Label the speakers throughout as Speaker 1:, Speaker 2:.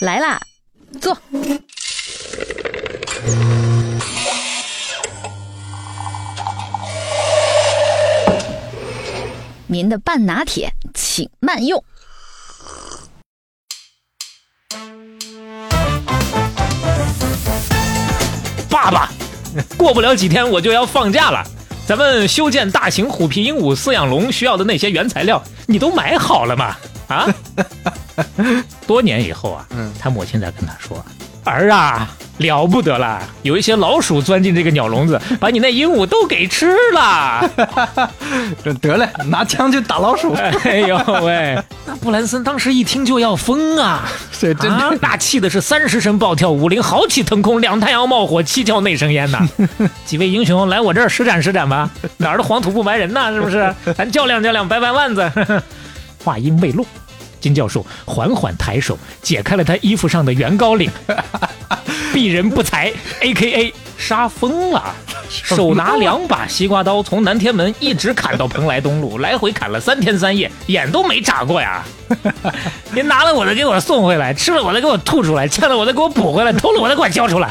Speaker 1: 来啦，坐。您的半拿铁，请慢用。
Speaker 2: 爸爸，过不了几天我就要放假了，咱们修建大型虎皮鹦鹉饲养笼需要的那些原材料，你都买好了吗？ 啊？多年以后啊，
Speaker 3: 嗯
Speaker 2: 他母亲才跟他说：“儿啊，了不得啦，有一些老鼠钻进这个鸟 笼子，把你那鹦鹉都给吃了。”
Speaker 3: 这得嘞，拿枪去打老 鼠，
Speaker 2: 哎呦喂！那布兰森当时一听就要疯啊！
Speaker 3: 这真
Speaker 2: 啊
Speaker 3: 的，
Speaker 2: 那气的是三十声暴跳，五菱豪气腾空，两太阳冒火，七窍内生烟呐！几位英雄来我这儿施展施展吧，哪儿的黄土不埋人呐？是不是？咱较量较量，掰掰腕子。 话音未落，金教授缓缓抬手解开了他衣服上的圆高领，鄙人不才，A K A 杀疯了，手拿两把西瓜刀，从南天门一直砍到蓬莱东路，来回砍了三天三夜，眼都没眨过呀。您拿了我的给我送回来，吃了我的给我吐出来，欠了我的给我补回来，偷了我的给我交出来，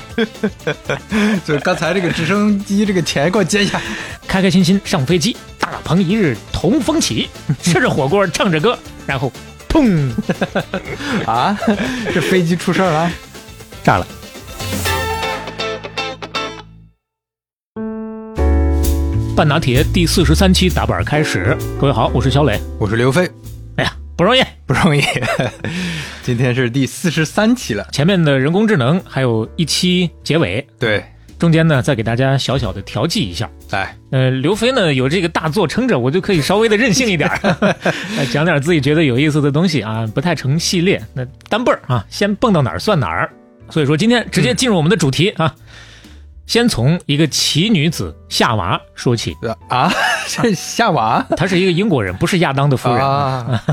Speaker 3: 就刚才这个直升机这个钱给我接一下，
Speaker 2: 开开心心上飞机，大鹏一日同风起，吃着火锅唱着歌，然后砰
Speaker 3: 啊， 这飞机出事儿了。
Speaker 2: 炸了。半拿铁第四十三期打板开始，各位好，我是小磊。
Speaker 3: 我是刘飞，
Speaker 2: 哎呀，不容易，
Speaker 3: 不容易， 今天是第四十三期了。
Speaker 2: 前面的人工智能还有一期结尾，
Speaker 3: 对，
Speaker 2: 中间呢再给大家小小的调剂一下。
Speaker 3: 来，
Speaker 2: 呃，刘飞呢有这个大作撑着，我就可以稍微的任性一点儿， 呃讲点自己觉得有意思的东西啊，不太成系列，那单蹦儿啊，先蹦到哪儿算哪儿。所以说今天直接进入我们的主题啊，先从一个奇女子夏娃说 起，
Speaker 3: 呃啊，这夏娃
Speaker 2: 她是一个英国人，不是亚当的夫人，
Speaker 3: 啊，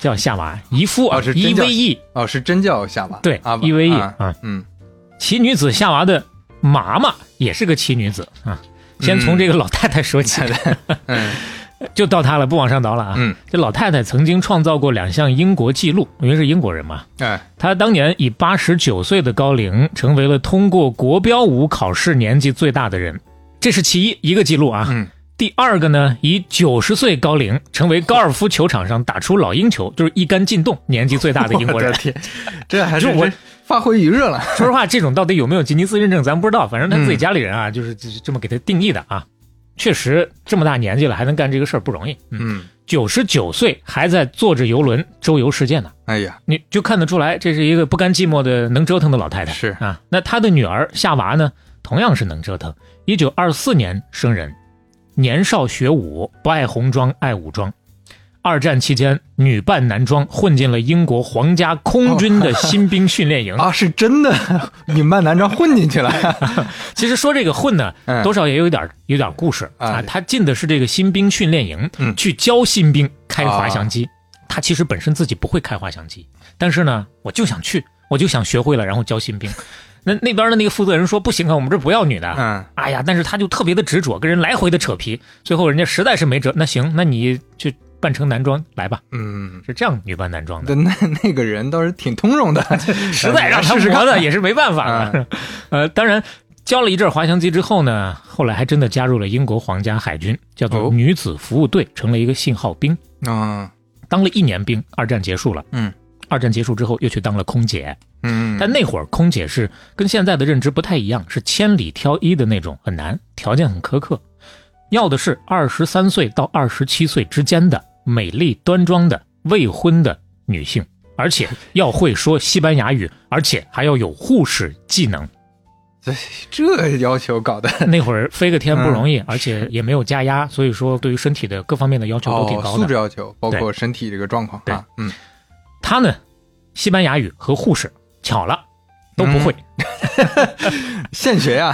Speaker 2: 叫夏娃，姨夫啊
Speaker 3: 哦，是
Speaker 2: 伊
Speaker 3: 真叫
Speaker 2: 维伊，
Speaker 3: 哦，是真叫夏娃，
Speaker 2: 对
Speaker 3: 啊，，
Speaker 2: 伊维伊
Speaker 3: 啊
Speaker 2: 啊，
Speaker 3: 嗯，
Speaker 2: 奇女子夏娃的妈妈也是个奇女子啊。先从这个老太太说 起，
Speaker 3: 嗯，
Speaker 2: 就到她了，不往上倒了啊。
Speaker 3: 嗯，
Speaker 2: 这老太太曾经创造过两项英国纪录，因为是英国人嘛。
Speaker 3: 哎，
Speaker 2: 她当年以八十九岁的高龄，成为了通过国标舞考试年纪最大的人，这是其一一个记录啊。
Speaker 3: 嗯
Speaker 2: 第二个呢，以九十岁高龄成为高尔夫球场上打出老鹰球，就是一杆进洞，年纪最大的英国
Speaker 3: 我
Speaker 2: 人
Speaker 3: 的。天，这还是
Speaker 2: 就我
Speaker 3: 真发挥余热了，
Speaker 2: 说实话，这种到底有没有吉尼斯认证，咱不知道。反正他自
Speaker 3: 嗯
Speaker 2: 己家里人啊，就是就是这么给他定义的啊。确实，这么大年纪了还能干这个事儿不容易。嗯，
Speaker 3: 嗯，
Speaker 2: 九十九岁还在坐着游轮周游世界呢，
Speaker 3: 哎呀，
Speaker 2: 你就看得出来，这是一个不甘寂寞的能折腾的老太太。
Speaker 3: 是
Speaker 2: 啊，那她的女儿夏娃呢，同样是能折腾，一九二四年生人，年少学武，不爱红装爱武装。二战期间，女扮男装混进了英国皇家空军的新兵训练 营。
Speaker 3: 啊，是真的， 你慢男装混进去了，
Speaker 2: 其实说这个混呢，
Speaker 3: 嗯
Speaker 2: 多少也有点儿有点儿故事
Speaker 3: 啊
Speaker 2: 啊。他进的是这个新兵训练营，
Speaker 3: 嗯啊
Speaker 2: 去教新兵开滑翔机。他其实本身自己不会开滑翔机，但是呢，我就想去，我就想学会了，然后教新兵。那那边的那个负责人说不行啊，我们这儿不要女的。
Speaker 3: 嗯，
Speaker 2: 哎呀，但是他就特别的执着，跟人来回的扯皮，最后人家实在是没辙，那行，那你去扮成男装来吧，
Speaker 3: 嗯，
Speaker 2: 是这样女扮男装的。
Speaker 3: 对，那那个人倒是挺通融的，
Speaker 2: 实在让他
Speaker 3: 试试
Speaker 2: 磨
Speaker 3: 看啊
Speaker 2: 的也 是没办法了。呃，当然教了一阵滑翔机之后呢，后来还真的加入了英国皇家海军，叫做
Speaker 3: 哦
Speaker 2: 女子服务队，成了一个信号兵，
Speaker 3: 嗯
Speaker 2: 当了一年兵。二战结束了，
Speaker 3: 嗯，
Speaker 2: 二战结束之后又去当了空姐，
Speaker 3: 嗯，
Speaker 2: 但那会儿空姐是跟现在的认知不太一样，是千里挑一的那种，很难，条件很苛刻，要的是二十三岁到二十七岁之间的美丽端庄的未婚的女性，而且要会说西班牙语，而且还要有护士技能。
Speaker 3: 这这要求搞的，
Speaker 2: 那会儿飞个天不容易，
Speaker 3: 嗯
Speaker 2: 而且也没有加压，所以说对于身体的各方面的要求都挺
Speaker 3: 哦，
Speaker 2: 高
Speaker 3: 素
Speaker 2: 的。
Speaker 3: 质要求，包
Speaker 2: 对
Speaker 3: 括身体这个状况
Speaker 2: 对
Speaker 3: 啊， 嗯，
Speaker 2: 他呢，西班牙语和护士巧了都不会。
Speaker 3: 嗯现学呀，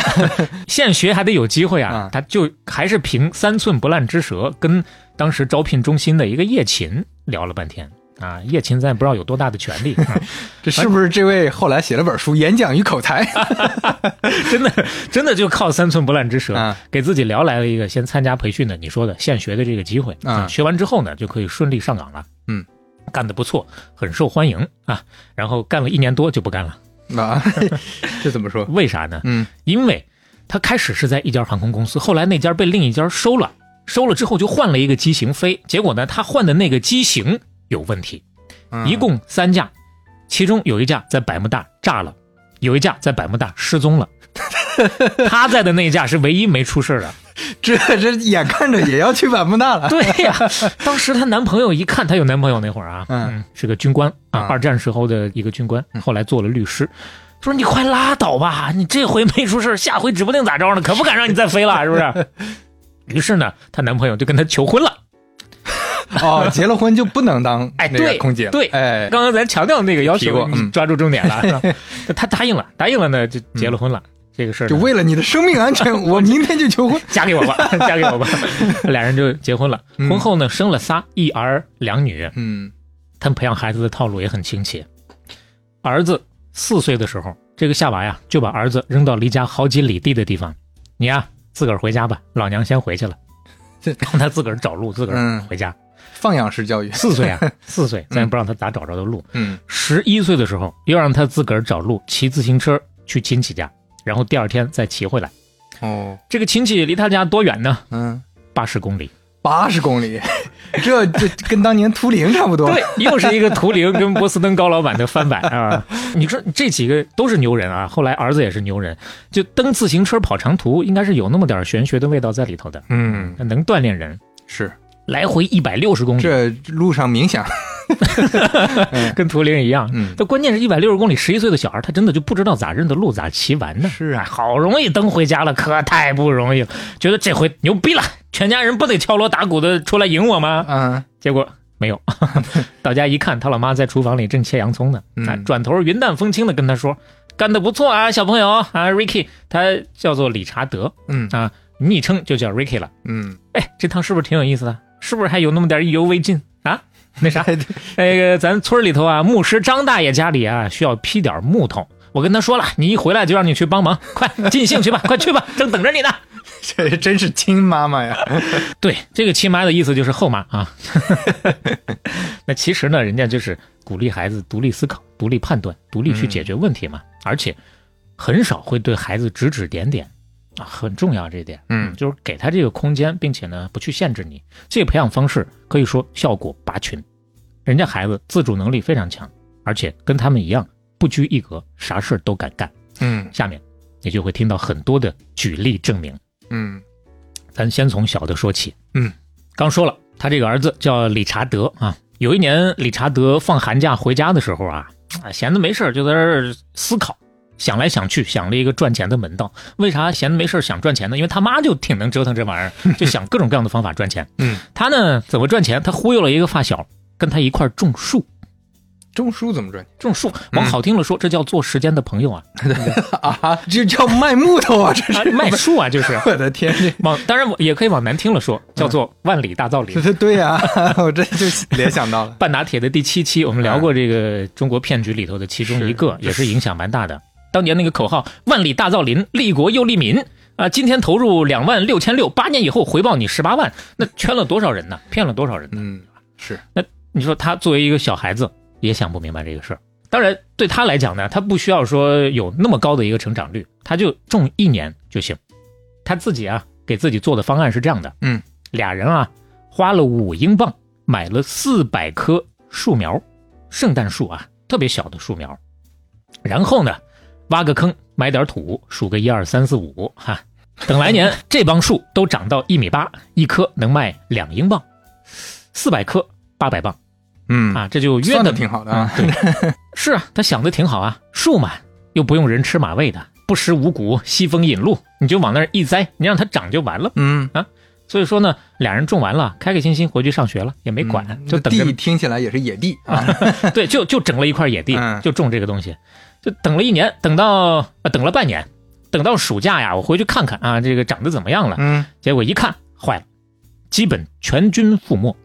Speaker 2: 现学还得有机会啊
Speaker 3: 嗯，
Speaker 2: 他就还是凭三寸不烂之舌，跟当时招聘中心的一个叶琴聊了半天啊。叶琴咱也不知道有多大的权利，啊、
Speaker 3: 这是不是这位后来写了本书《演讲与口才》
Speaker 2: 真的真的就靠三寸不烂之舌，
Speaker 3: 嗯
Speaker 2: 给自己聊来了一个先参加培训的你说的现学的这个机会
Speaker 3: 嗯
Speaker 2: 学完之后呢，就可以顺利上岗了。
Speaker 3: 嗯，
Speaker 2: 干得不错，很受欢迎啊。然后干了一年多就不干了，
Speaker 3: 啊， 这怎么说？
Speaker 2: 为啥呢？
Speaker 3: 嗯
Speaker 2: 因为他开始是在一家航空公司，后来那家被另一家收了，收了之后就换了一个机型飞，结果呢，他换的那个机型有问题，
Speaker 3: 嗯
Speaker 2: 一共三架，其中有一架在百慕大炸了，有一架在百慕大失踪了。他在的那架是唯一没出事儿的。
Speaker 3: 这这眼看着也要去百慕大了。
Speaker 2: 对呀、当时她男朋友一看她有男朋友那会儿啊，
Speaker 3: 嗯，
Speaker 2: 是个军官啊，
Speaker 3: 嗯
Speaker 2: 二战时候的一个军官，后来做了律师。说你快拉倒吧，你这回没出事儿下回指不定咋着呢，可不敢让你再飞 了，是不是？于是呢，她男朋友就跟她求婚了。
Speaker 3: 哦，结了婚就不能当
Speaker 2: 哎
Speaker 3: 那
Speaker 2: 对
Speaker 3: 个空姐了，
Speaker 2: 对
Speaker 3: 哎，
Speaker 2: 刚刚咱强调那个要
Speaker 3: 提
Speaker 2: 求
Speaker 3: 过，嗯
Speaker 2: 你抓住重点了。是吧 她答应了，答应了呢，就结了婚了。这个事儿呢
Speaker 3: 就为了你的生命安全，我明天就 求婚。
Speaker 2: 嫁给我吧，嫁给我 吧。俩人就结婚了，
Speaker 3: 嗯
Speaker 2: 婚后呢生了仨一儿两女，
Speaker 3: 嗯
Speaker 2: 他们培养孩子的套路也很清晰。儿子四岁的时候，这个夏娃呀就把儿子扔到离家好几里地的地方，你呀自个儿回家吧，老娘先回去了
Speaker 3: 这。
Speaker 2: 让他自个儿找路，自个儿
Speaker 3: 嗯
Speaker 2: 回家。
Speaker 3: 放养式教育，
Speaker 2: 四岁啊，四岁，咱也不知道他咋找着的路。
Speaker 3: 嗯，
Speaker 2: 十一岁的时候，又让他自个儿找路，骑自行车去亲戚家，然后第二天再骑回来。
Speaker 3: 哦，
Speaker 2: 这个亲戚离他家多远呢？
Speaker 3: 嗯，
Speaker 2: 八十公里。
Speaker 3: 八十公里，这这跟当年图灵差不多。嗯
Speaker 2: 对，又是一个图灵跟波司登高老板的翻版啊！你说这几个都是牛人啊，后来儿子也是牛人，就蹬自行车跑长途，应该是有那么点玄学的味道在里头的，
Speaker 3: 嗯，
Speaker 2: 能锻炼人。
Speaker 3: 是
Speaker 2: 来回一百六十公里，
Speaker 3: 这路上冥想，
Speaker 2: 跟图灵一样。
Speaker 3: 嗯，
Speaker 2: 但关键是一百六十公里，十一岁的小孩他真的就不知道咋认的路，咋骑完呢？哎
Speaker 3: 是啊，
Speaker 2: 好容易蹬回家了，可太不容易了，觉得这回牛逼了，全家人不得敲锣打鼓的出来迎我吗？
Speaker 3: 嗯，
Speaker 2: 结果没有， 到家一看，他老妈在厨房里正切洋葱呢。
Speaker 3: 嗯
Speaker 2: 啊，转头云淡风轻的跟他说：“干得不错啊，小朋友啊，Ricky，他叫做理查德，
Speaker 3: 嗯
Speaker 2: 啊，昵称就叫 Ricky 了。
Speaker 3: 嗯，
Speaker 2: 哎，这趟是不是挺有意思的？是不是还有那么点意犹未尽啊？那 啥，
Speaker 3: 哎对
Speaker 2: 那个咱村里头啊，牧师张大爷家里啊需要批点木头。”我跟他说了，你一回来就让你去帮忙，快尽兴去吧，快去吧，正等着你呢。
Speaker 3: 这真是亲妈妈呀。
Speaker 2: 对，这个亲妈的意思就是后妈啊。 那其实呢，人家就是鼓励孩子独立思考、独立判断、独立去解决问题嘛，而且很少会对孩子指指点点啊，很重要这一点。
Speaker 3: 嗯
Speaker 2: 就是给他这个空间，并且呢不去限制你。这个培养方式可以说效果拔群，人家孩子自主能力非常强，而且跟他们一样不拘一格，啥事儿都敢干。
Speaker 3: 嗯
Speaker 2: 下面你就会听到很多的举例证明。
Speaker 3: 嗯
Speaker 2: 咱先从小的说起。
Speaker 3: 嗯，
Speaker 2: 刚说了，他这个儿子叫理查德啊。有一年，理查德放寒假回家的时候啊，啊闲着没事儿就在这儿思考，想来想去，想了一个赚钱的门道。为啥闲着没事儿想赚钱呢？因为他妈就挺能折腾这玩意儿，就想各种各样的方法赚钱。
Speaker 3: 嗯，
Speaker 2: 他呢怎么赚钱？他忽悠了一个发小，跟他一块儿种树。
Speaker 3: 种树怎么赚
Speaker 2: 种树，往好听了说，这叫做时间的朋友啊，
Speaker 3: 啊？这叫卖木头啊！这
Speaker 2: 啊
Speaker 3: 是
Speaker 2: 卖树啊，就是
Speaker 3: 我的天，
Speaker 2: 往当然也可以往难听了说，叫做万里大造林
Speaker 3: 这。这对呀， 我这就联想到了。
Speaker 2: 半打铁的第七期，我们聊过这个中国骗局里头的其中一个，
Speaker 3: 是
Speaker 2: 也是影响蛮大的。当年那个口号“万里大造林，利国又利民”啊，今天投入两万六千六，八年以后回报你十八万，那圈了多少人呢？骗了多少人呢？
Speaker 3: 嗯，是，
Speaker 2: 你说他作为一个小孩子，也想不明白这个事儿。当然，对他来讲呢，他不需要说有那么高的一个成长率，他就种一年就行。他自己啊，给自己做的方案是这样的：
Speaker 3: 嗯，
Speaker 2: 俩人啊，花了五英镑买了四百棵树苗，圣诞树啊，特别小的树苗。然后呢，挖个坑，埋点土，数个一二三四五，哈，等来年这帮树都长到一米八，一棵能卖两英镑，四百棵八百磅
Speaker 3: 嗯，
Speaker 2: 啊，这就约
Speaker 3: 算的
Speaker 2: 等
Speaker 3: 挺好的啊。
Speaker 2: 对， 是啊，他想的挺好啊，树嘛，又不用人吃马喂的，不食五谷，西风引路，你就往那儿一栽，你让它长就完了。
Speaker 3: 嗯，
Speaker 2: 所以说呢，俩人种完了，开开心心回去上学了，也没管，
Speaker 3: 嗯
Speaker 2: 就等
Speaker 3: 地
Speaker 2: 着
Speaker 3: 听起来也是野地啊。
Speaker 2: 对，就就整了一块野地，
Speaker 3: 嗯
Speaker 2: 就种这个东西，就等了一年，等到、呃、等了半年，等到暑假呀，我回去看看啊，这个长得怎么样了？
Speaker 3: 嗯
Speaker 2: 结果一看，坏了，基本全军覆没。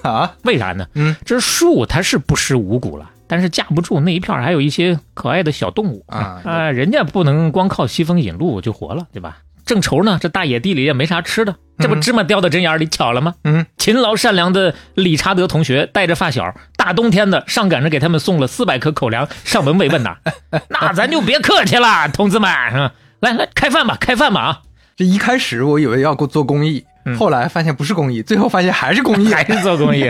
Speaker 3: 啊，
Speaker 2: 为啥呢？
Speaker 3: 嗯，
Speaker 2: 这树它是不食五谷了，但是架不住那一片儿还有一些可爱的小动物
Speaker 3: 啊
Speaker 2: 啊、人家不能光靠西风引路就活了，对吧？正愁呢，这大野地里也没啥吃的，这不
Speaker 3: 嗯
Speaker 2: 芝麻掉到针眼里巧了吗？
Speaker 3: 嗯，
Speaker 2: 勤劳善良的理查德同学带着发小，大冬天的上赶着给他们送了四百颗口粮上门慰问呐。那咱就别客气了，同志们，嗯来来开饭吧，开饭吧啊！
Speaker 3: 这一开始我以为要做公益，
Speaker 2: 嗯
Speaker 3: 后来发现不是公益，最后发现还是公益。
Speaker 2: 还是做公 益。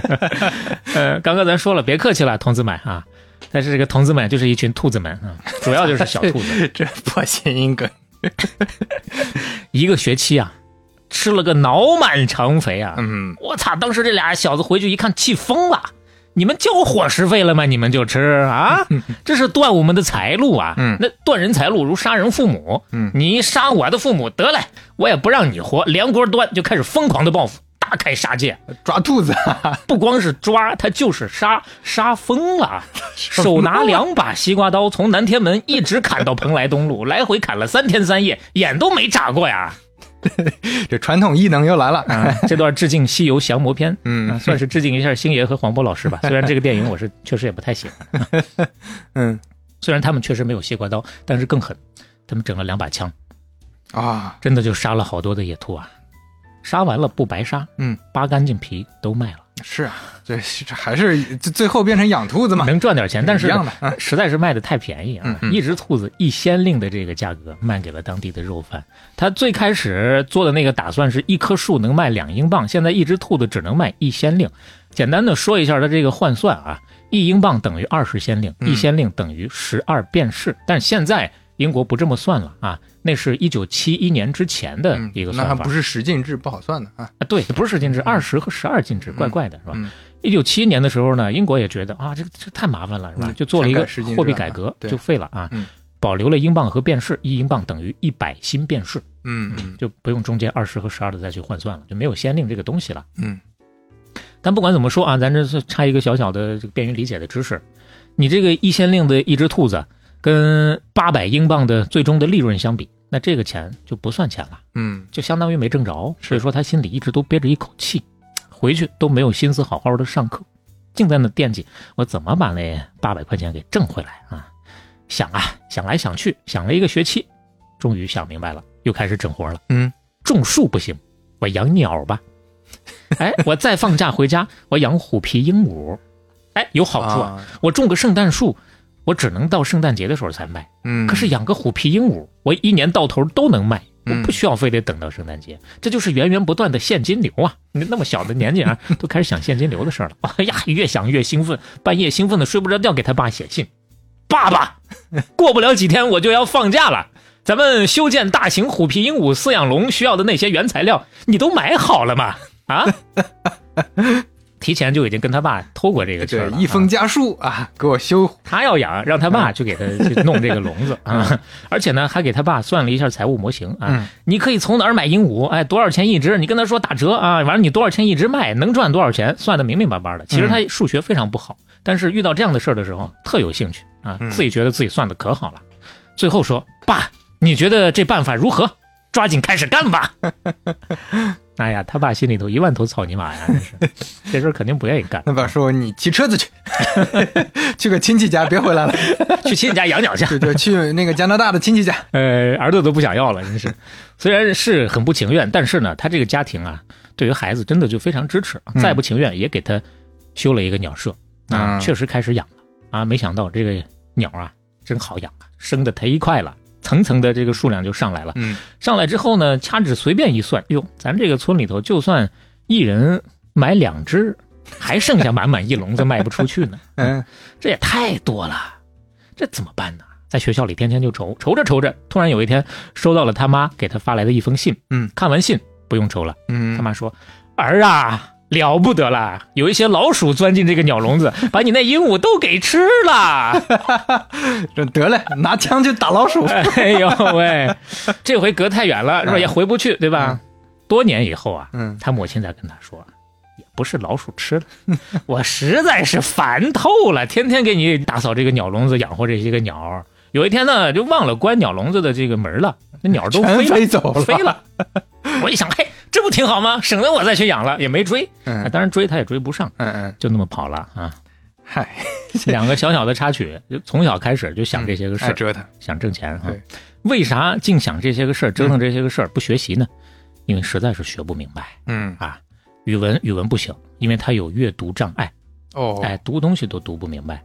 Speaker 2: 呃，刚刚咱说了，别客气了，同志们啊。但是这个同志们就是一群兔子们啊，主要就是小兔子。
Speaker 3: 这破谐音梗，
Speaker 2: 一个学期啊，吃了个脑满肠肥啊！
Speaker 3: 嗯，
Speaker 2: 我操，当时这俩小子回去一看，气疯了。你们交伙食费了吗？你们就吃 啊？这是断我们的财路啊！
Speaker 3: 嗯
Speaker 2: 那断人财路如杀人父母。
Speaker 3: 嗯
Speaker 2: 你杀我的父母，得嘞，我也不让你活。连锅端就开始疯狂的报复，大开杀戒。
Speaker 3: 抓兔子，啊
Speaker 2: 不光是抓，他就是杀，杀疯 了，手拿两把西瓜刀，从南天门一直砍到蓬莱东路，来回砍了三天三夜，眼都没眨过 呀。
Speaker 3: 这传统异能又来了。
Speaker 2: 这段致敬《西游降魔篇》，
Speaker 3: 嗯
Speaker 2: 啊算是致敬一下星爷和黄渤老师 吧。虽然这个电影我是确实也不太喜欢，
Speaker 3: 嗯
Speaker 2: 虽然他们确实没有西瓜刀，但是更狠，他们整了两把枪，嗯
Speaker 3: 啊，
Speaker 2: 真的就杀了好多的野兔啊。杀完了不白杀，
Speaker 3: 嗯，
Speaker 2: 扒干净皮都卖了，
Speaker 3: 是啊，这是这还是最最后变成养兔子嘛？
Speaker 2: 能赚点钱，但是啊
Speaker 3: 一样的嗯
Speaker 2: 实在是卖的太便宜啊！
Speaker 3: 嗯嗯
Speaker 2: 一只兔子一先令的这个价格卖给了当地的肉贩。他最开始做的那个打算是一棵树能卖两英镑，现在一只兔子只能卖一先令。简单的说一下它这个换算啊，一英镑等于二十先令，
Speaker 3: 嗯
Speaker 2: 一先令等于十二便士。但现在英国不这么算了啊，那是一九七一年之前的
Speaker 3: 嗯
Speaker 2: 一个
Speaker 3: 那
Speaker 2: 算
Speaker 3: 还
Speaker 2: 法。
Speaker 3: 不是十进制，不好算的啊。
Speaker 2: 啊，对，不是十进制，二十和十二进制，怪怪的是吧
Speaker 3: 嗯？
Speaker 2: 一九七一年的时候呢，英国也觉得啊，这个这太麻烦了是吧？
Speaker 3: 嗯
Speaker 2: 就做了一
Speaker 3: 全
Speaker 2: 个
Speaker 3: 改十进制
Speaker 2: 货币
Speaker 3: 了
Speaker 2: 改
Speaker 3: 啊
Speaker 2: 革，
Speaker 3: 对
Speaker 2: 就废了啊
Speaker 3: 嗯，
Speaker 2: 保留了英镑和便士，一英镑等于一百新便士，
Speaker 3: 嗯嗯
Speaker 2: 就不用中间二十和十二的再去换算了，就没有先令这个东西了。
Speaker 3: 嗯，
Speaker 2: 但不管怎么说啊，咱这是插一个小小的这个便于理解的知识，你这个一先令的一只兔子跟八百英镑的最终的利润相比，那这个钱就不算钱了。
Speaker 3: 嗯
Speaker 2: 就相当于没挣着，所以说他心里一直都憋着一口气，回去都没有心思好好的上课，净在那惦记我怎么把那八百块钱给挣回来啊！想啊想来想去，想了一个学期，终于想明白了，又开始整活了。
Speaker 3: 嗯，
Speaker 2: 种树不行，我养鸟吧。哎，我再放假回家，我养虎皮鹦鹉，哎，有好处啊！
Speaker 3: 啊，
Speaker 2: 我种个圣诞树，我只能到圣诞节的时候才卖。
Speaker 3: 嗯，
Speaker 2: 可是养个虎皮鹦鹉，我一年到头都能卖，我
Speaker 3: 嗯
Speaker 2: 不需要非得等到圣诞节，这就是源源不断的现金流啊！你那么小的年纪 啊，都开始想现金流的事儿了。 哎呀，越想越兴奋，半夜兴奋的睡不着觉，给他爸写信：“爸 爸，过不了几天我就要放假了。”咱们修建大型虎皮鹦鹉饲养笼需要的那些原材料，你都买好了吗？啊， 提前就已经跟他爸偷过这个事儿
Speaker 3: 对
Speaker 2: 了啊。
Speaker 3: 一封家书啊，给我修
Speaker 2: 他要养，让他
Speaker 3: 嗯
Speaker 2: 爸去给他去弄这个笼 子啊。而且呢，还给他爸算了一下财务模型啊
Speaker 3: 嗯，
Speaker 2: 你可以从哪儿买鹦鹉？哎，多少钱一只？你跟他说打折啊，完了你多少钱一只卖，能赚多少钱，算的明明白白的。其
Speaker 3: 嗯
Speaker 2: 实他数学非常不好，但是遇到这样的事儿的时候，特有兴趣啊，
Speaker 3: 嗯
Speaker 2: 自己觉得自己算的可好了。最后说，爸，你觉得这办法如何？抓紧开始干吧！ 哎呀，他爸心里头一万头草泥马呀，真是这事儿肯定不愿意干。
Speaker 3: 那爸说：“你骑车子 去，去个亲戚家，别回来了。
Speaker 2: 去亲戚家养鸟去。
Speaker 3: 对对，去那个加拿大的亲戚家。
Speaker 2: 呃，儿子都不想要了，真是。虽然是很不情愿，但是呢，他这个家庭啊，对于孩子真的就非常支持，啊
Speaker 3: 嗯
Speaker 2: 再不情愿也给他修了一个鸟舍啊，
Speaker 3: 嗯
Speaker 2: 确实开始养了啊。没想到这个鸟啊，真好养啊，生的忒快了，层层的这个数量就上来了。
Speaker 3: 嗯
Speaker 2: 上来之后呢，掐指随便一算，哟，咱这个村里头就算一人买两只，还剩下满满一笼子卖不出去呢。
Speaker 3: 嗯
Speaker 2: 这也太多了，这怎么办呢？在学校里天天就愁，愁着愁着，突然有一天收到了他妈给他发来的一封信。
Speaker 3: 嗯，
Speaker 2: 看完信不用愁了，他
Speaker 3: 嗯，
Speaker 2: 妈说：“儿啊，了不得了，有一些老鼠钻进这个鸟笼子，把你那鹦鹉都给吃了。”
Speaker 3: 这得嘞，拿枪去打老鼠。
Speaker 2: 哎呦喂，这回隔太远了，是吧？
Speaker 3: 嗯
Speaker 2: 也回不去，对吧？多年以后啊，
Speaker 3: 嗯
Speaker 2: 他母亲才跟他说，也不是老鼠吃了， 我实在是烦透了，天天给你打扫这个鸟笼子，养活这些个鸟儿。有一天呢，就忘了关鸟笼子的这个门了，那鸟儿都
Speaker 3: 全
Speaker 2: 飞了，
Speaker 3: 飞走了
Speaker 2: 飞了。我一想，嘿，这不挺好吗？省得我再去养了，也没追。
Speaker 3: 嗯
Speaker 2: 当然追他也追不上，
Speaker 3: 嗯嗯，
Speaker 2: 就那么跑了啊。
Speaker 3: 嗨，
Speaker 2: 两个小小的插曲，就从小开始就想这些个事
Speaker 3: 爱
Speaker 2: 儿，
Speaker 3: 折腾，
Speaker 2: 想挣钱哈
Speaker 3: 哎对。
Speaker 2: 为啥净想这些个事儿，折腾这些个事儿，不学习呢？因为实在是学不明白
Speaker 3: 嗯，
Speaker 2: 啊。语文语文不行，因为他有阅读障碍，
Speaker 3: 哦，
Speaker 2: 哎，读东西都读不明白。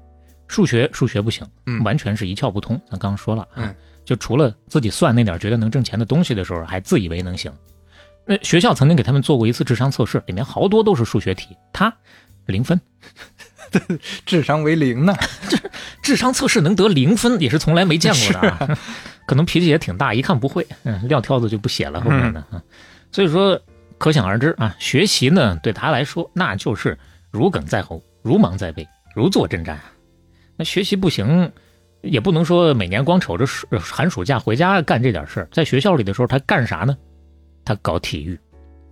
Speaker 2: 数学数学不行，
Speaker 3: 嗯
Speaker 2: 完全是一窍不通。咱刚刚说了，啊
Speaker 3: 嗯，
Speaker 2: 就除了自己算那点儿觉得能挣钱的东西的时候，还自以为能行。那学校曾经给他们做过一次智商测试，里面好多都是数学题，他零分。
Speaker 3: 智商为零呢，
Speaker 2: 智商测试能得零分，也是从来没见过的、啊。 可能脾气也挺大，一看不会，嗯，撂挑子就不写了后面的。嗯、所以说，可想而知啊，学习呢对他来说那就是如鲠在喉，如芒在背，如坐针毡。那学习不行，也不能说每年光瞅着暑呃寒暑假回家干这点事儿。在学校里的时候，他干啥呢？他搞体育。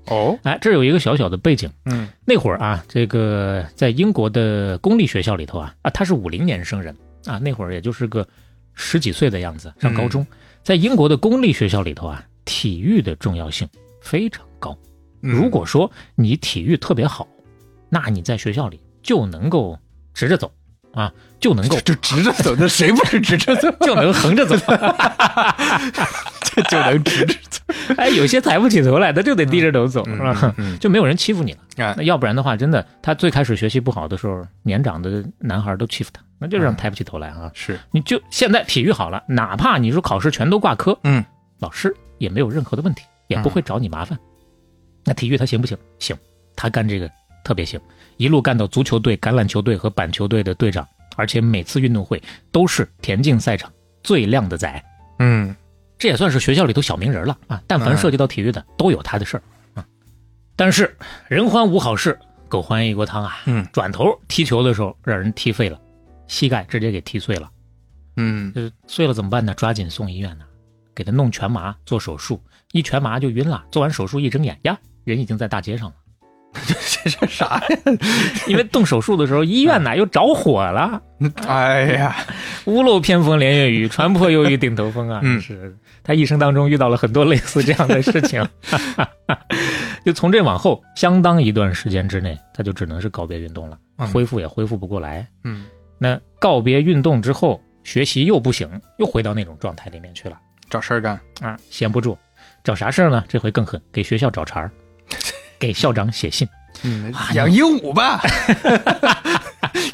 Speaker 3: 哦，
Speaker 2: 哎，这有一个小小的背景。
Speaker 3: 嗯，
Speaker 2: 那会儿啊，这个在英国的公立学校里头啊，啊，他是五零年生人啊，那会儿也就是个十几岁的样子，上高
Speaker 3: 嗯
Speaker 2: 中。在英国的公立学校里头啊，体育的重要性非常高。
Speaker 3: 嗯
Speaker 2: 如果说你体育特别好，那你在学校里就能够直着走啊，就能够
Speaker 3: 就直着走，那谁不是直着走
Speaker 2: 就能横 着走。
Speaker 3: 就能直着走？
Speaker 2: 哎，有些抬不起头来，他就得低着头走，啊是吧？
Speaker 3: 嗯
Speaker 2: 就没有人欺负你了。
Speaker 3: 啊
Speaker 2: 那要不然的话，真的，他最开始学习不好的时候，年长的男孩都欺负他，那就让
Speaker 3: 嗯
Speaker 2: 抬不起头来啊。
Speaker 3: 是，
Speaker 2: 你就现在体育好了，哪怕你说考试全都挂科，
Speaker 3: 嗯，
Speaker 2: 老师也没有任何的问题，也不会找你麻烦。那体育他行不行？行，他干这个特别行，一路干到足球队、橄榄球队和板球队的队长，而且每次运动会都是田径赛场最靓的仔。
Speaker 3: 嗯，
Speaker 2: 这也算是学校里头小名人了啊。但凡涉及到体育的，都有他的事儿啊。但是人欢无好事，狗欢一锅汤啊。
Speaker 3: 嗯
Speaker 2: 转头踢球的时候让人踢废了，膝盖直接给踢碎了。
Speaker 3: 嗯，
Speaker 2: 呃，碎了怎么办呢？抓紧送医院呐、给他弄全麻做手术，一全麻就晕了。做完手术一睁眼呀，人已经在大街上了。
Speaker 3: 这是啥呀？
Speaker 2: 因为动手术的时候，医院呐又着火了。
Speaker 3: 哎呀，
Speaker 2: 屋漏偏逢连夜雨，船破又遇顶头风啊！
Speaker 3: 嗯
Speaker 2: 是他一生当中遇到了很多类似这样的事 情，就从这往后相当一段时间之内，他就只能是告别运动了，
Speaker 3: 嗯
Speaker 2: 恢复也恢复不过来。
Speaker 3: 嗯，
Speaker 2: 那告别运动之后，学习又不行，又回到那种状态里面去了
Speaker 3: 找事儿干，
Speaker 2: 啊，闲不住，找啥事儿呢？这回更狠，给学校找茬 儿，给校长写信。
Speaker 3: 嗯
Speaker 2: 啊，
Speaker 3: 养鹦鹉 吧。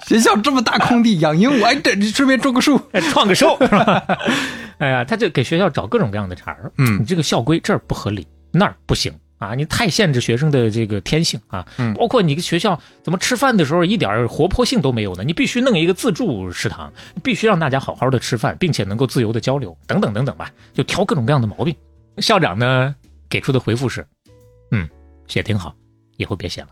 Speaker 3: 学校这么大空地，养鹦鹉，哎，这这顺便种个树。
Speaker 2: 哎创个寿，是吧？ 哎呀，他就给学校找各种各样的茬儿。
Speaker 3: 嗯
Speaker 2: 你这个校规这儿不合理，那儿不行啊！你太限制学生的这个天性啊！
Speaker 3: 嗯
Speaker 2: 包括你个学校怎么吃饭的时候一点儿活泼性都没有呢？你必须弄一个自助食堂，必须让大家好好的吃饭，并且能够自由的交流，等等等等吧，就挑各种各样的毛病。校长呢给出的回复是：嗯，写挺好，以后别写了。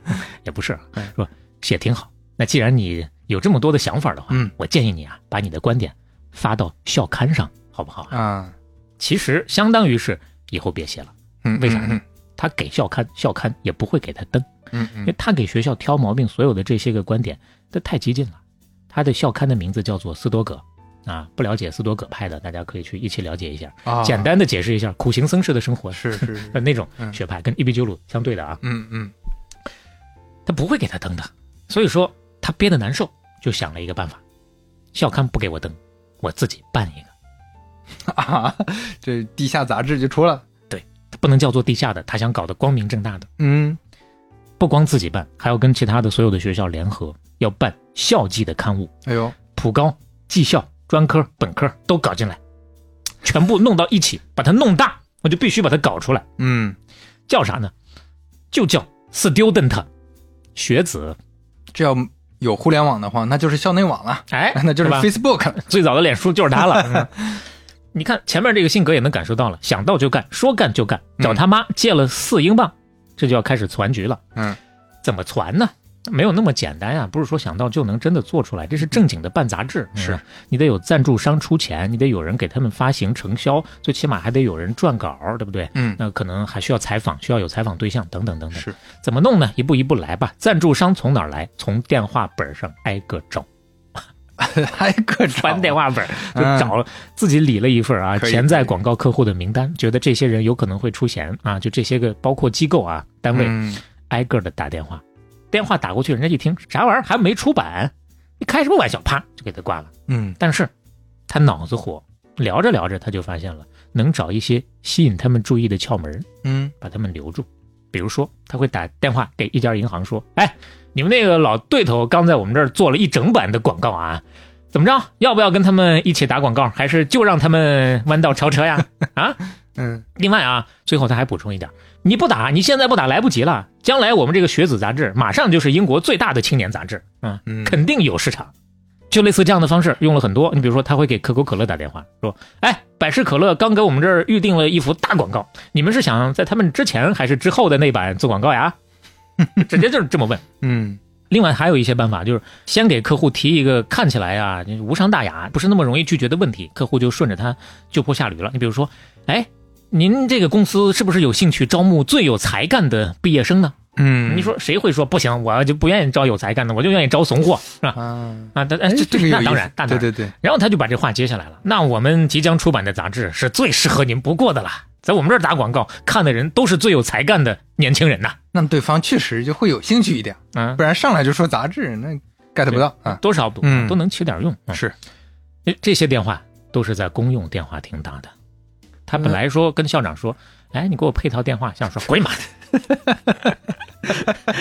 Speaker 2: 也不是啊
Speaker 3: 哎，
Speaker 2: 说写挺好。那既然你有这么多的想法的话，
Speaker 3: 嗯
Speaker 2: 我建议你啊，把你的观点发到校刊上，好不好啊？
Speaker 3: 啊，
Speaker 2: 其实相当于是以后别写了。
Speaker 3: 嗯
Speaker 2: 为啥呢
Speaker 3: 嗯
Speaker 2: 他给校刊，校刊也不会给他登，
Speaker 3: 嗯嗯
Speaker 2: 因为他给学校挑毛病，所有的这些个观点，这太激进了。他的校刊的名字叫做斯多葛，啊，不了解斯多葛派的，大家可以去一起了解一下。
Speaker 3: 啊，
Speaker 2: 简单的解释一下苦行僧式的生活
Speaker 3: 是是是
Speaker 2: 呃，那种
Speaker 3: 嗯
Speaker 2: 学派，跟伊壁鸠鲁相对的啊，
Speaker 3: 嗯嗯
Speaker 2: 他不会给他登的。所以说他憋得难受，就想了一个办法，校刊不给我登，我自己办一个。
Speaker 3: 啊， 这地下杂志就出了，
Speaker 2: 他不能叫做地下的，他想搞得光明正大的。
Speaker 3: 嗯
Speaker 2: 不光自己办，还要跟其他的所有的学校联合，要办校际的刊物，
Speaker 3: 哎呦，
Speaker 2: 普高、技校、专科、本科都搞进来，全部弄到一起，把它弄大，我就必须把它搞出来。
Speaker 3: 嗯，
Speaker 2: 叫啥呢？就叫 student，学子。
Speaker 3: 这要有互联网的话，那就是校内网了，
Speaker 2: 哎
Speaker 3: ，那就是
Speaker 2: 吧
Speaker 3: Facebook 了。
Speaker 2: 最早的脸书就是他了。 嗯你看前面这个性格也能感受到了，想到就干，说干就干，找他妈借了四英镑，这就要开始攒局了。
Speaker 3: 嗯，
Speaker 2: 怎么传呢？没有那么简单啊，不是说想到就能真的做出来，这是正经的办杂志，
Speaker 3: 是
Speaker 2: 嗯你得有赞助商出钱，你得有人给他们发行承销，最起码还得有人撰稿，对不对？
Speaker 3: 嗯
Speaker 2: 那可能还需要采访，需要有采访对象等等等等。
Speaker 3: 是，
Speaker 2: 怎么弄呢？一步一步来吧。赞助商从哪儿来？从电话本上挨个找，
Speaker 3: 挨个 找
Speaker 2: 翻电，话本儿就
Speaker 3: 嗯
Speaker 2: 找了自己理了一份儿啊，
Speaker 3: 可以
Speaker 2: 潜在
Speaker 3: 可以
Speaker 2: 广告客户的名单，觉得这些人有可能会出现啊，就这些个包括机构啊单位
Speaker 3: 嗯
Speaker 2: 挨个的打电话，电话打过去，人家一听啥玩意儿还没出版，你开什么玩笑？啪就给他挂了。
Speaker 3: 嗯
Speaker 2: 但是他脑子活，聊着聊着他就发现了，能找一些吸引他们注意的窍门儿，
Speaker 3: 嗯
Speaker 2: 把他们留住。比如说，他会打电话给一家银行说：“哎，你们那个老对头刚在我们这儿做了一整版的广告啊，怎么着？要不要跟他们一起打广告？还是就让他们弯道超车呀？”
Speaker 3: 嗯
Speaker 2: 另外啊，最后他还补充一点：你不打，你现在不打来不及了。将来我们这个学子杂志马上就是英国最大的青年杂志啊，
Speaker 3: 嗯
Speaker 2: 肯定有市场。就类似这样的方式用了很多。你比如说，他会给可口可乐打电话说：“哎，百事可乐刚给我们这儿预定了一幅大广告，你们是想在他们之前还是之后的那版做广告呀？” 直接就是这么问。
Speaker 3: 嗯
Speaker 2: 另外还有一些办法，就是先给客户提一个看起来啊就是无伤大雅、不是那么容易拒绝的问题，客户就顺着他就坡下驴了。你比如说，哎，您这个公司是不是有兴趣招募最有才干的毕业生呢？
Speaker 3: 嗯，
Speaker 2: 你说谁会说不行？我就不愿意招有才干的，我就愿意招怂货，是吧？
Speaker 3: 啊，
Speaker 2: 啊，但哎，
Speaker 3: 这这个有
Speaker 2: 那
Speaker 3: 意
Speaker 2: 当
Speaker 3: 思
Speaker 2: 然，那当
Speaker 3: 对
Speaker 2: 然。
Speaker 3: 对对，
Speaker 2: 然后他就把这话接下来了。那我们即将出版的杂志是最适合您不过的了，在我们这儿打广告，看的人都是最有才干的年轻人呐。
Speaker 3: 那对方确实就会有兴趣一点，
Speaker 2: 啊，
Speaker 3: 不然上来就说杂志，那 get 不到啊。
Speaker 2: 多少不、
Speaker 3: 嗯
Speaker 2: 都能起点用。啊
Speaker 3: 是，
Speaker 2: 诶这些电话都是在公用电话亭打的。他本来
Speaker 3: 嗯
Speaker 2: 说跟校长说：“哎，你给我配套电话。”校长说：“滚你妈的！”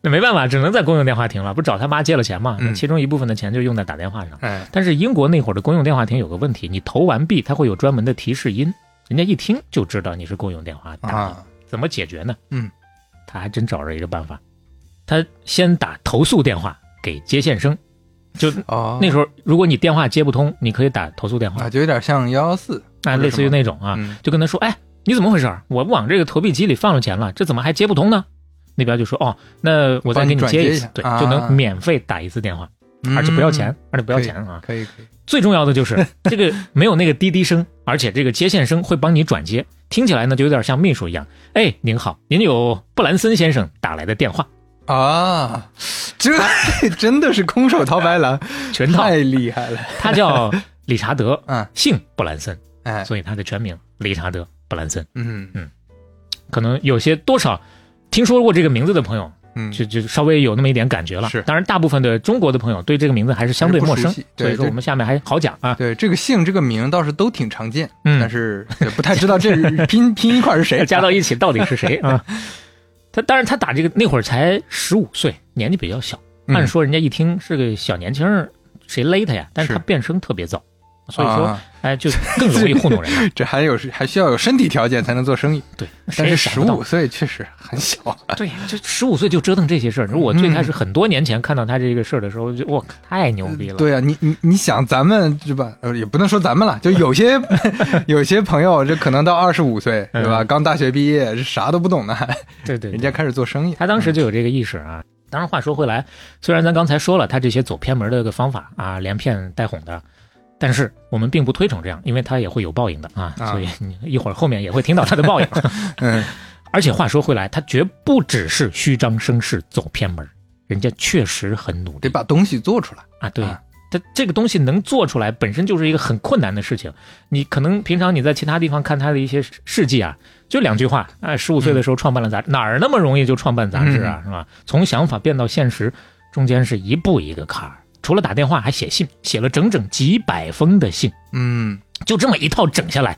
Speaker 2: 那没办法，只能在公用电话亭了。不是找他妈借了钱嘛？那
Speaker 3: 嗯
Speaker 2: 其中一部分的钱就用在打电话上。
Speaker 3: 哎，
Speaker 2: 但是英国那会儿的公用电话亭有个问题，你投完币，它会有专门的提示音，人家一听就知道你是公用电话打的。
Speaker 3: 啊，
Speaker 2: 怎么解决呢？
Speaker 3: 嗯，
Speaker 2: 他还真找着一个办法，他先打投诉电话给接线生， 就
Speaker 3: 哦，
Speaker 2: 那时候如果你电话接不通，你可以打投诉电话
Speaker 3: 啊，，就有点像幺幺四
Speaker 2: 啊，类似于那种啊，
Speaker 3: 嗯
Speaker 2: 就跟他说，哎，你怎么回事儿？我往这个投币机里放了钱了，这怎么还接不通呢？那边就说，哦，那我再
Speaker 3: 帮
Speaker 2: 给
Speaker 3: 你
Speaker 2: 你
Speaker 3: 转
Speaker 2: 接
Speaker 3: 接一
Speaker 2: 次
Speaker 3: 下，
Speaker 2: 对，
Speaker 3: 啊
Speaker 2: 就能免费打一次电话，而且不要钱，，而且不要钱啊
Speaker 3: 嗯。可以可以，
Speaker 2: 最重要的就是 这个没有那个滴滴声，而且这个接线生会帮你转接，听起来呢就有点像秘书一样。哎，您好，您有布兰森先生打来的电话，
Speaker 3: 啊，这 真的是空手套白狼，
Speaker 2: 全套
Speaker 3: 太，厉害了，
Speaker 2: 他叫理查德，
Speaker 3: 嗯
Speaker 2: 姓布兰森，
Speaker 3: 哎，
Speaker 2: 所以他的全名理查德·布兰森。
Speaker 3: 嗯
Speaker 2: 可能有些多少听说过这个名字的朋友，
Speaker 3: 嗯，
Speaker 2: 就就稍微有那么一点感觉了。
Speaker 3: 是
Speaker 2: 当然大部分的中国的朋友对这个名字还是相对陌
Speaker 3: 还
Speaker 2: 生
Speaker 3: 是不熟悉，对
Speaker 2: 所以说
Speaker 3: 这
Speaker 2: 我们下面还好讲啊。
Speaker 3: 对这个姓这个名倒是都挺常见，
Speaker 2: 嗯
Speaker 3: 但是也不太知 道这拼拼一块儿是谁啊
Speaker 2: 加到 一起到底是谁啊？他当然他打这个那会儿才十五岁，年纪比较小，
Speaker 3: 嗯
Speaker 2: 按说人家一听是个小年轻儿，谁勒他呀？但是
Speaker 3: 是
Speaker 2: 他变声特别早，所以说
Speaker 3: 啊
Speaker 2: 哎就更容易糊弄人 了。
Speaker 3: 这还有还需要有身体条件才能做生意，
Speaker 2: 对，
Speaker 3: 但
Speaker 2: 谁也
Speaker 3: 是
Speaker 2: 想
Speaker 3: 十
Speaker 2: 不到
Speaker 3: 五啊岁确实 很小，
Speaker 2: 对，这十五岁就折腾这些事儿。
Speaker 3: 嗯
Speaker 2: 如果我最开始很多年前看到他这个事儿的时候，我就哇太牛逼了。
Speaker 3: 对啊，你你你想咱们是吧？呃，也不能说咱 们了，就有些 有些朋友这可能到二十五岁
Speaker 2: 嗯
Speaker 3: 是吧？刚大学毕业，这啥都不懂呢，
Speaker 2: 对对，
Speaker 3: 人家开始做生意，
Speaker 2: 他当时就有这个意识啊。当然，话说回来，虽然咱刚才说了他这些走偏门的个方法啊，连骗带哄的，但是我们并不推崇这样，因为他也会有报应的啊，
Speaker 3: 啊
Speaker 2: 所以你一会儿后面也会听到他的报应。
Speaker 3: 嗯
Speaker 2: 而且话说回来，他绝不只是虚张声势走偏门，人家确实很努力
Speaker 3: 得把东西做出来。
Speaker 2: 啊，对
Speaker 3: 啊。
Speaker 2: 他这个东西能做出来，本身就是一个很困难的事情。你可能平常你在其他地方看他的一些事事迹啊，就两句话啊，十五岁的时候创办了杂志，哪儿那么容易就创办杂志啊，是吧？从想法变到现实，中间是一步一个坎儿。除了打电话，还写信，写了整整几百封的信，
Speaker 3: 嗯，
Speaker 2: 就这么一套整下来，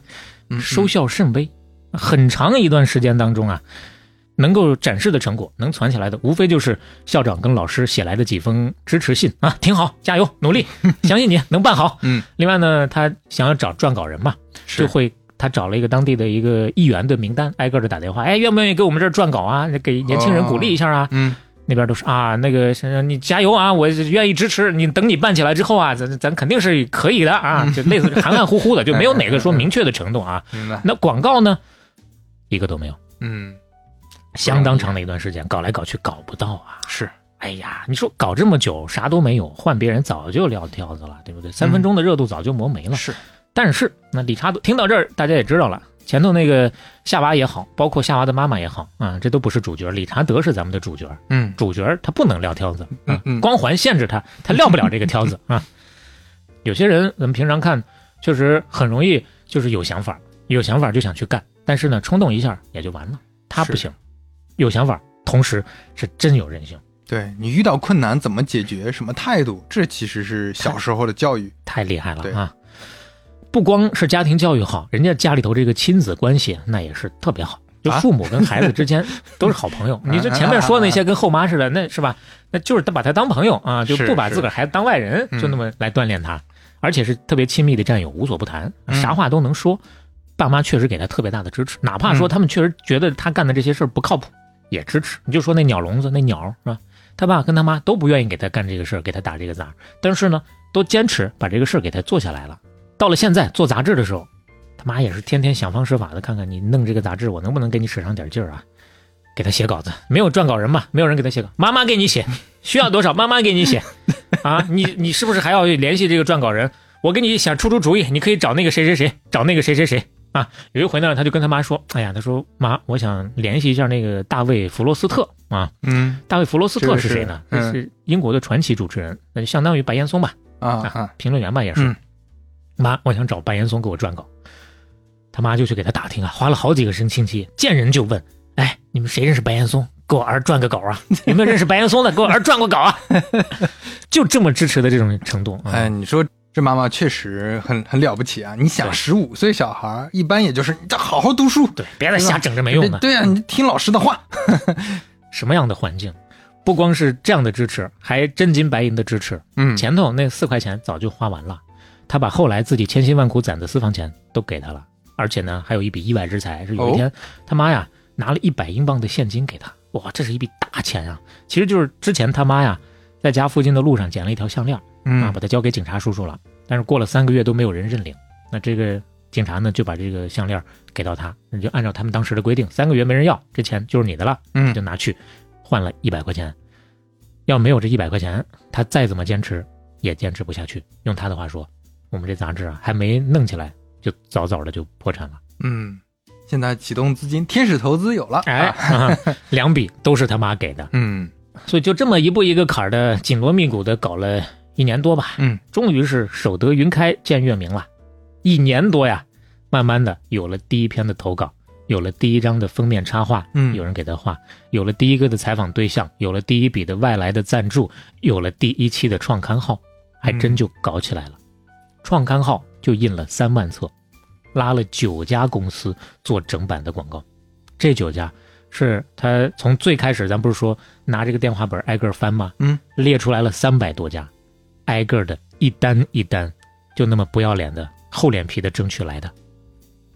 Speaker 3: 嗯嗯
Speaker 2: 收效甚微。很长一段时间当中啊，能够展示的成果，能攒起来的，无非就是校长跟老师写来的几封支持信啊，挺好，加油，努 力，相信你能办好。
Speaker 3: 嗯，
Speaker 2: 另外呢，他想要找撰稿人嘛，
Speaker 3: 是
Speaker 2: 就会他找了一个当地的一个议员的名单，挨个的打电话，哎，愿不愿意给我们这儿撰稿啊？给年轻人鼓励一下啊？
Speaker 3: 嗯
Speaker 2: 那边都是啊，那个是你加油啊，我愿意支持你。等你办起来之后啊，咱咱肯定是可以的啊， 就类似于含含糊糊的，就没有哪个说明确的程度啊。
Speaker 3: 明白。
Speaker 2: 那广告呢，一个都没有，
Speaker 3: 嗯
Speaker 2: 相当长的一段时间，搞来搞去搞不到啊。
Speaker 3: 是
Speaker 2: 哎呀，你说搞这么久啥都没有，换别人早就撂挑子了，对不对？三分钟的热度早就磨没了。
Speaker 3: 是，
Speaker 2: 但是那理查德听到这儿，大家也知道了，前头那个夏娃也好，包括夏娃的妈妈也好啊，这都不是主角，理查德是咱们的主角。
Speaker 3: 嗯
Speaker 2: 主角他不能撂挑子，啊
Speaker 3: 嗯嗯
Speaker 2: 光环限制他，他撂不了这个 挑子啊。有些人咱们平常看，确实很容易就是有想法，有想法就想去干，但是呢，冲动一下也就完了。他不
Speaker 3: 是
Speaker 2: 行，有想法，同时是真有人性。
Speaker 3: 对你遇到困难怎么解决，什么态度，这其实是
Speaker 2: 哎
Speaker 3: 小时候的教育。
Speaker 2: 太厉害了
Speaker 3: 对
Speaker 2: 啊！不光是家庭教育好，人家家里头这个亲子关系那也是特别好，就
Speaker 3: 啊
Speaker 2: 父母跟孩子之间都是好朋 友。你这前面说那些跟后妈似的，那是吧？那就是把他当朋友啊，就是不把
Speaker 3: 是
Speaker 2: 自个儿孩子当外人，
Speaker 3: 嗯
Speaker 2: 就那么来锻炼他，而且是特别亲密的战友，无所不谈，
Speaker 3: 嗯
Speaker 2: 啥话都能说。爸妈确实给他特别大的支持，哪怕说
Speaker 3: 嗯
Speaker 2: 他们确实觉得他干的这些事儿不靠谱，也支持。你就说那鸟笼子那鸟儿是吧？他爸跟他妈都不愿意给他干这个事儿，给他打这个杂儿，但是呢，都坚持把这个事儿给他做下来了。到了现在做杂志的时候，他妈也是天天想方设法的看看你弄这个杂志，我能不能给你使上点劲儿啊？给他写稿子，没有撰稿人嘛，没有人给他写稿，妈妈给你写，需要多少妈妈给你写，啊，你你是不是还要联系这个撰稿人？我给你想出出主意，你可以找那个谁谁谁，找那个谁谁谁啊。有一回呢，他就跟他妈说，哎呀，他说妈，我想联系一下那个大卫弗罗斯特啊，
Speaker 3: 嗯
Speaker 2: 大卫弗罗斯特是谁呢？
Speaker 3: 这个
Speaker 2: 那
Speaker 3: 是嗯
Speaker 2: 是英国的传奇主持人，那就相当于白岩松吧。
Speaker 3: 啊
Speaker 2: 啊
Speaker 3: 啊，，
Speaker 2: 评论员吧也是。
Speaker 3: 嗯
Speaker 2: 妈，我想找白岩松给我撰稿，他妈就去给他打听啊，花了好几个星期，见人就问，哎，你们谁认识白岩松？给我儿撰个稿啊！ 有没有认识白岩松的？给我儿撰过稿啊！ 就这么支持的这种程度，嗯、
Speaker 3: 哎，你说这妈妈确实很很了不起啊！你想，
Speaker 2: 对
Speaker 3: 十五岁小孩儿一般也就是你得好好读书，哎
Speaker 2: 对，别再瞎整这没用的。
Speaker 3: 对呀、你听老师的话。
Speaker 2: 什么样的环境，不光是这样的支持，还真金白银的支持。
Speaker 3: 嗯
Speaker 2: 前头那四块钱早就花完了，他把后来自己千辛万苦攒的私房钱都给他了，而且呢，还有一笔意外之财，是有一天、他妈呀拿了一百英镑的现金给他，哇，这是一笔大钱啊！其实就是之前他妈呀在家附近的路上捡了一条项链，啊，
Speaker 3: 嗯
Speaker 2: 把它交给警察叔叔了。但是过了三个月都没有人认领，那这个警察呢就把这个项链给到他，那就按照他们当时的规定，三个月没人要，这钱就是你的了。
Speaker 3: 嗯
Speaker 2: 就拿去换了一百块钱。要没有这一百块钱，他再怎么坚持也坚持不下去。用他的话说，我们这杂志啊还没弄起来，就早早的就破产了。
Speaker 3: 嗯，现在启动资金，天使投资有了。
Speaker 2: 哎，
Speaker 3: 啊
Speaker 2: 两笔都是他妈给的，
Speaker 3: 嗯
Speaker 2: 所以就这么一步一个坎儿的紧锣密鼓的搞了一年多吧，
Speaker 3: 嗯，
Speaker 2: 终于是守得云开见月明了。一年多呀，慢慢的有了第一篇的投稿，有了第一张的封面插画，
Speaker 3: 嗯
Speaker 2: 有人给他画，有了第一个的采访对象，有了第一笔的外来的赞助，有了第一期的创刊号，还
Speaker 3: 嗯
Speaker 2: 真就搞起来了。创刊号就印了三万册，拉了九家公司做整版的广告，这九家。是他从最开始，咱不是说拿这个电话本挨个儿翻吗？
Speaker 3: 嗯，
Speaker 2: 列出来了三百多家，挨个的一单一单，就那么不要脸的厚脸皮的争取来的，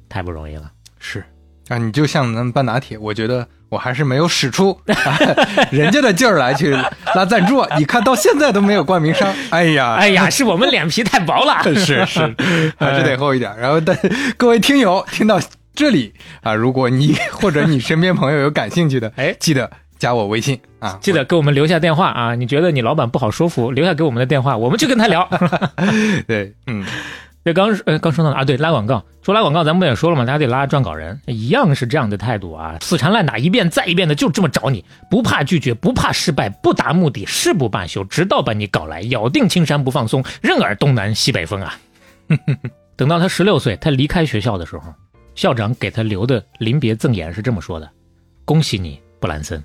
Speaker 2: 太不容易了。
Speaker 3: 是啊，你就像咱们半拿铁，我觉得我还是没有 使出、啊人家的劲儿来去拉赞助啊。你看到现在都没有冠名商，哎呀，
Speaker 2: 哎呀，是我们脸皮太薄了。
Speaker 3: 是 是，还是
Speaker 2: 哎
Speaker 3: 得厚一点。然后，但各位听友听到这里啊，如果你或者你身边朋友有感兴趣的，
Speaker 2: 哎
Speaker 3: 记得加我微信啊。
Speaker 2: 记得给我们留下电话啊！你觉得你老板不好说服，留下给我们的电话，我们去跟他聊。
Speaker 3: 对， 嗯，
Speaker 2: 对，刚呃刚说到哪啊？对，拉广告，说拉广告，咱们不也说了吗？他得拉撰稿人，一样是这样的态度啊，死缠烂打，一遍再一遍的就这么找你，不怕拒绝，不怕失败，不达目的誓不罢休，直到把你搞来，咬定青山不放松，任尔东南西北风啊！ 等到他十六岁，他离开学校的时候，校长给他留的临别赠言是这么说的：“恭喜你，布兰森，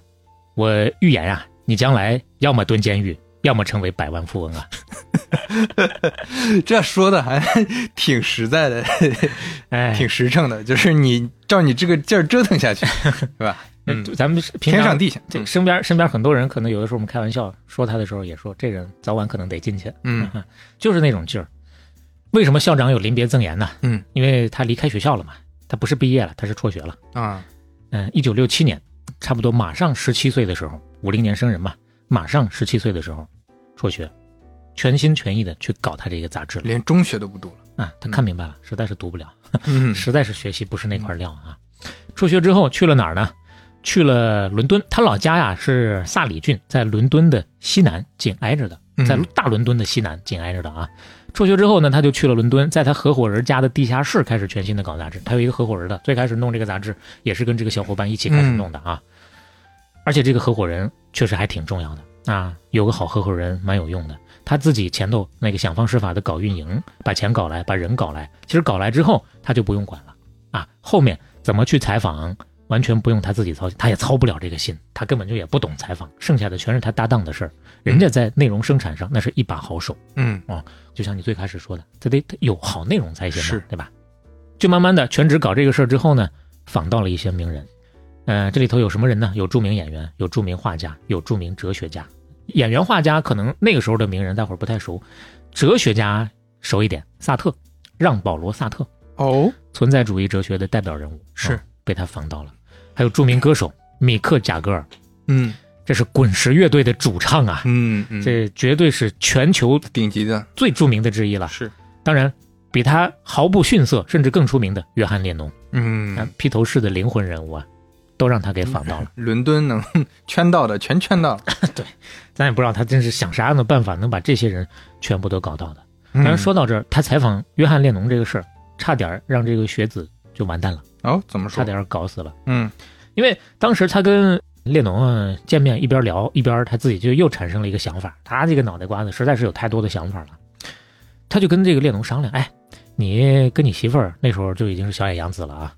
Speaker 2: 我预言啊，你将来要么蹲监狱，要么成为百万富翁啊！”
Speaker 3: 这说的还挺实在的，
Speaker 2: 哎，
Speaker 3: 挺实诚的，就是你照你这个劲儿折 腾下去，是吧？嗯，
Speaker 2: 咱们是平
Speaker 3: 天
Speaker 2: 常
Speaker 3: 上地下，嗯
Speaker 2: 这身边身边很多人，可能有的时候我们开玩笑说他的时候，也说这人早晚可能得进去，
Speaker 3: 嗯
Speaker 2: 就是那种劲儿。为什么校长有临别赠言呢？
Speaker 3: 嗯
Speaker 2: 因为他离开学校了嘛，他不是毕业了，他是辍学了。
Speaker 3: 啊，
Speaker 2: 嗯，一九六七年，差不多马上十七岁的时候，五零年生人嘛，马上十七岁的时候辍学，全心全意的去搞他这个杂志了
Speaker 3: 连中学都不读了。
Speaker 2: 啊。他看明白了，实在是读不了，
Speaker 3: 嗯
Speaker 2: 实在是学习不是那块料啊。辍学之后去了哪儿呢？去了伦敦，他老家呀是萨里郡，在伦敦的西南紧挨着的，在
Speaker 3: 嗯
Speaker 2: 大伦敦的西南紧挨着的啊。辍学之后呢，他就去了伦敦，在他合伙人家的地下室开始全新的搞杂志。他有一个合伙人的，最开始弄这个杂志也是跟这个小伙伴一起开始弄的啊。而且这个合伙人确实还挺重要的啊，有个好合伙人蛮有用的。他自己前头那个想方设法的搞运营，把钱搞来，把人搞来。其实搞来之后，他就不用管了啊。后面怎么去采访，完全不用他自己操心，他也操不了这个心，他根本就也不懂采访，剩下的全是他搭档的事儿。人家在内容生产上那是一把好手，
Speaker 3: 嗯，
Speaker 2: 就像你最开始说的，他得他有好内容才行嘛
Speaker 3: 是，
Speaker 2: 对吧？就慢慢的全职搞这个事儿之后呢，访到了一些名人，呃，这里头有什么人呢？有著名演员，有著名画家，有著名哲学家。演员、画家可能那个时候的名人大伙儿不太熟，哲学家熟一点，萨特，让保罗·萨特，
Speaker 3: 哦，
Speaker 2: 存在主义哲学的代表人物，
Speaker 3: 是
Speaker 2: 啊被他访到了。还有著名歌手米克·贾格尔，
Speaker 3: 嗯
Speaker 2: 这是滚石乐队的主唱啊，
Speaker 3: 嗯嗯，
Speaker 2: 这绝对是全球
Speaker 3: 顶级的
Speaker 2: 最著名的之一了。
Speaker 3: 是，
Speaker 2: 当然，比他毫不逊色，甚至更出名的约翰列侬，那
Speaker 3: 嗯，
Speaker 2: 披头士的灵魂人物啊，都让他给访到了。
Speaker 3: 伦敦能圈到的全圈到了。
Speaker 2: 咱也不知道他真是想啥样的办法能把这些人全部都搞到的。当然，
Speaker 3: 嗯
Speaker 2: 说到这儿，他采访约翰列侬这个事儿，差点儿让这个学子就完蛋了，
Speaker 3: 哦，怎么
Speaker 2: 差
Speaker 3: 说？
Speaker 2: 点儿搞死了。
Speaker 3: 嗯
Speaker 2: 因为当时他跟列侬啊见面，一边聊一边他自己就又产生了一个想法，他这个脑袋瓜子实在是有太多的想法了，他就跟这个列侬商量，哎，你跟你媳妇儿那时候就已经是小野洋子了啊，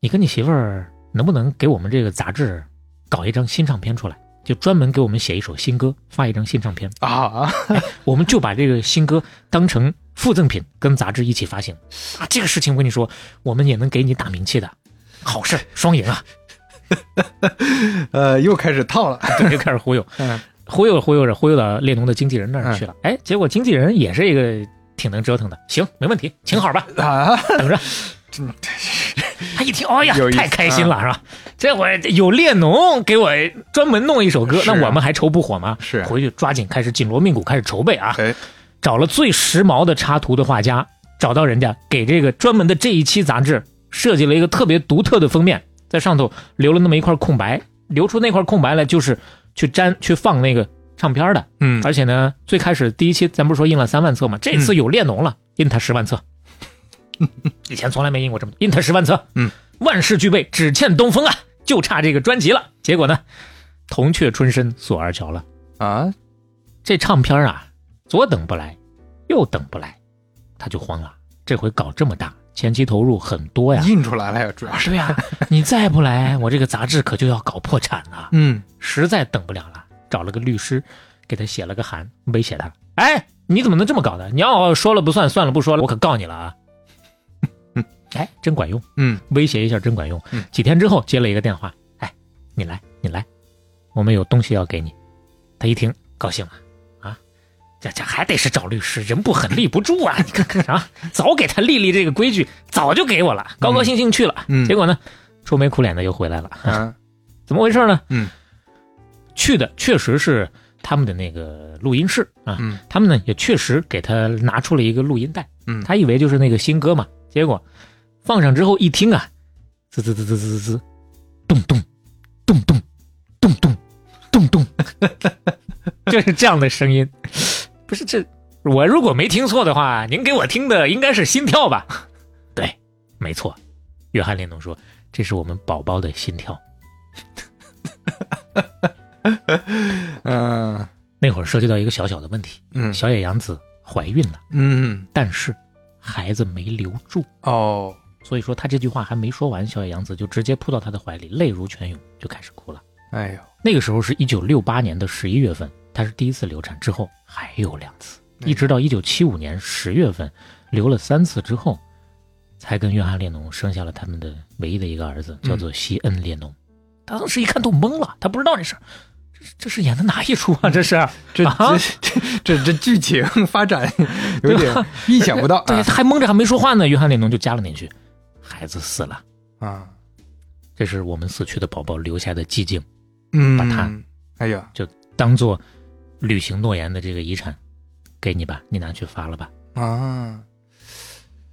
Speaker 2: 你跟你媳妇儿能不能给我们这个杂志搞一张新唱片出来？就专门给我们写一首新歌，发一张新唱片，
Speaker 3: 啊，
Speaker 2: 我们就把这个新歌当成附赠品跟杂志一起发行啊！这个事情我跟你说，我们也能给你打名气的，好事儿双赢啊！
Speaker 3: 呃，又开始套了。
Speaker 2: 对， 就开始忽悠，
Speaker 3: 嗯
Speaker 2: 忽悠着忽悠着忽悠到列侬的经纪人那儿去了。哎，结果经纪人也是一个挺能折腾的，行，没问题，请好吧，
Speaker 3: 啊，
Speaker 2: 等着。他一听，哎呀
Speaker 3: 有，意思嗯
Speaker 2: 太开心了，是吧？这我有列侬给我专门弄一首歌，
Speaker 3: 是啊
Speaker 2: 那我们还愁不火吗？
Speaker 3: 是啊
Speaker 2: 回去抓紧开始紧锣密鼓开始筹备啊！
Speaker 3: 哎，
Speaker 2: 找了最时髦的插图的画家，找到人家给这个专门的这一期杂志设计了一个特别独特的封面，在上头留了那么一块空白，留出那块空白来就是去粘去放那个唱片的。
Speaker 3: 嗯，
Speaker 2: 而且呢，最开始第一期咱不是说印了三万册吗？这次有列侬了，印他十万 册，以前从来没印过这么多，印他十万册，
Speaker 3: 嗯，
Speaker 2: 万事俱备，只欠东风啊，就差这个专辑了。结果呢，铜雀春深锁二乔了。
Speaker 3: 啊，
Speaker 2: 这唱片啊，左等不来，右等不来，他就慌了。这回搞这么大，前期投入很多呀。
Speaker 3: 印出来了呀，主要 是。
Speaker 2: 对呀、 你再不来，我这个杂志可就要搞破产了。
Speaker 3: 嗯，
Speaker 2: 实在等不了了，找了个律师，给他写了个函，威胁他：哎，你怎么能这么搞的？你要说了不算，算了不说了，我可告你了啊！ 哎，真管用。
Speaker 3: 嗯，
Speaker 2: 威胁一下真管用
Speaker 3: 嗯。
Speaker 2: 几天之后接了一个电话，哎，你来，你来，我们有东西要给你。他一听高兴了，啊，这这还得是找律师，人不狠力不住 啊！你看看啥、早给他立立这个规矩，早就给我了，高高兴兴去了。
Speaker 3: 嗯
Speaker 2: 结果呢，愁眉苦脸的又回来了，
Speaker 3: 啊，
Speaker 2: 怎么回事呢？
Speaker 3: 嗯，
Speaker 2: 去的确实是他们的那个录音室啊，
Speaker 3: 嗯
Speaker 2: 他们呢也确实给他拿出了一个录音带，
Speaker 3: 嗯
Speaker 2: 他以为就是那个新歌嘛，结果放上之后一听啊，滋滋滋滋滋滋，咚咚，咚咚，咚咚，咚咚， 就是这样的声音，不是这，我如果没听错的话，您给我听的应该是心跳吧？对，没错，约翰列侬说这是我们宝宝的心跳。
Speaker 3: 嗯
Speaker 2: 那会儿涉及到一个小小的问题，
Speaker 3: 嗯
Speaker 2: 小野洋子怀孕了，
Speaker 3: 嗯，
Speaker 2: 但是孩子没留住，
Speaker 3: 哦，
Speaker 2: 所以说她这句话还没说完，小野洋子就直接扑到他的怀里，泪如泉涌，就开始哭了。
Speaker 3: 哎呦，
Speaker 2: 那个时候是一九六八年的十一月份，她是第一次流产，之后还有两次，一直到一九七五年十月份流了三次之后，才跟约翰列侬生下了他们的唯一的一个儿子，叫做西恩列侬。他当时一看都懵了，他不知道这事儿，这是这是演的哪一出啊？这是。
Speaker 3: 这
Speaker 2: 啊
Speaker 3: 这 这这这剧情发展有点意想不到啊
Speaker 2: 对，他还蒙着还没说话呢，约翰列侬就加了那句：“孩子死了，
Speaker 3: 啊，
Speaker 2: 这是我们死去的宝宝留下的寂静，
Speaker 3: 嗯，
Speaker 2: 把它，
Speaker 3: 哎呀，
Speaker 2: 当做履行诺言的这个遗产，给你吧，你拿去发了吧。”
Speaker 3: 啊，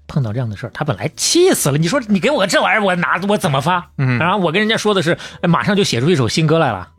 Speaker 2: 碰到这样的事儿，他本来气死了。你说你给我这玩意儿，我拿我怎么发？
Speaker 3: 嗯
Speaker 2: 然后我跟人家说的是，哎马上就写出一首新歌来了。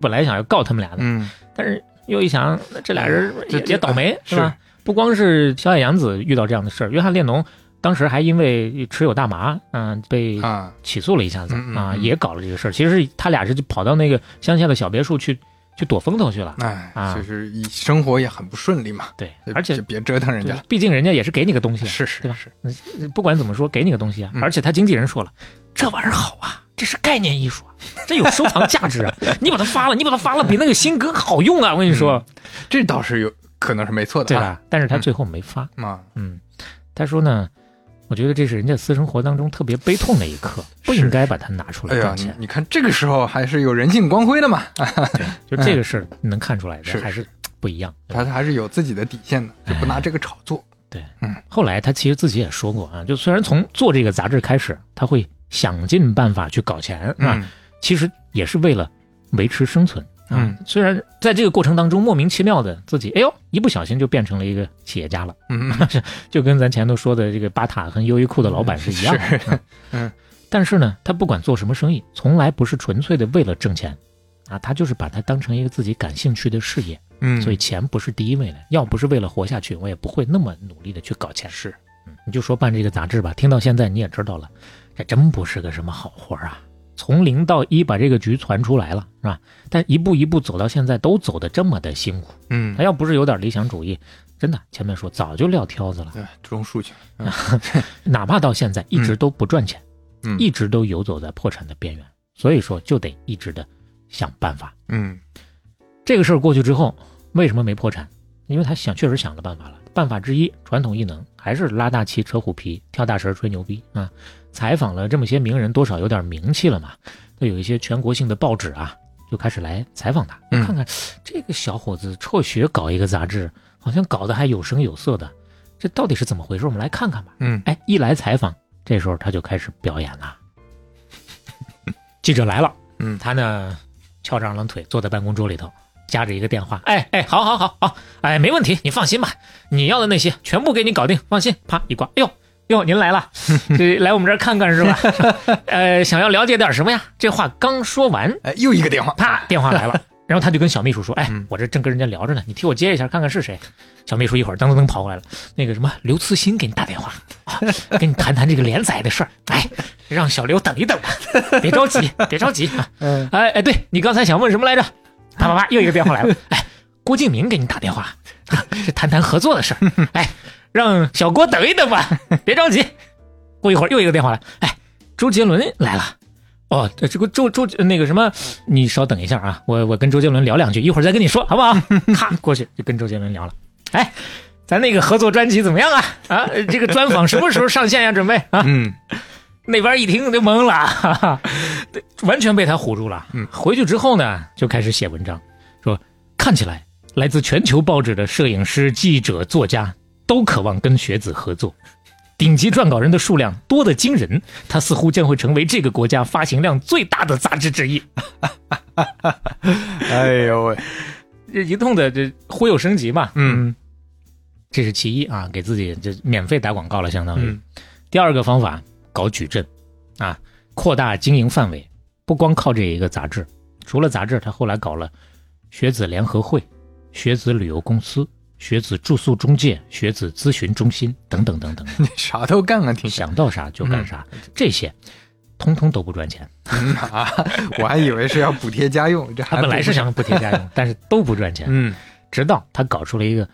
Speaker 2: 本来想要告他们俩的，
Speaker 3: 嗯，
Speaker 2: 但是又一想，那这俩人
Speaker 3: 这
Speaker 2: 也
Speaker 3: 这
Speaker 2: 也倒霉，
Speaker 3: 是
Speaker 2: 是吧？不光是小野洋子遇到这样的事儿，约翰列侬当时还因为持有大麻，嗯、被
Speaker 3: 啊，
Speaker 2: 起诉了一下子
Speaker 3: 嗯嗯
Speaker 2: 啊，
Speaker 3: 嗯
Speaker 2: 也搞了这个事儿。其实他俩是就跑到那个乡下的小别墅去去躲风头去了。
Speaker 3: 哎，
Speaker 2: 啊
Speaker 3: 就是一生活也很不顺利嘛，
Speaker 2: 对
Speaker 3: 就，
Speaker 2: 而且
Speaker 3: 就别折腾人家
Speaker 2: 对
Speaker 3: 了，
Speaker 2: 毕竟人家也是给你个东西啊，
Speaker 3: 是是
Speaker 2: 对吧
Speaker 3: 是，
Speaker 2: 不管怎么说给你个东西啊。
Speaker 3: 嗯
Speaker 2: 而且他经纪人说了，这玩意儿好啊，这是概念艺术啊，这有收藏价值啊！ 你把它发了，你把它发了，比那个新歌好用啊！我跟你
Speaker 3: 嗯
Speaker 2: 说，
Speaker 3: 这倒是有可能是没错的，
Speaker 2: 对？吧？但是
Speaker 3: 嗯
Speaker 2: 他最后没发，
Speaker 3: 啊，
Speaker 2: 嗯，他说呢，我觉得这是人家私生活当中特别悲痛的一刻，不应该把它拿出
Speaker 3: 哎
Speaker 2: 来
Speaker 3: 呀，
Speaker 2: 赚
Speaker 3: 你
Speaker 2: 钱。
Speaker 3: 你看这个时候还是有人性光辉的嘛，
Speaker 2: 就这个事儿能看出来
Speaker 3: 哎是
Speaker 2: 的，还是不一样。
Speaker 3: 他还是有自己的底线的，就不拿这个炒作。
Speaker 2: 后来他其实自己也说过啊，就虽然从做这个杂志开始，他会想尽办法去搞钱啊，
Speaker 3: 嗯
Speaker 2: 其实也是为了维持生存。啊
Speaker 3: 嗯，
Speaker 2: 虽然在这个过程当中莫名其妙的自己，哎呦，一不小心就变成了一个企业家了，
Speaker 3: 嗯，
Speaker 2: 就跟咱前头说的这个巴塔和优衣库的老板是一样的。 嗯
Speaker 3: 是嗯
Speaker 2: 但是呢，他不管做什么生意，从来不是纯粹的为了挣钱，啊，他就是把它当成一个自己感兴趣的事业，
Speaker 3: 嗯，
Speaker 2: 所以钱不是第一位的。要不是为了活下去，我也不会那么努力的去搞钱。
Speaker 3: 是，
Speaker 2: 嗯，你就说办这个杂志吧，听到现在你也知道了，这真不是个什么好活儿啊。从零到一把这个局传出来了，是吧？但一步一步走到现在，都走得这么的辛苦。
Speaker 3: 嗯
Speaker 2: 他，要不是有点理想主义，真的前面说早就撂挑子了。
Speaker 3: 对，种树哎去，
Speaker 2: 哪怕到现在一直都不赚钱，
Speaker 3: 嗯
Speaker 2: 一直都游走在破产的边缘，所以说就得一直的想办法。
Speaker 3: 嗯
Speaker 2: 这个事儿过去之后，为什么没破产？因为他想，确实想了办法了。办法之一，传统异能还是拉大旗、扯虎皮、跳大神、吹牛逼啊！采访了这么些名人，多少有点名气了嘛。都有一些全国性的报纸啊，就开始来采访他，
Speaker 3: 嗯
Speaker 2: 看看这个小伙子辍学搞一个杂志，好像搞得还有声有色的，这到底是怎么回事？我们来看看吧。
Speaker 3: 嗯，
Speaker 2: 哎，一来采访，这时候他就开始表演了。记者来了，
Speaker 3: 嗯
Speaker 2: 他呢翘着二郎腿坐在办公桌里头，夹着一个电话，哎哎，好好好好，哎，没问题，你放心吧，你要的那些全部给你搞定，放心。啪一挂，哎呦哟，您来 了，这来我们这儿看看是吧？ 呃，想要了解点什么呀？这话刚说完，
Speaker 3: 哎，又一个电话，
Speaker 2: 啪， 电话来了。然后他就跟小秘书说：“哎
Speaker 3: 嗯，
Speaker 2: 我这正跟人家聊着呢，你替我接一下，看看是谁。”小秘书一会儿噔噔噔跑过来了，那个什么刘慈欣给你打电话， 啊、跟你谈谈这个连载的事儿。哎，让小刘等一等吧，别着急，别着急 啊。
Speaker 3: 嗯
Speaker 2: 哎哎，对你刚才想问什么来着？啪啪啪，又一个电话来了。哎，郭敬明给你打电话，啊是谈谈合作的事 儿。哎，让小郭等一等吧，别着急。过一会儿又一个电话来，哎，周杰伦来了。哦，这这个周周那个什么，你稍等一下啊，我我跟周杰伦聊两句，一会儿再跟你说，好不 好？咔，过去就跟周杰伦聊了。哎，咱那个合作专辑怎么样啊？啊，呃这个专访什么时候上线呀、准备啊？
Speaker 3: 嗯
Speaker 2: 那边一听就懵了， 哈哈，完全被他唬住了。
Speaker 3: 嗯
Speaker 2: 回去之后呢，就开始写文章，说看起来来自全球报纸的摄影师、记者、作家都渴望跟学子合作。顶级撰稿人的数量多得惊人，他似乎将会成为这个国家发行量最大的杂志之一。
Speaker 3: 哎呦喂，
Speaker 2: 这一通的这忽悠升级嘛，
Speaker 3: 嗯，
Speaker 2: 这是其一啊，给自己这免费打广告了，相当于。
Speaker 3: 嗯
Speaker 2: 第二个方法，搞矩阵，啊，扩大经营范围，不光靠这一个杂志。除了杂志，他后来搞了学子联合会、学子旅游公司、学子住宿中介、学子咨询中心等等 等等，
Speaker 3: 你啥都干啊，挺像
Speaker 2: 想到啥就干啥，这些通通都不赚钱。
Speaker 3: 嗯啊，我还以为是要补贴家用，这
Speaker 2: 他
Speaker 3: 还
Speaker 2: 本来是
Speaker 3: 不
Speaker 2: 想补贴家 用，但是都不赚钱。
Speaker 3: 嗯
Speaker 2: 直到他搞出了一个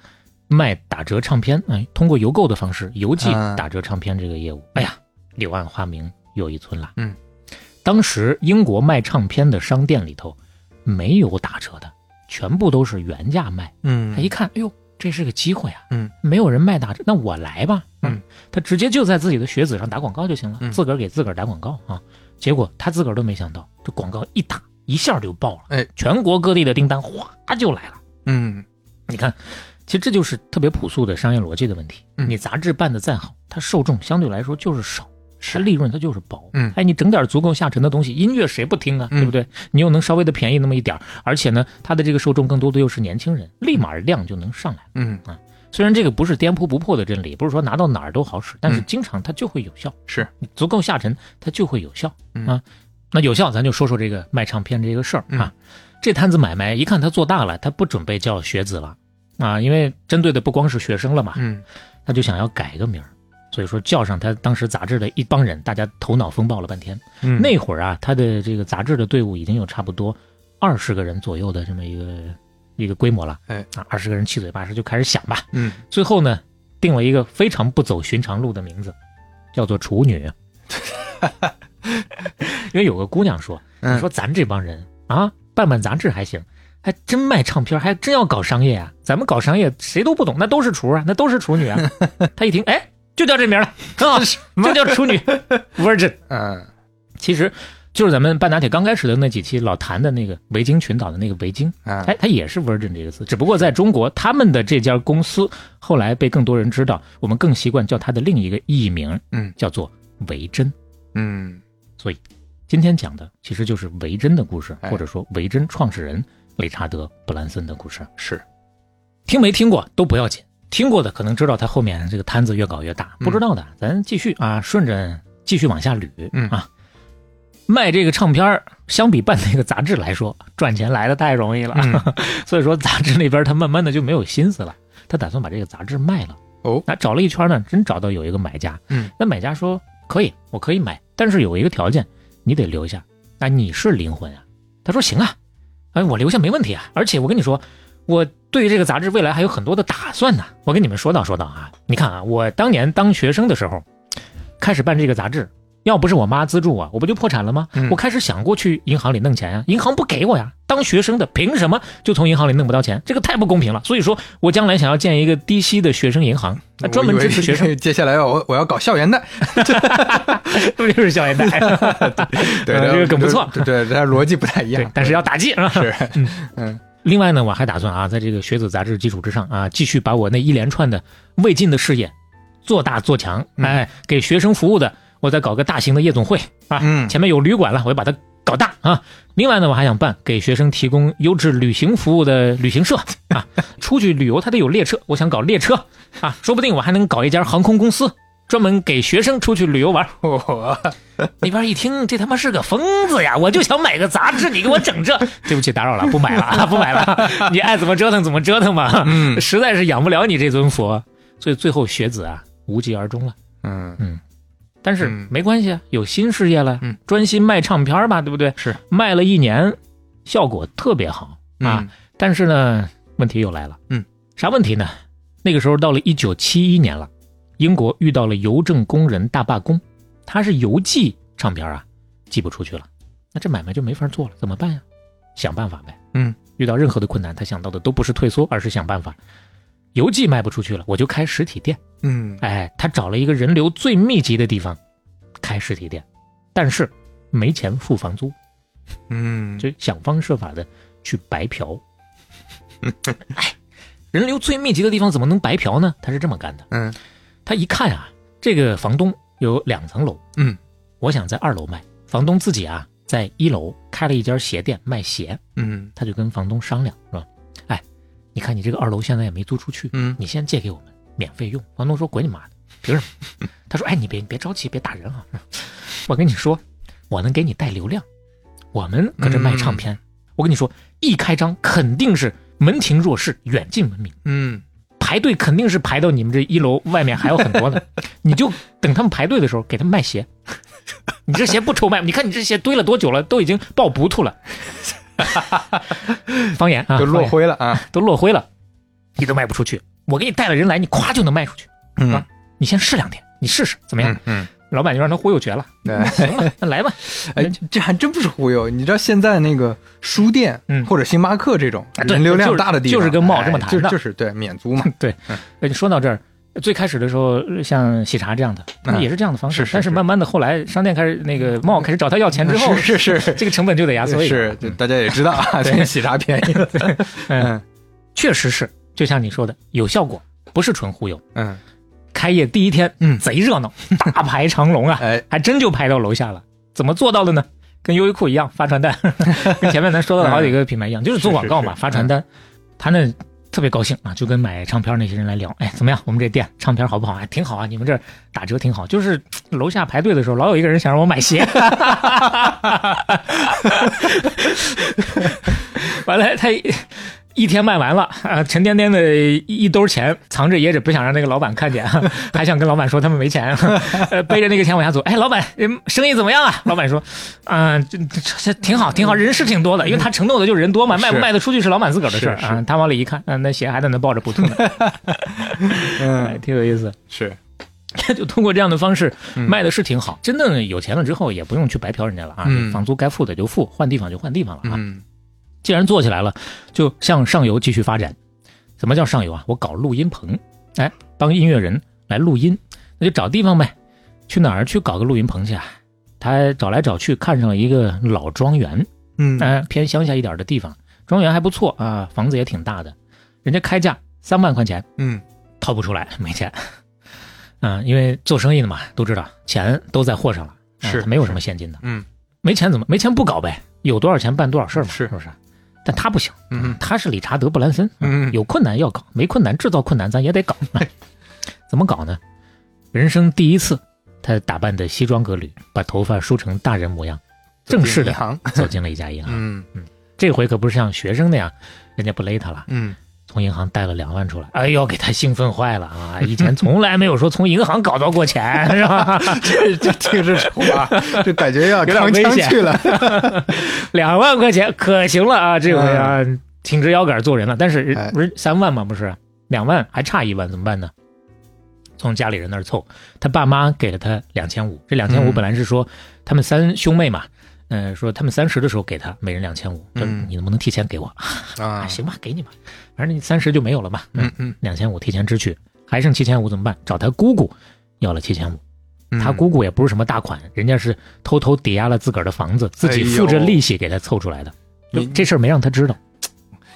Speaker 2: 卖打折唱片，哎，通过邮购的方式邮寄
Speaker 3: 啊
Speaker 2: 打折唱片这个业务。哎呀，柳暗花明又一村啦。
Speaker 3: 嗯，
Speaker 2: 当时英国卖唱片的商店里头没有打折的，全部都是原价卖。他一
Speaker 3: 嗯
Speaker 2: 看，哎呦，这是个机会啊！
Speaker 3: 嗯，
Speaker 2: 没有人卖打折，那我来吧。
Speaker 3: 嗯，
Speaker 2: 他直接就在自己的学子上打广告就行了，
Speaker 3: 嗯
Speaker 2: 自个儿给自个儿打广告啊。结果他自个儿都没想到，这广告一打一下就爆了，
Speaker 3: 哎，
Speaker 2: 全国各地的订单哗就来了。
Speaker 3: 嗯
Speaker 2: 你看，其实这就是特别朴素的商业逻辑的问题。
Speaker 3: 嗯
Speaker 2: 你杂志办的再好，它受众相对来说就是少，它利润它就是薄。
Speaker 3: 嗯
Speaker 2: 哎，你整点足够下沉的东西，音乐谁不听啊？
Speaker 3: 嗯
Speaker 2: 对不对？你又能稍微的便宜那么一点儿，而且呢，它的这个受众更多的又是年轻人，立马量就能上来了。
Speaker 3: 嗯，
Speaker 2: 虽然这个不是颠扑不破的真理，不是说拿到哪儿都好使，但是
Speaker 3: 嗯
Speaker 2: 经常它就会有效。
Speaker 3: 是
Speaker 2: 你足够下沉，它就会有效、
Speaker 3: 嗯
Speaker 2: 啊。那有效，咱就说说这个卖唱片这个事儿、
Speaker 3: 嗯
Speaker 2: 啊。这摊子买卖一看他做大了，他不准备叫学子了啊，因为针对的不光是学生了嘛，
Speaker 3: 嗯
Speaker 2: 他就想要改个名儿，所以说叫上他当时杂志的一帮人，大家头脑风暴了半天。
Speaker 3: 嗯
Speaker 2: 那会儿啊，他的这个杂志的队伍已经有差不多二十个人左右的这么一个一个规模了，
Speaker 3: 哎
Speaker 2: 啊，二十个人七嘴八舌就开始想吧，
Speaker 3: 嗯
Speaker 2: 最后呢，定了一个非 常不走寻常路的名字，叫做“处女”因为有个姑娘说，
Speaker 3: 嗯
Speaker 2: 你说咱这帮人啊，办办杂志还行，还真卖唱片，还真要搞商业啊。咱们搞商业谁都不懂，那都是厨啊，那都是处女啊。 他一听，哎，就叫这名儿了，很好，就叫处 女 virgin。
Speaker 3: 嗯
Speaker 2: 其实就是咱们半打铁刚开始的那几期老谈的那个维京群岛的那个维京，
Speaker 3: 嗯
Speaker 2: 哎，它也是 Virgin 这个词，只不过在中国，他们的这家公司后来被更多人知道，我们更习惯叫它的另一个译名，
Speaker 3: 嗯，
Speaker 2: 叫做维珍。
Speaker 3: 嗯
Speaker 2: 今天讲的其实就是维珍的故事，
Speaker 3: 哎
Speaker 2: 或者说维珍创始人理查德·布兰森的故事。
Speaker 3: 是，
Speaker 2: 听没听过都不要紧，听过的可能知道他后面这个摊子越搞越大，
Speaker 3: 嗯
Speaker 2: 不知道的咱继续啊，顺着继续往下捋、
Speaker 3: 嗯
Speaker 2: 啊。卖这个唱片儿，相比办那个杂志来说，赚钱来的太容易了，
Speaker 3: 嗯
Speaker 2: 所以说杂志那边他慢慢的就没有心思了，他打算把这个杂志卖了。
Speaker 3: 哦
Speaker 2: 那找了一圈呢，真找到有一个买家，
Speaker 3: 嗯，
Speaker 2: 那买家说可以，我可以买，但是有一个条件，你得留下。那你是灵魂啊？他说行啊，哎，我留下没问题啊。而且我跟你说，我对于这个杂志未来还有很多的打算呢、我跟你们说道说道啊，你看啊，我当年当学生的时候，开始办这个杂志，要不是我妈资助啊，我不就破产了吗？
Speaker 3: 嗯
Speaker 2: 我开始想过去银行里弄钱啊，银行不给我呀。当学生的凭什么就从银行里弄不到钱？这个太不公平了。所以说我将来想要建一个低息的学生银行，那专门支持学生啊
Speaker 3: 我以，为 接下来我我要搞校园贷，
Speaker 2: 不就是校园贷？
Speaker 3: 对，
Speaker 2: 嗯这个梗不错
Speaker 3: 对，对，它逻辑不太一
Speaker 2: 对
Speaker 3: 样，，
Speaker 2: 但是要打击啊。
Speaker 3: 是，
Speaker 2: 另外呢，我还打算啊，在这个学子杂志基础之上啊，继续把我那一连串的未尽的事业做大做强。
Speaker 3: 嗯
Speaker 2: 哎，给学生服务的，我再搞个大型的夜总会啊。
Speaker 3: 嗯
Speaker 2: 前面有旅馆了，我要把它搞大啊。另外呢，我还想办给学生提供优质旅行服务的旅行社 啊。出去旅游，它得有列车，我想搞列车啊。说不定我还能搞一家航空公司，专门给学生出去旅游玩。
Speaker 3: 我
Speaker 2: 那边一听，这他妈是个疯子呀！我就想买个杂志，你给我整这， 对不起，打扰了，不买了啊，不买了， 你爱怎么折腾怎么折腾吧，
Speaker 3: 嗯
Speaker 2: 实在是养不了你这尊佛，所以最后学子啊无疾而终了。
Speaker 3: 嗯
Speaker 2: 但是
Speaker 3: 嗯
Speaker 2: 没关系啊，有新事业了，
Speaker 3: 嗯
Speaker 2: 专心卖唱片吧，对不对？
Speaker 3: 是
Speaker 2: 卖了一年，效果特别好啊，
Speaker 3: 嗯
Speaker 2: 但是呢，问题又来了，
Speaker 3: 嗯，
Speaker 2: 啥问题呢？那个时候到了一九七一年了，英国遇到了邮政工人大罢工，他是邮寄唱片啊，寄不出去了，那这买卖就没法做了，怎么办呀？想办法呗，
Speaker 3: 嗯，
Speaker 2: 遇到任何的困难，他想到的都不是退缩，而是想办法。邮寄卖不出去了，我就开实体店。
Speaker 3: 嗯
Speaker 2: 哎，他找了一个人流最密集的地方，开实体店，但是没钱付房租，
Speaker 3: 嗯，
Speaker 2: 就想方设法的去白嫖。哎，人流最密集的地方怎么能白嫖呢？他是这么干的。
Speaker 3: 嗯
Speaker 2: 他一看啊，这个房东有两层楼，
Speaker 3: 嗯，
Speaker 2: 我想在二楼卖，房东自己啊在一楼开了一家鞋店卖鞋，
Speaker 3: 嗯
Speaker 2: 他就跟房东商量是吧？哎，你看你这个二楼现在也没租出去，
Speaker 3: 嗯
Speaker 2: 你先借给我们免费用。房东说滚你妈的，凭什么？他说哎你别你别着急，别打人啊！我跟你说，我能给你带流量，我们搁这卖唱
Speaker 3: 嗯
Speaker 2: 片，我跟你说，一开张肯定是门庭若市，远近闻名。
Speaker 3: 嗯
Speaker 2: 排队肯定是排到你们这一楼外面还有很多呢，你就等他们排队的时候给他们卖鞋。你这鞋不愁卖吗，你看你这鞋堆了多久了，都已经爆不吐了。 方言啊，
Speaker 3: 就
Speaker 2: 方
Speaker 3: 落
Speaker 2: 言
Speaker 3: 灰了啊，
Speaker 2: 都落灰了，你都卖不出去。我给你带了人来，你咵就能卖出去。
Speaker 3: 嗯
Speaker 2: 你先试两天，你试试怎么样？
Speaker 3: 嗯嗯，
Speaker 2: 老板就让他忽悠绝了，
Speaker 3: 对。
Speaker 2: 行 吧，那来吧。
Speaker 3: 哎，这这还真不是忽悠。你知道现在那个书店，
Speaker 2: 嗯
Speaker 3: 或者星巴克这种
Speaker 2: 啊对
Speaker 3: 人流量大的地方，
Speaker 2: 就是就是跟茂这么谈的
Speaker 3: 哎就就是对免租嘛。
Speaker 2: 呃，你说到这儿，最开始的时候呃像喜茶这样的，那
Speaker 3: 嗯
Speaker 2: 也是这样的方式，
Speaker 3: 是是
Speaker 2: 但是
Speaker 3: 是嗯
Speaker 2: 慢慢的后来商店开始那个猫开始找他要钱 之后，
Speaker 3: 是是是
Speaker 2: 这个成本就得压缩一点。
Speaker 3: 是，就大家也知道啊，
Speaker 2: 嗯对
Speaker 3: 这喜茶便 宜。
Speaker 2: 嗯，
Speaker 3: 嗯
Speaker 2: 确实是，就像你说的，有效果，不是纯忽悠。
Speaker 3: 嗯，
Speaker 2: 开业第一天，
Speaker 3: 嗯
Speaker 2: 贼热闹，大排长龙啊，
Speaker 3: 哎，
Speaker 2: 还真就排到楼下了。怎么做到的呢？跟优衣库一样发传 单，跟前面咱说到的好几个品牌一样，就是做广告嘛，
Speaker 3: 嗯是是是嗯
Speaker 2: 发传单。他呢特别高兴啊，就跟买唱片那些人来聊，哎，怎么样？我们这店唱片好不好？哎，挺好啊，你们这儿打折挺好。就是嘖楼下排队的时候，老有一个人想让我买 鞋，完了他一一天卖完了啊，沉甸甸的一兜钱藏着掖着，不想让那个老板看见，啊 还想跟老板说他们没钱，呃，背着那个钱往下走。哎，老板，嗯生意怎么样啊？老板说，嗯、这这这挺好，挺好，人是挺多的，因为他承诺的就是人多嘛，
Speaker 3: 是
Speaker 2: 卖不卖得出去是老板自个儿的事儿
Speaker 3: 是是
Speaker 2: 啊。他 往里一看，嗯、那鞋还在那抱着不吐呢，
Speaker 3: 嗯
Speaker 2: 哎挺有意思。
Speaker 3: 是，
Speaker 2: 就通过这样的方式
Speaker 3: 嗯
Speaker 2: 卖的是挺好。真正有钱了之后，也不用去白嫖人家了啊，
Speaker 3: 嗯
Speaker 2: 你房租该付的就付，换地方就换地方了啊。
Speaker 3: 嗯
Speaker 2: 既然做起来了，就向上游继续发展。什么叫上游啊？我搞录音棚，哎，帮音乐人来录音，那就找地方呗，去哪儿去搞个录音棚去啊？他找来找去，看上了一个老庄园，
Speaker 3: 嗯
Speaker 2: 哎，偏乡下一点的地方，庄园还不错啊，房子也挺大的，人家开价三万块钱，
Speaker 3: 嗯
Speaker 2: 掏不出来，没钱。 啊、因为做生意的嘛，都知道钱都在货上了，啊
Speaker 3: 是
Speaker 2: 他没有什么现金的，
Speaker 3: 嗯
Speaker 2: 没钱怎么没钱不搞呗？有多少钱办多少事儿嘛，
Speaker 3: 是
Speaker 2: 是不是？但他不行，
Speaker 3: 嗯
Speaker 2: 他是理查德·布兰森，
Speaker 3: 嗯
Speaker 2: 有困难要搞，没困难制造困难咱也得 搞。怎么搞呢？人生第一次，他打扮的西装革履，把头发梳成大人模样，正式
Speaker 3: 走进
Speaker 2: 的
Speaker 3: 银行，
Speaker 2: 走进了一家银行。
Speaker 3: 嗯
Speaker 2: 这回可不是像学生那样，人家不勒他了，
Speaker 3: 嗯
Speaker 2: 从银行贷了两万出来。哎呦，给他兴奋坏了啊！以前从来没有说从银行搞到过钱，是 吧？
Speaker 3: 这这听着丑 啊，这感觉要
Speaker 2: 有点
Speaker 3: 长
Speaker 2: 危
Speaker 3: 枪
Speaker 2: 险
Speaker 3: 去了，
Speaker 2: 两万块钱可行了啊！这回啊，挺直腰杆做人了。但是
Speaker 3: 嗯哎
Speaker 2: 人不是三万吗？不是啊两万，还差一万，怎么办呢？从家里人那儿凑，他爸妈给了他两千五。这两千五
Speaker 3: 嗯
Speaker 2: 本来是说他们三兄妹嘛，嗯、说他们三十的时候给他每人两千五，
Speaker 3: 嗯
Speaker 2: 就是你能不能提前给我？
Speaker 3: 啊
Speaker 2: 啊，，行吧，给你吧，反正你三十就没有了嘛。
Speaker 3: 嗯，嗯，
Speaker 2: 两千五提前支取，还剩七千五怎么办？找他姑姑要了七千五。
Speaker 3: 嗯
Speaker 2: 他姑姑也不是什么大款，人家是偷偷抵押了自个儿的房子，自己付着利息给他凑出来的。就
Speaker 3: 你
Speaker 2: 这事儿没让他知道，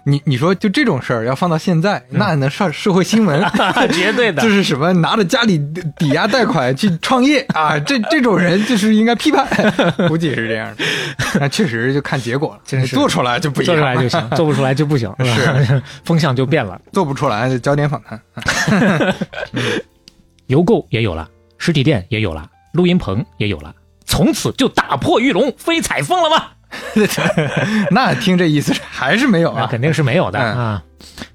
Speaker 3: 你你说就这种事儿要放到现在，那能上社会新 闻？
Speaker 2: 绝对的
Speaker 3: 这是什么？拿着家里抵抵押贷款去创业啊？这这种人就是应该批判， 估计是这样的。那确实就看结果了，
Speaker 2: 真是
Speaker 3: 做出来就不一
Speaker 2: 做
Speaker 3: 样，
Speaker 2: 出来就 行，做不出来就不行，是吧风向就变了。
Speaker 3: 做不出来就焦点访谈。
Speaker 2: 邮购也有了，实体店也有了，录音棚也有了，从此就打破玉龙飞采风了吗？
Speaker 3: 那听这意思是还是没有
Speaker 2: 那
Speaker 3: 啊？
Speaker 2: 肯定是没有的
Speaker 3: 嗯
Speaker 2: 啊。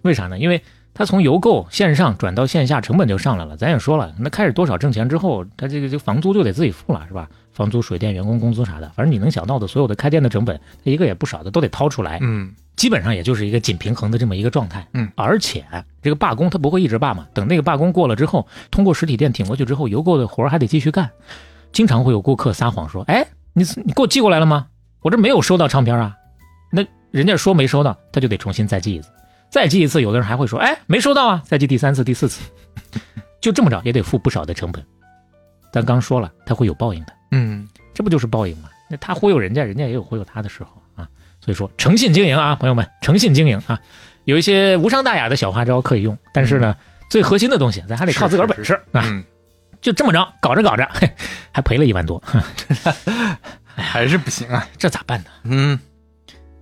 Speaker 2: 为啥呢？因为他从邮购线上转到线下，成本就上来了。咱也说了，那开始多少挣钱之后，他这个这个房租就得自己付了，是吧？房租、水电、员工工资啥的，反正你能想到的所有的开店的成本，他一个也不少的都得掏出来。
Speaker 3: 嗯
Speaker 2: 基本上也就是一个仅平衡的这么一个状态。
Speaker 3: 嗯
Speaker 2: 而且这个罢工他不会一直罢嘛，等那个罢工过了之后，通过实体店挺过去之后，邮购的活儿还得继续干。经常会有顾客撒谎说：“哎，你你给我寄过来了吗？我这没有收到唱片啊。”那人家说没收到，他就得重新再寄一次，再寄一次。有的人还会说：“哎，没收到啊！”再寄第三次、第四次，就这么着也得付不少的成本。咱刚说了，他会有报应的。
Speaker 3: 嗯，
Speaker 2: 这不就是报应吗？那他忽悠人家，人家也有忽悠他的时候啊。所以说，诚信经营啊，朋友们，诚信经营啊，有一些无伤大雅的小花招可以用，但是呢，最核心的东西咱还得靠自个儿本事啊。
Speaker 3: 嗯，
Speaker 2: 就这么着，搞着搞着，嘿，还赔了一万多，哼
Speaker 3: 还是不行啊。
Speaker 2: 这咋办呢？
Speaker 3: 嗯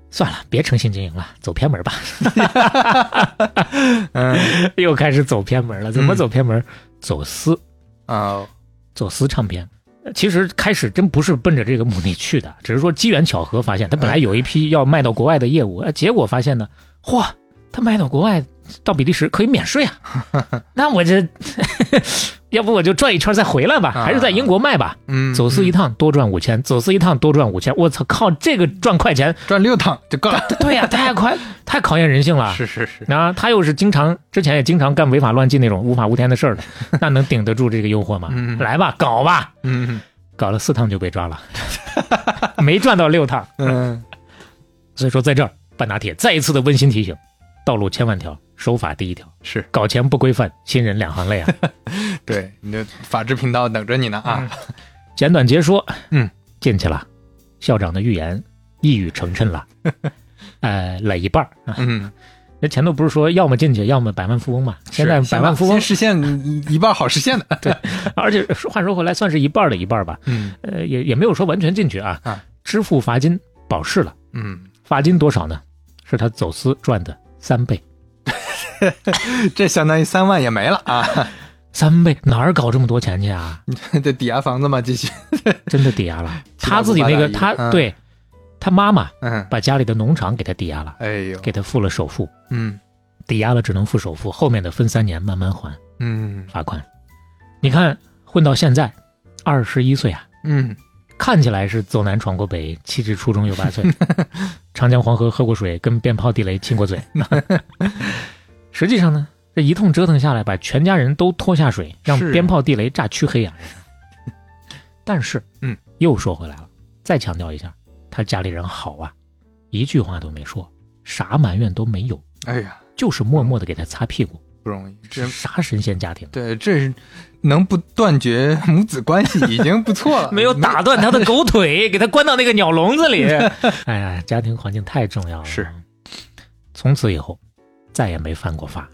Speaker 2: 算了，别诚信经营了，走偏门吧。
Speaker 3: 嗯
Speaker 2: 又开始走偏门了，怎么走偏门？走私，
Speaker 3: 啊
Speaker 2: 走私唱片。呃其实开始真不是奔着这个目的去的，只是说机缘巧合发现，他本来有一批要卖到国外的业务，呃结果发现呢，嚯，他卖到国外到比利时可以免 税啊，那我这 要不我就转一圈再回来吧，
Speaker 3: 啊
Speaker 2: 还是在英国卖吧，
Speaker 3: 嗯，
Speaker 2: 走私一
Speaker 3: 嗯
Speaker 2: 趟多赚五千，走私一趟多赚五千，我操，靠这个赚快钱，
Speaker 3: 转六趟就够了。
Speaker 2: 对 呀、太快，太考验人性了。
Speaker 3: 是是是，
Speaker 2: 啊，他又是经常之前也经常干违法乱纪那种无法无天的事儿的，那能顶得住这个诱惑吗？
Speaker 3: 嗯
Speaker 2: 来吧，搞吧，
Speaker 3: 嗯
Speaker 2: 搞了四趟就被抓了， 没赚到六趟。
Speaker 3: 嗯
Speaker 2: 所以说，在这儿半打铁再一次的温馨提醒：道路千万条，守法第一条。
Speaker 3: 是
Speaker 2: 搞钱不规范，新人两行泪 啊！
Speaker 3: 对，你的法制频道等着你呢啊。
Speaker 2: 简短截说，
Speaker 3: 嗯，
Speaker 2: 进去了。校长的预言一语成谶 了，呃，垒一半儿啊。
Speaker 3: 嗯，
Speaker 2: 那前头不是说要么进去，要么百万富翁嘛？现在
Speaker 3: 是先
Speaker 2: 百万
Speaker 3: 把
Speaker 2: 富翁
Speaker 3: 先，实现一半好实现的。
Speaker 2: 而且说话说回来，算是一半儿的一半儿吧。
Speaker 3: 嗯
Speaker 2: 呃，也也没有说完全进去啊。
Speaker 3: 啊
Speaker 2: 支付罚金保释了，
Speaker 3: 嗯，
Speaker 2: 罚金多少呢？是他走私赚的三倍。
Speaker 3: 嗯这相当于三万也没了啊！
Speaker 2: 三倍哪儿搞这么多钱去啊？
Speaker 3: 这抵押房子嘛，继续。
Speaker 2: 真的抵押了，
Speaker 3: 七大
Speaker 2: 他
Speaker 3: 姑
Speaker 2: 自己那个
Speaker 3: 八大姨
Speaker 2: 他
Speaker 3: 嗯
Speaker 2: 对，他妈妈
Speaker 3: 嗯，
Speaker 2: 把家里的农场给他抵押了，
Speaker 3: 哎呦，
Speaker 2: 给他付了首付，
Speaker 3: 嗯
Speaker 2: 抵押了只能付首付，后面的分三年慢慢还
Speaker 3: 嗯
Speaker 2: 罚款。你看混到现在，二十一岁啊，
Speaker 3: 嗯，
Speaker 2: 看起来是走南闯过北，气质出众又拔 萃， 长江黄河喝过水，跟鞭炮地雷亲过嘴。实际上呢，这一通折腾下来，把全家人都拖下水，让
Speaker 3: 是
Speaker 2: 鞭炮地雷炸黢黑 呀、但是，
Speaker 3: 嗯，
Speaker 2: 又说回来了，再强调一下，他家里人好啊，一句话都没说，啥埋怨都没有，
Speaker 3: 哎呀，
Speaker 2: 就是默默的给他擦屁股。
Speaker 3: 不容易，这
Speaker 2: 这啥神仙家庭？
Speaker 3: 对这是能不断绝母子关系已经不错 了，
Speaker 2: 没有打断他的狗 腿，给他关到那个鸟笼子里。哎呀，家庭环境太重要了。
Speaker 3: 是，
Speaker 2: 从此以后再也没犯过法，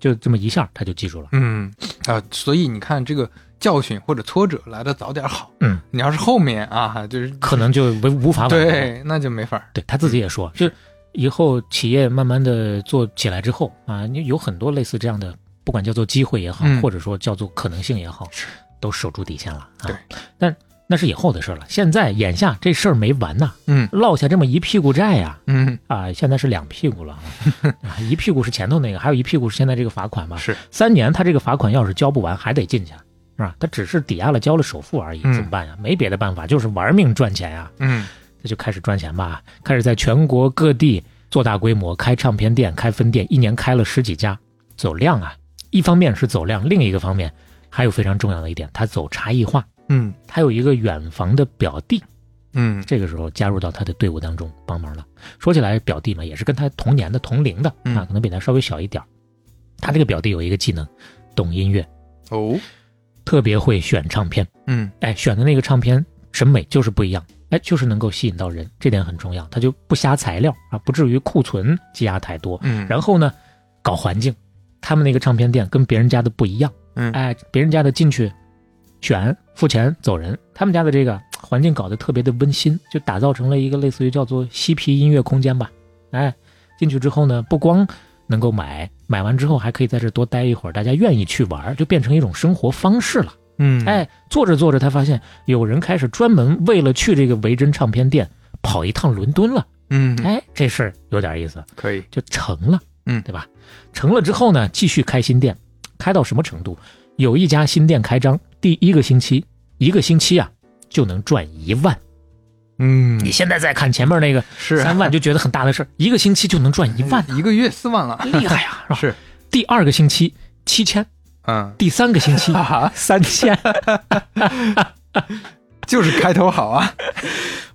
Speaker 2: 就这么一下他就记住了。
Speaker 3: 嗯啊，所以你看这个教训或者挫折来的早点好。
Speaker 2: 嗯，
Speaker 3: 你要是后面啊，就是
Speaker 2: 可能就无无法挽回。
Speaker 3: 对，那就没法儿。
Speaker 2: 对他自己也说，就是以后企业慢慢的做起来之后啊，你有很多类似这样的，不管叫做机会也好，
Speaker 3: 嗯
Speaker 2: 或者说叫做可能性也好，
Speaker 3: 是
Speaker 2: 都守住底线了啊。
Speaker 3: 对，
Speaker 2: 但那是以后的事了，现在眼下这事儿没完呐，
Speaker 3: 嗯
Speaker 2: 落下这么一屁股债呀、
Speaker 3: 嗯，
Speaker 2: 啊，现在是两屁股了，啊， 一屁股是前头那个，还有一屁啊股是现在这个罚款嘛。
Speaker 3: 是
Speaker 2: 三年，他这个罚款要是交不完，还得进去，是吧？他只是抵押了交了首付而已，
Speaker 3: 嗯
Speaker 2: 怎么办呀？没别的办法，就是玩命赚钱呀、
Speaker 3: 嗯
Speaker 2: 他就开始赚钱吧，开始在全国各地做大规模开唱片店、开分店，一年开了十几家，走量啊。一方面是走量，另一个方面还有非常重要的一点，他走差异化。
Speaker 3: 嗯
Speaker 2: 他有一个远房的表弟，
Speaker 3: 嗯
Speaker 2: 这个时候加入到他的队伍当中帮忙了。说起来，表弟嘛也是跟他同年的同龄的
Speaker 3: 嗯
Speaker 2: 啊，可能比他稍微小一点儿。他这个表弟有一个技能，懂音乐，
Speaker 3: 哦
Speaker 2: 特别会选唱片。
Speaker 3: 嗯
Speaker 2: 哎，选的那个唱片审美就是不一样，哎，就是能够吸引到人，这点很重要。他就不瞎材料啊，不至于库存积压太多。
Speaker 3: 嗯，
Speaker 2: 然后呢，搞环境，他们那个唱片店跟别人家的不一样。
Speaker 3: 嗯
Speaker 2: 哎，别人家的进去选付钱走人，他们家的这个环境搞得特别的温馨，就打造成了一个类似于叫做嬉皮音乐空间吧。哎，进去之后呢，不光能够买，买完之后还可以在这多待一会儿，大家愿意去玩儿，就变成一种生活方式了。
Speaker 3: 嗯
Speaker 2: 哎，做着做着，他发现有人开始专门为了去这个维珍唱片店跑一趟伦敦了。
Speaker 3: 嗯
Speaker 2: 哎，这事儿有点意思。
Speaker 3: 可以
Speaker 2: 就成了，
Speaker 3: 嗯
Speaker 2: 对吧？成了之后呢，继续开新店，开到什么程度？有一家新店开张，第一个星期，一个星期啊就能赚一万。
Speaker 3: 嗯
Speaker 2: 你现在再看前面那个
Speaker 3: 是啊
Speaker 2: 三万，就觉得很大的事儿，一个星期就能赚一万，
Speaker 3: 一个月四万了
Speaker 2: 厉害啊呀、是吧？
Speaker 3: 嗯是
Speaker 2: 第二个星期七千，
Speaker 3: 嗯
Speaker 2: 第三个星期
Speaker 3: 啊
Speaker 2: 三千，
Speaker 3: 就是开头好啊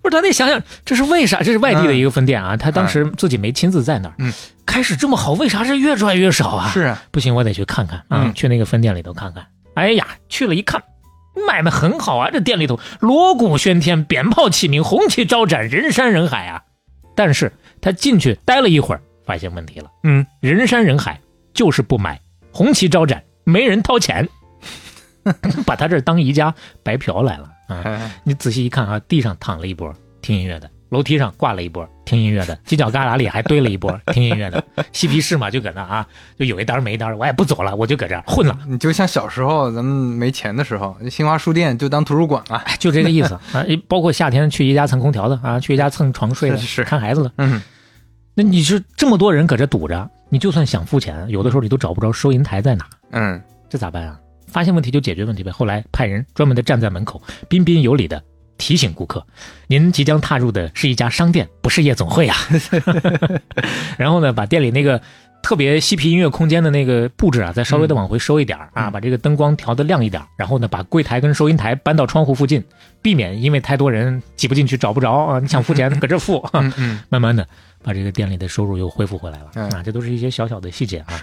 Speaker 2: 不是，咱得想想这是为啥？这是外地的一个分店啊，他当时自己没亲自在那儿。
Speaker 3: 嗯，
Speaker 2: 开始这么好，为啥是越赚越少啊？
Speaker 3: 是啊
Speaker 2: 不行，我得去看看啊，
Speaker 3: 嗯
Speaker 2: 去那个分店里头看看。哎呀，去了一看，卖卖很好啊，这店里头锣鼓喧天，鞭炮齐鸣，红旗招展，人山人海啊。但是他进去待了一会儿，发现问题了，
Speaker 3: 嗯
Speaker 2: 人山人海，就是不买，红旗招展，没人掏钱， 把他这儿当宜家白嫖来了啊。
Speaker 3: 哎
Speaker 2: 你仔细一看啊，地上躺了一波听音乐的，楼梯上挂了一波听音乐的，犄角旮旯里还堆了一波听音 乐的，嬉皮士嘛就搁那啊，就有一单没一单，我也不走了，我就搁这儿混了，
Speaker 3: 你就像小时候咱们没钱的时候，新华书店就当图书馆了
Speaker 2: 哎， 就这个意思啊。包括夏天去宜家蹭空调的啊，去宜家蹭床睡的，
Speaker 3: 是是
Speaker 2: 看孩子的。
Speaker 3: 嗯
Speaker 2: 那你是这么多人搁这堵着，你就算想付钱，有的时候你都找不着收银台在哪，
Speaker 3: 嗯
Speaker 2: 这咋办啊？发现问题就解决问题呗。后来派人专门的站在门口，彬彬有礼的提醒顾客：“您即将踏入的是一家商店，不是夜总会啊。” 然后呢，把店里那个特别嬉皮音乐空间的那个布置啊，再稍微的往回收一点儿、啊，
Speaker 3: 嗯
Speaker 2: 把这个灯光调的亮一点儿。然后呢，把柜台跟收银台搬到窗户附近，避免因为太多人挤不进去找不着啊。你想付钱 搁这付，
Speaker 3: 嗯嗯
Speaker 2: 慢慢的把这个店里的收入又恢复回来了、
Speaker 3: 嗯
Speaker 2: 啊，这都是一些小小的细节啊。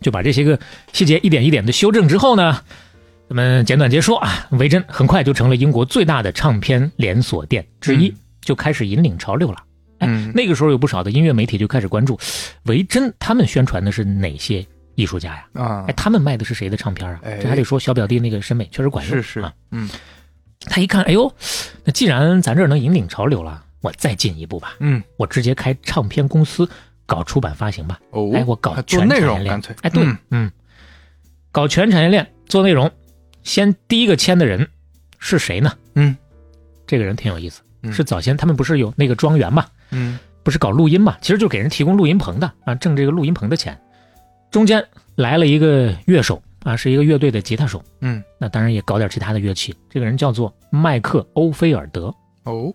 Speaker 2: 就把这些个细节一点一点的修正之后呢，咱们简短截说啊，维珍很快就成了英国最大的唱片连锁店之一，
Speaker 3: 嗯
Speaker 2: 就开始引领潮流了。哎
Speaker 3: 嗯
Speaker 2: 那个时候有不少的音乐媒体就开始关注维珍，他们宣传的是哪些艺术家呀？
Speaker 3: 啊
Speaker 2: 哎，他们卖的是谁的唱片啊？
Speaker 3: 哎
Speaker 2: 这还得说小表弟那个审美确实管用。
Speaker 3: 是是
Speaker 2: 啊，
Speaker 3: 嗯
Speaker 2: 他一看，哎呦，那既然咱这儿能引领潮流了，我再进一步吧。
Speaker 3: 嗯
Speaker 2: 我直接开唱片公司，搞出版发行吧。
Speaker 3: 哦
Speaker 2: 哎，我搞
Speaker 3: 还
Speaker 2: 全
Speaker 3: 做
Speaker 2: 产
Speaker 3: 内
Speaker 2: 业
Speaker 3: 容
Speaker 2: 链
Speaker 3: 干脆
Speaker 2: 哎，对，
Speaker 3: 嗯
Speaker 2: 嗯搞全产业链做内容，先第一个签的人是谁呢？
Speaker 3: 嗯，
Speaker 2: 这个人挺有意思，
Speaker 3: 嗯
Speaker 2: 是早先他们不是有那个庄园嘛，
Speaker 3: 嗯
Speaker 2: 不是搞录音嘛，其实就给人提供录音棚的啊，挣这个录音棚的钱。中间来了一个乐手啊，是一个乐队的吉他手，
Speaker 3: 嗯
Speaker 2: 那当然也搞点其他的乐器。这个人叫做麦克·欧菲尔德
Speaker 3: 哦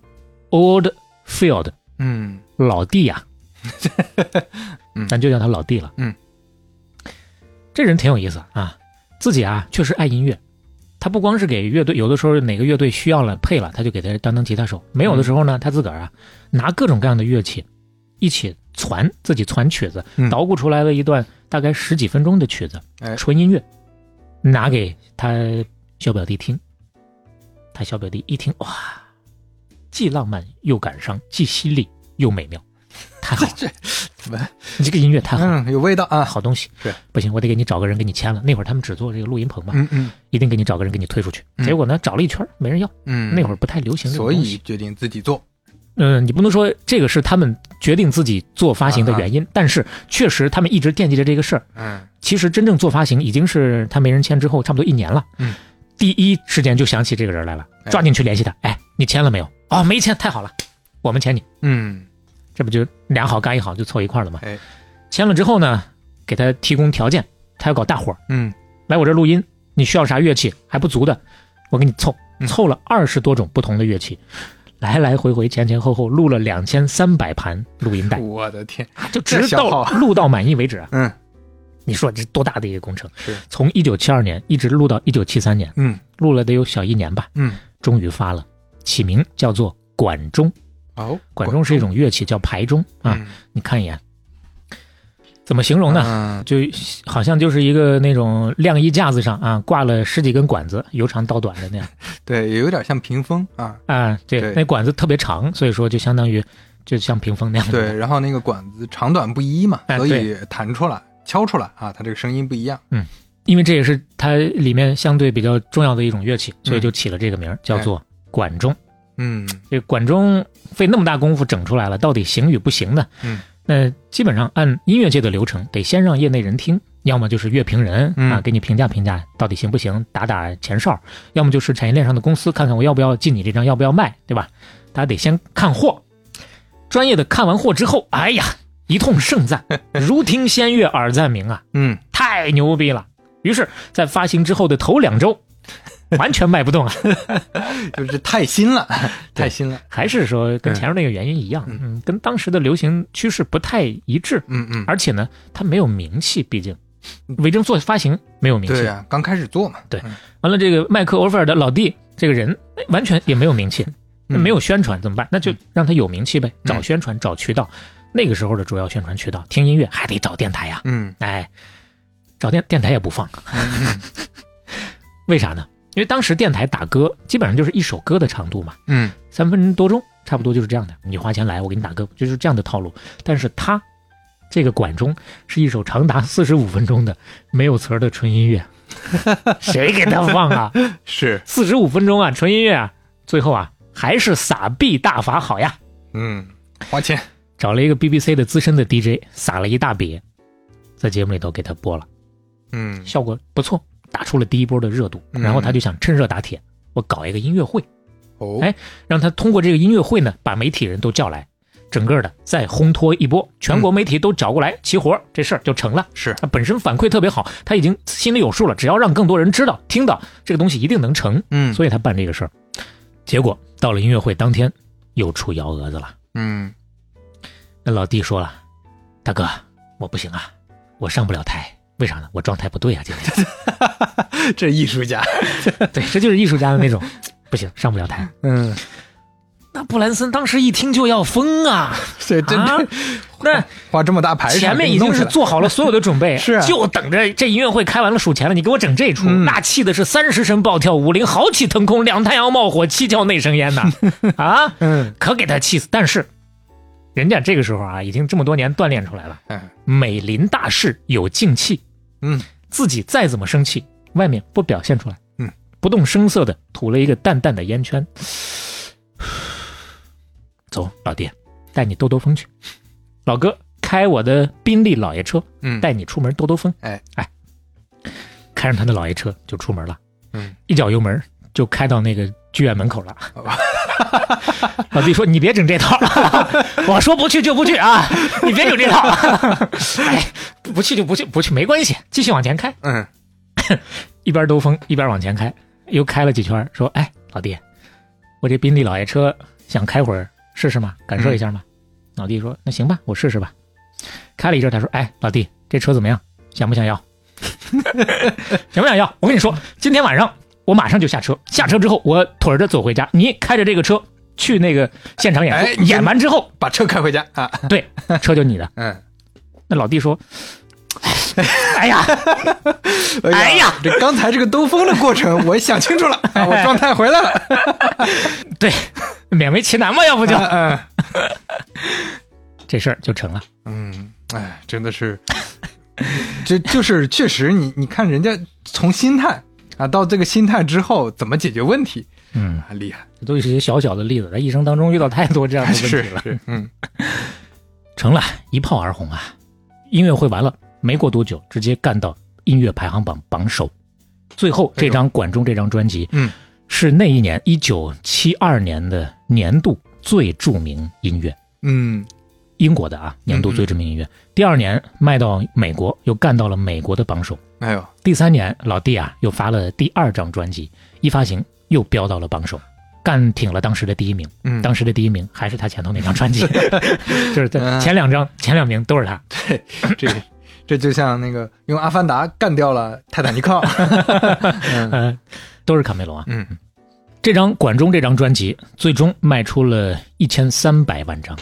Speaker 2: （Old Field），
Speaker 3: 嗯
Speaker 2: 老弟呀、
Speaker 3: 嗯
Speaker 2: 咱就叫他老弟了。
Speaker 3: 嗯，
Speaker 2: 这人挺有意思啊，自己啊确实爱音乐，他不光是给乐队，有的时候哪个乐队需要了配了，他就给他当当吉他手；没
Speaker 3: 嗯
Speaker 2: 有的时候呢，他自个儿啊拿各种各样的乐器一起传自己传曲子，
Speaker 3: 嗯
Speaker 2: 捣鼓出来了一段大概十几分钟的曲子，
Speaker 3: 哎！
Speaker 2: 纯音乐，拿给他小表弟听。他小表弟一听，哇，既浪漫又感伤，既犀利又美妙，太好了
Speaker 3: 这
Speaker 2: 你这个音乐太好了。
Speaker 3: 嗯有味道啊，
Speaker 2: 好东西
Speaker 3: 是
Speaker 2: 不行，我得给你找个人给你签了。那会儿他们只做这个录音棚嘛，
Speaker 3: 嗯嗯
Speaker 2: 一定给你找个人给你推出去。
Speaker 3: 嗯
Speaker 2: 结果呢，找了一圈儿没人要。
Speaker 3: 嗯，
Speaker 2: 那会儿不太流行这种
Speaker 3: 所
Speaker 2: 东
Speaker 3: 以
Speaker 2: 西。
Speaker 3: 决定自己做，
Speaker 2: 嗯、你不能说这个是他们决定自己做发行的
Speaker 3: 啊
Speaker 2: 原因，但是确实他们一直惦记着这个事儿。
Speaker 3: 嗯
Speaker 2: 其实真正做发行已经是他没人签之后，差不多一年了。
Speaker 3: 嗯，
Speaker 2: 第一时间就想起这个人来了，
Speaker 3: 哎
Speaker 2: 抓紧去联系他。哎，你签了没有？哦，没签，太好了，我们签你。
Speaker 3: 嗯
Speaker 2: 这不就俩好干一好就凑一块儿了吗？
Speaker 3: 哎
Speaker 2: 签了之后呢，给他提供条件，他要搞大伙儿。
Speaker 3: 嗯
Speaker 2: 来我这儿录音，你需要啥乐器还不足的，我给你凑，
Speaker 3: 嗯
Speaker 2: 凑了二十多种不同的乐器，来来回回前前后后录了两千三百盘录音带，
Speaker 3: 我的天，
Speaker 2: 就
Speaker 3: 哦这
Speaker 2: 直
Speaker 3: 消耗
Speaker 2: 到录到满意为止啊。
Speaker 3: 嗯
Speaker 2: 你说这多大的一个工程
Speaker 3: 是？
Speaker 2: 从一九七二年一直录到一九七三年，
Speaker 3: 嗯
Speaker 2: 录了得有小一年吧，
Speaker 3: 嗯，
Speaker 2: 终于发了，起名叫做管钟。
Speaker 3: 哦，
Speaker 2: 管钟是一种乐器，叫牌钟啊。
Speaker 3: 嗯
Speaker 2: 你看一眼，怎么形容呢？
Speaker 3: 嗯
Speaker 2: 就好像就是一个那种晾衣架子上啊，挂了十几根管子，由长到短的那样
Speaker 3: 对，有点像屏风啊，
Speaker 2: 啊。对，
Speaker 3: 对
Speaker 2: 那管子特别长，所以说就相当于就像屏风那样。，
Speaker 3: 对，然后那个管子长短不一嘛，
Speaker 2: 嗯哎
Speaker 3: 所以弹出来、敲出来啊，它这个声音不一样。
Speaker 2: 因为这也是它里面相对比较重要的一种乐器，所以就起了这个名儿，叫
Speaker 3: 哎
Speaker 2: 做管钟。
Speaker 3: 嗯
Speaker 2: 这管钟费那么大功夫整出来了，到底行与不行呢？
Speaker 3: 嗯，
Speaker 2: 那基本上按音乐界的流程，得先让业内人听，要么就是乐评人、
Speaker 3: 嗯
Speaker 2: 啊，给你评价评价到底行不行，打打前哨；要么就是产业链上的公司，看看我要不要进你这张，要不要卖，对吧？大家得先看货，专业的看完货之后，哎呀，一通盛 赞，如听仙乐耳暂明啊，
Speaker 3: 嗯，
Speaker 2: 太牛逼了！于是，在发行之后的头两周，完全卖不动啊。
Speaker 3: 就是太 新了，太新了。
Speaker 2: 还是说跟前面那个原因一样，
Speaker 3: 嗯
Speaker 2: 嗯，跟当时的流行趋势不太一致，
Speaker 3: 嗯嗯，
Speaker 2: 而且呢，它没有名气，毕竟维珍做发行没有名
Speaker 3: 对
Speaker 2: 气。
Speaker 3: 呀、刚开始做嘛。
Speaker 2: 对
Speaker 3: 嗯
Speaker 2: 完了，这个麦克欧菲尔的老弟这个人哎完全也没有名气，那
Speaker 3: 嗯
Speaker 2: 没有宣传怎么办？那就让他有名气呗，
Speaker 3: 嗯
Speaker 2: 找宣传，找渠道。那个时候的主要宣传渠道，听音乐还得找电台呀，
Speaker 3: 嗯
Speaker 2: 哎，找电电台也不放， 为啥呢？因为当时电台打歌基本上就是一首歌的长度嘛，
Speaker 3: 嗯
Speaker 2: 三分多钟，差不多就是这样的。你花钱来，我给你打歌，就是这样的套路。但是他这个管钟是一首长达四十五分钟的没有词儿的纯音乐，谁给他放啊？
Speaker 3: 嗯，是，
Speaker 2: 四十五分钟啊，纯音乐啊，最后啊还是撒币大法好呀，
Speaker 3: 嗯，花钱，
Speaker 2: 找了一个 BBC 的资深的 DJ 撒了一大笔，在节目里头给他播了，
Speaker 3: 嗯
Speaker 2: 效果不错，打出了第一波的热度。
Speaker 3: 嗯
Speaker 2: 然后他就想趁热打铁，我搞一个音乐会。
Speaker 3: 哦，
Speaker 2: 哎让他通过这个音乐会呢，把媒体人都叫来，整个的再烘托一波，全国媒体都找过来齐活，这事儿就成了。
Speaker 3: 是，
Speaker 2: 他本身反馈特别好，他已经心里有数了，只要让更多人知道、听到这个东西，一定能成，
Speaker 3: 嗯，
Speaker 2: 所以他办这个事儿。结果到了音乐会当天，又出幺蛾子了。
Speaker 3: 嗯
Speaker 2: 那老弟说了：“大哥，我不行啊，我上不了台，为啥呢？我状态不对啊，今 天。
Speaker 3: 这艺术家，
Speaker 2: 对，这就是艺术家的那种，不行，上不了台。
Speaker 3: 嗯，
Speaker 2: 那布兰森当时一听就要疯 啊！
Speaker 3: 这真
Speaker 2: 啊
Speaker 3: 的，
Speaker 2: 那
Speaker 3: 花这么大牌，
Speaker 2: 前面已经是，做好了所有的准备，
Speaker 3: 是啊
Speaker 2: 就等着这音乐会开完了数钱了，你给我整这出，
Speaker 3: 嗯
Speaker 2: 那气的是三十声暴跳，五菱豪气腾空，两太阳冒火，七窍内生烟 呐，啊，
Speaker 3: 嗯
Speaker 2: 可给他气死。但是，人家这个时候啊，已经这么多年锻炼出来了，
Speaker 3: 哎
Speaker 2: 美林大事有静气，
Speaker 3: 嗯
Speaker 2: 自己再怎么生气，外面不表现出来，
Speaker 3: 嗯，
Speaker 2: 不动声色的吐了一个淡淡的烟圈， 走，老爹，带你兜兜风去，老哥。开我的宾利老爷车，
Speaker 3: 嗯，
Speaker 2: 带你出门兜兜风。
Speaker 3: 哎
Speaker 2: 哎，开上他的老爷车就出门了，
Speaker 3: 嗯，
Speaker 2: 一脚油门就开到那个剧院门口 了
Speaker 3: 哦。
Speaker 2: 老弟说：“你别整这套 了，我说不去就不去啊，你别整这套。 哎，不去就不去，不去没关系，继续往前开，
Speaker 3: 嗯
Speaker 2: 一边兜风一边往前开，又开了几圈，说：哎，老弟，我这宾利老爷车想开会儿试试吗？感受一下吗？老弟说：那行吧，我试试吧。开了一阵，他说：哎，老弟，这车怎么样？想不想要？想不想要？我跟你说，今天晚上我马上就下车，下车之后我腿着走回家，你开着这个车去那个现场演出，
Speaker 3: 哎你
Speaker 2: 演完之后，
Speaker 3: 把车开回家啊，
Speaker 2: 对，车就你的。
Speaker 3: 嗯，
Speaker 2: 那老弟说。哎呀，哎呀，
Speaker 3: 这刚才这个兜风的过 程，我想清楚了，啊我状态回来了，
Speaker 2: 对，勉为其难嘛，要 不就、
Speaker 3: 嗯
Speaker 2: 这事儿就成了。
Speaker 3: 嗯，哎，真 的是，这就是确实你，你看人家从心态啊到这个心态之后怎么解决问题
Speaker 2: 嗯，
Speaker 3: 啊，厉害，
Speaker 2: 这都是一些小小的例子，在一生当中遇到太多这样的问
Speaker 3: 是
Speaker 2: 题了。
Speaker 3: 是，嗯，
Speaker 2: 成了一炮而红啊！音乐会完了，没过多久，直接干到音乐排行榜榜首。最后这张《管中》这张专辑，
Speaker 3: 嗯，
Speaker 2: 是那一年一九七二年的年度最著名音乐，
Speaker 3: 嗯，
Speaker 2: 英国的啊，年度最著名音乐。第二年卖到美国，又干到了美国的榜首。
Speaker 3: 哎呦，
Speaker 2: 第三年，老弟啊又发了第二张专辑，一发行又飙到了榜首，干挺了当时的第一名。
Speaker 3: 嗯，
Speaker 2: 当时的第一名还是他前头那张专 辑，就是在
Speaker 3: 嗯
Speaker 2: 前两张、前两名都是他。
Speaker 3: 这这就像那个用阿凡达干掉了泰坦尼克号，嗯
Speaker 2: 呃，都是卡梅隆啊。
Speaker 3: 嗯，
Speaker 2: 这张《管中》这张专辑最终卖出了一千三百万张，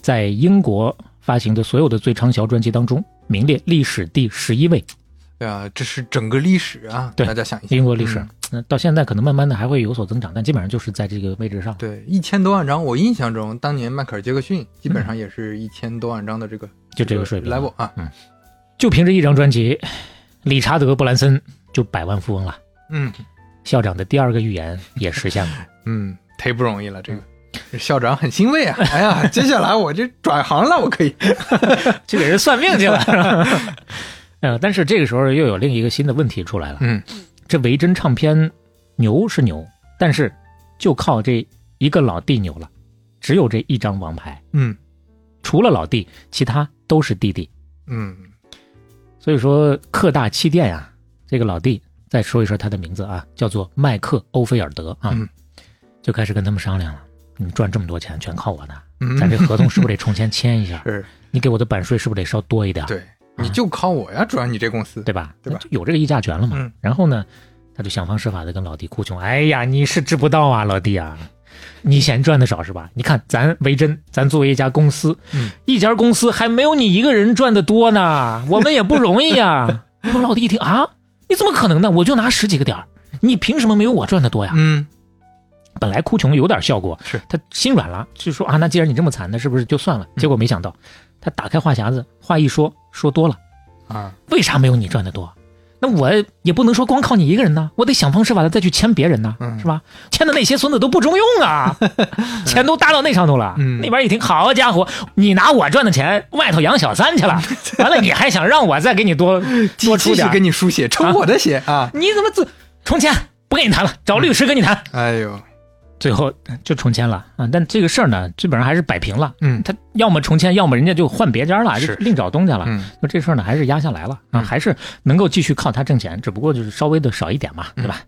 Speaker 2: 在英国发行的所有的最畅销专辑当中，名列历史第十一位。
Speaker 3: 对啊，这是整个历史啊，
Speaker 2: 对
Speaker 3: 大家想一下，
Speaker 2: 英国历史
Speaker 3: 嗯，
Speaker 2: 那、到现在可能慢慢的还会有所增长，但基本上就是在这个位置上。
Speaker 3: 对，一千多万张，我印象中当年迈克尔·杰克逊基本上也是一千多万张的这个
Speaker 2: 嗯就这个水平
Speaker 3: level 啊，
Speaker 2: 就凭这一张专辑，理查德·布兰森就百万富翁了。
Speaker 3: 嗯
Speaker 2: 校长的第二个预言也实现了。
Speaker 3: 嗯，忒不容易了，这个。
Speaker 2: 嗯
Speaker 3: 校长很欣慰啊！哎呀，接下来我这转行了，我可以。
Speaker 2: 去给人算命去了。是 吧呃，但是这个时候又有另一个新的问题出来了。
Speaker 3: 嗯，
Speaker 2: 这维珍唱片牛是牛，但是就靠这一个老弟牛了，只有这一张王牌，
Speaker 3: 嗯
Speaker 2: 除了老弟，其他都是弟弟。
Speaker 3: 嗯
Speaker 2: 所以说，客大气垫呀、这个老弟，再说一说他的名字啊，叫做麦克·欧菲尔德啊，
Speaker 3: 嗯
Speaker 2: 就开始跟他们商量了。你们赚这么多钱，全靠我的，
Speaker 3: 嗯，？
Speaker 2: 咱这合同是不是得重新签一下
Speaker 3: 是
Speaker 2: 你给我的版税是不是得稍多一点？
Speaker 3: 对，你就靠我呀，主要你这公司。
Speaker 2: 对吧？
Speaker 3: 对吧
Speaker 2: 就有这个议价权了嘛。
Speaker 3: 嗯
Speaker 2: 然后呢，他就想方设法的跟老弟哭穷，哎呀，你是知不道啊，老弟啊，你嫌赚的少是吧？你看咱维珍，咱作为一家公司，
Speaker 3: 嗯
Speaker 2: 一家公司还没有你一个人赚的多呢，我们也不容易呀、 然后老弟一听啊，你怎么可能呢？我就拿十几个点儿。你凭什么没有我赚的多呀？
Speaker 3: 嗯
Speaker 2: 本来哭穷有点效果，
Speaker 3: 是
Speaker 2: 他心软了，就说啊，那既然你这么惨，那是不是就算了？结果没想到，他打开话匣子，话一说，说多了。
Speaker 3: 啊，
Speaker 2: 为啥没有你赚的多？那我也不能说光靠你一个人呐，我得想方设法的再去签别人呐，
Speaker 3: 嗯
Speaker 2: 是吧？签的那些孙子都不中用 啊，钱都搭到那上头了。
Speaker 3: 嗯
Speaker 2: 那边一听，好家伙，你拿我赚的钱外头养小三去 了，完了你还想让我再给你多多出
Speaker 3: 继续
Speaker 2: 点儿
Speaker 3: 给？你输血，抽我的血啊！
Speaker 2: 你怎么自重签？不跟你谈了，找律师跟你谈。
Speaker 3: 哎呦，
Speaker 2: 最后就重签了啊，但这个事儿呢，基本上还是摆平了。
Speaker 3: 嗯
Speaker 2: 他要么重签，要么人家就换别家了，就是另找东家了。
Speaker 3: 嗯
Speaker 2: 那这事儿呢，还是压下来了啊，
Speaker 3: 嗯
Speaker 2: 还是能够继续靠他挣钱，只不过就是稍微的少一点嘛，对吧？
Speaker 3: 嗯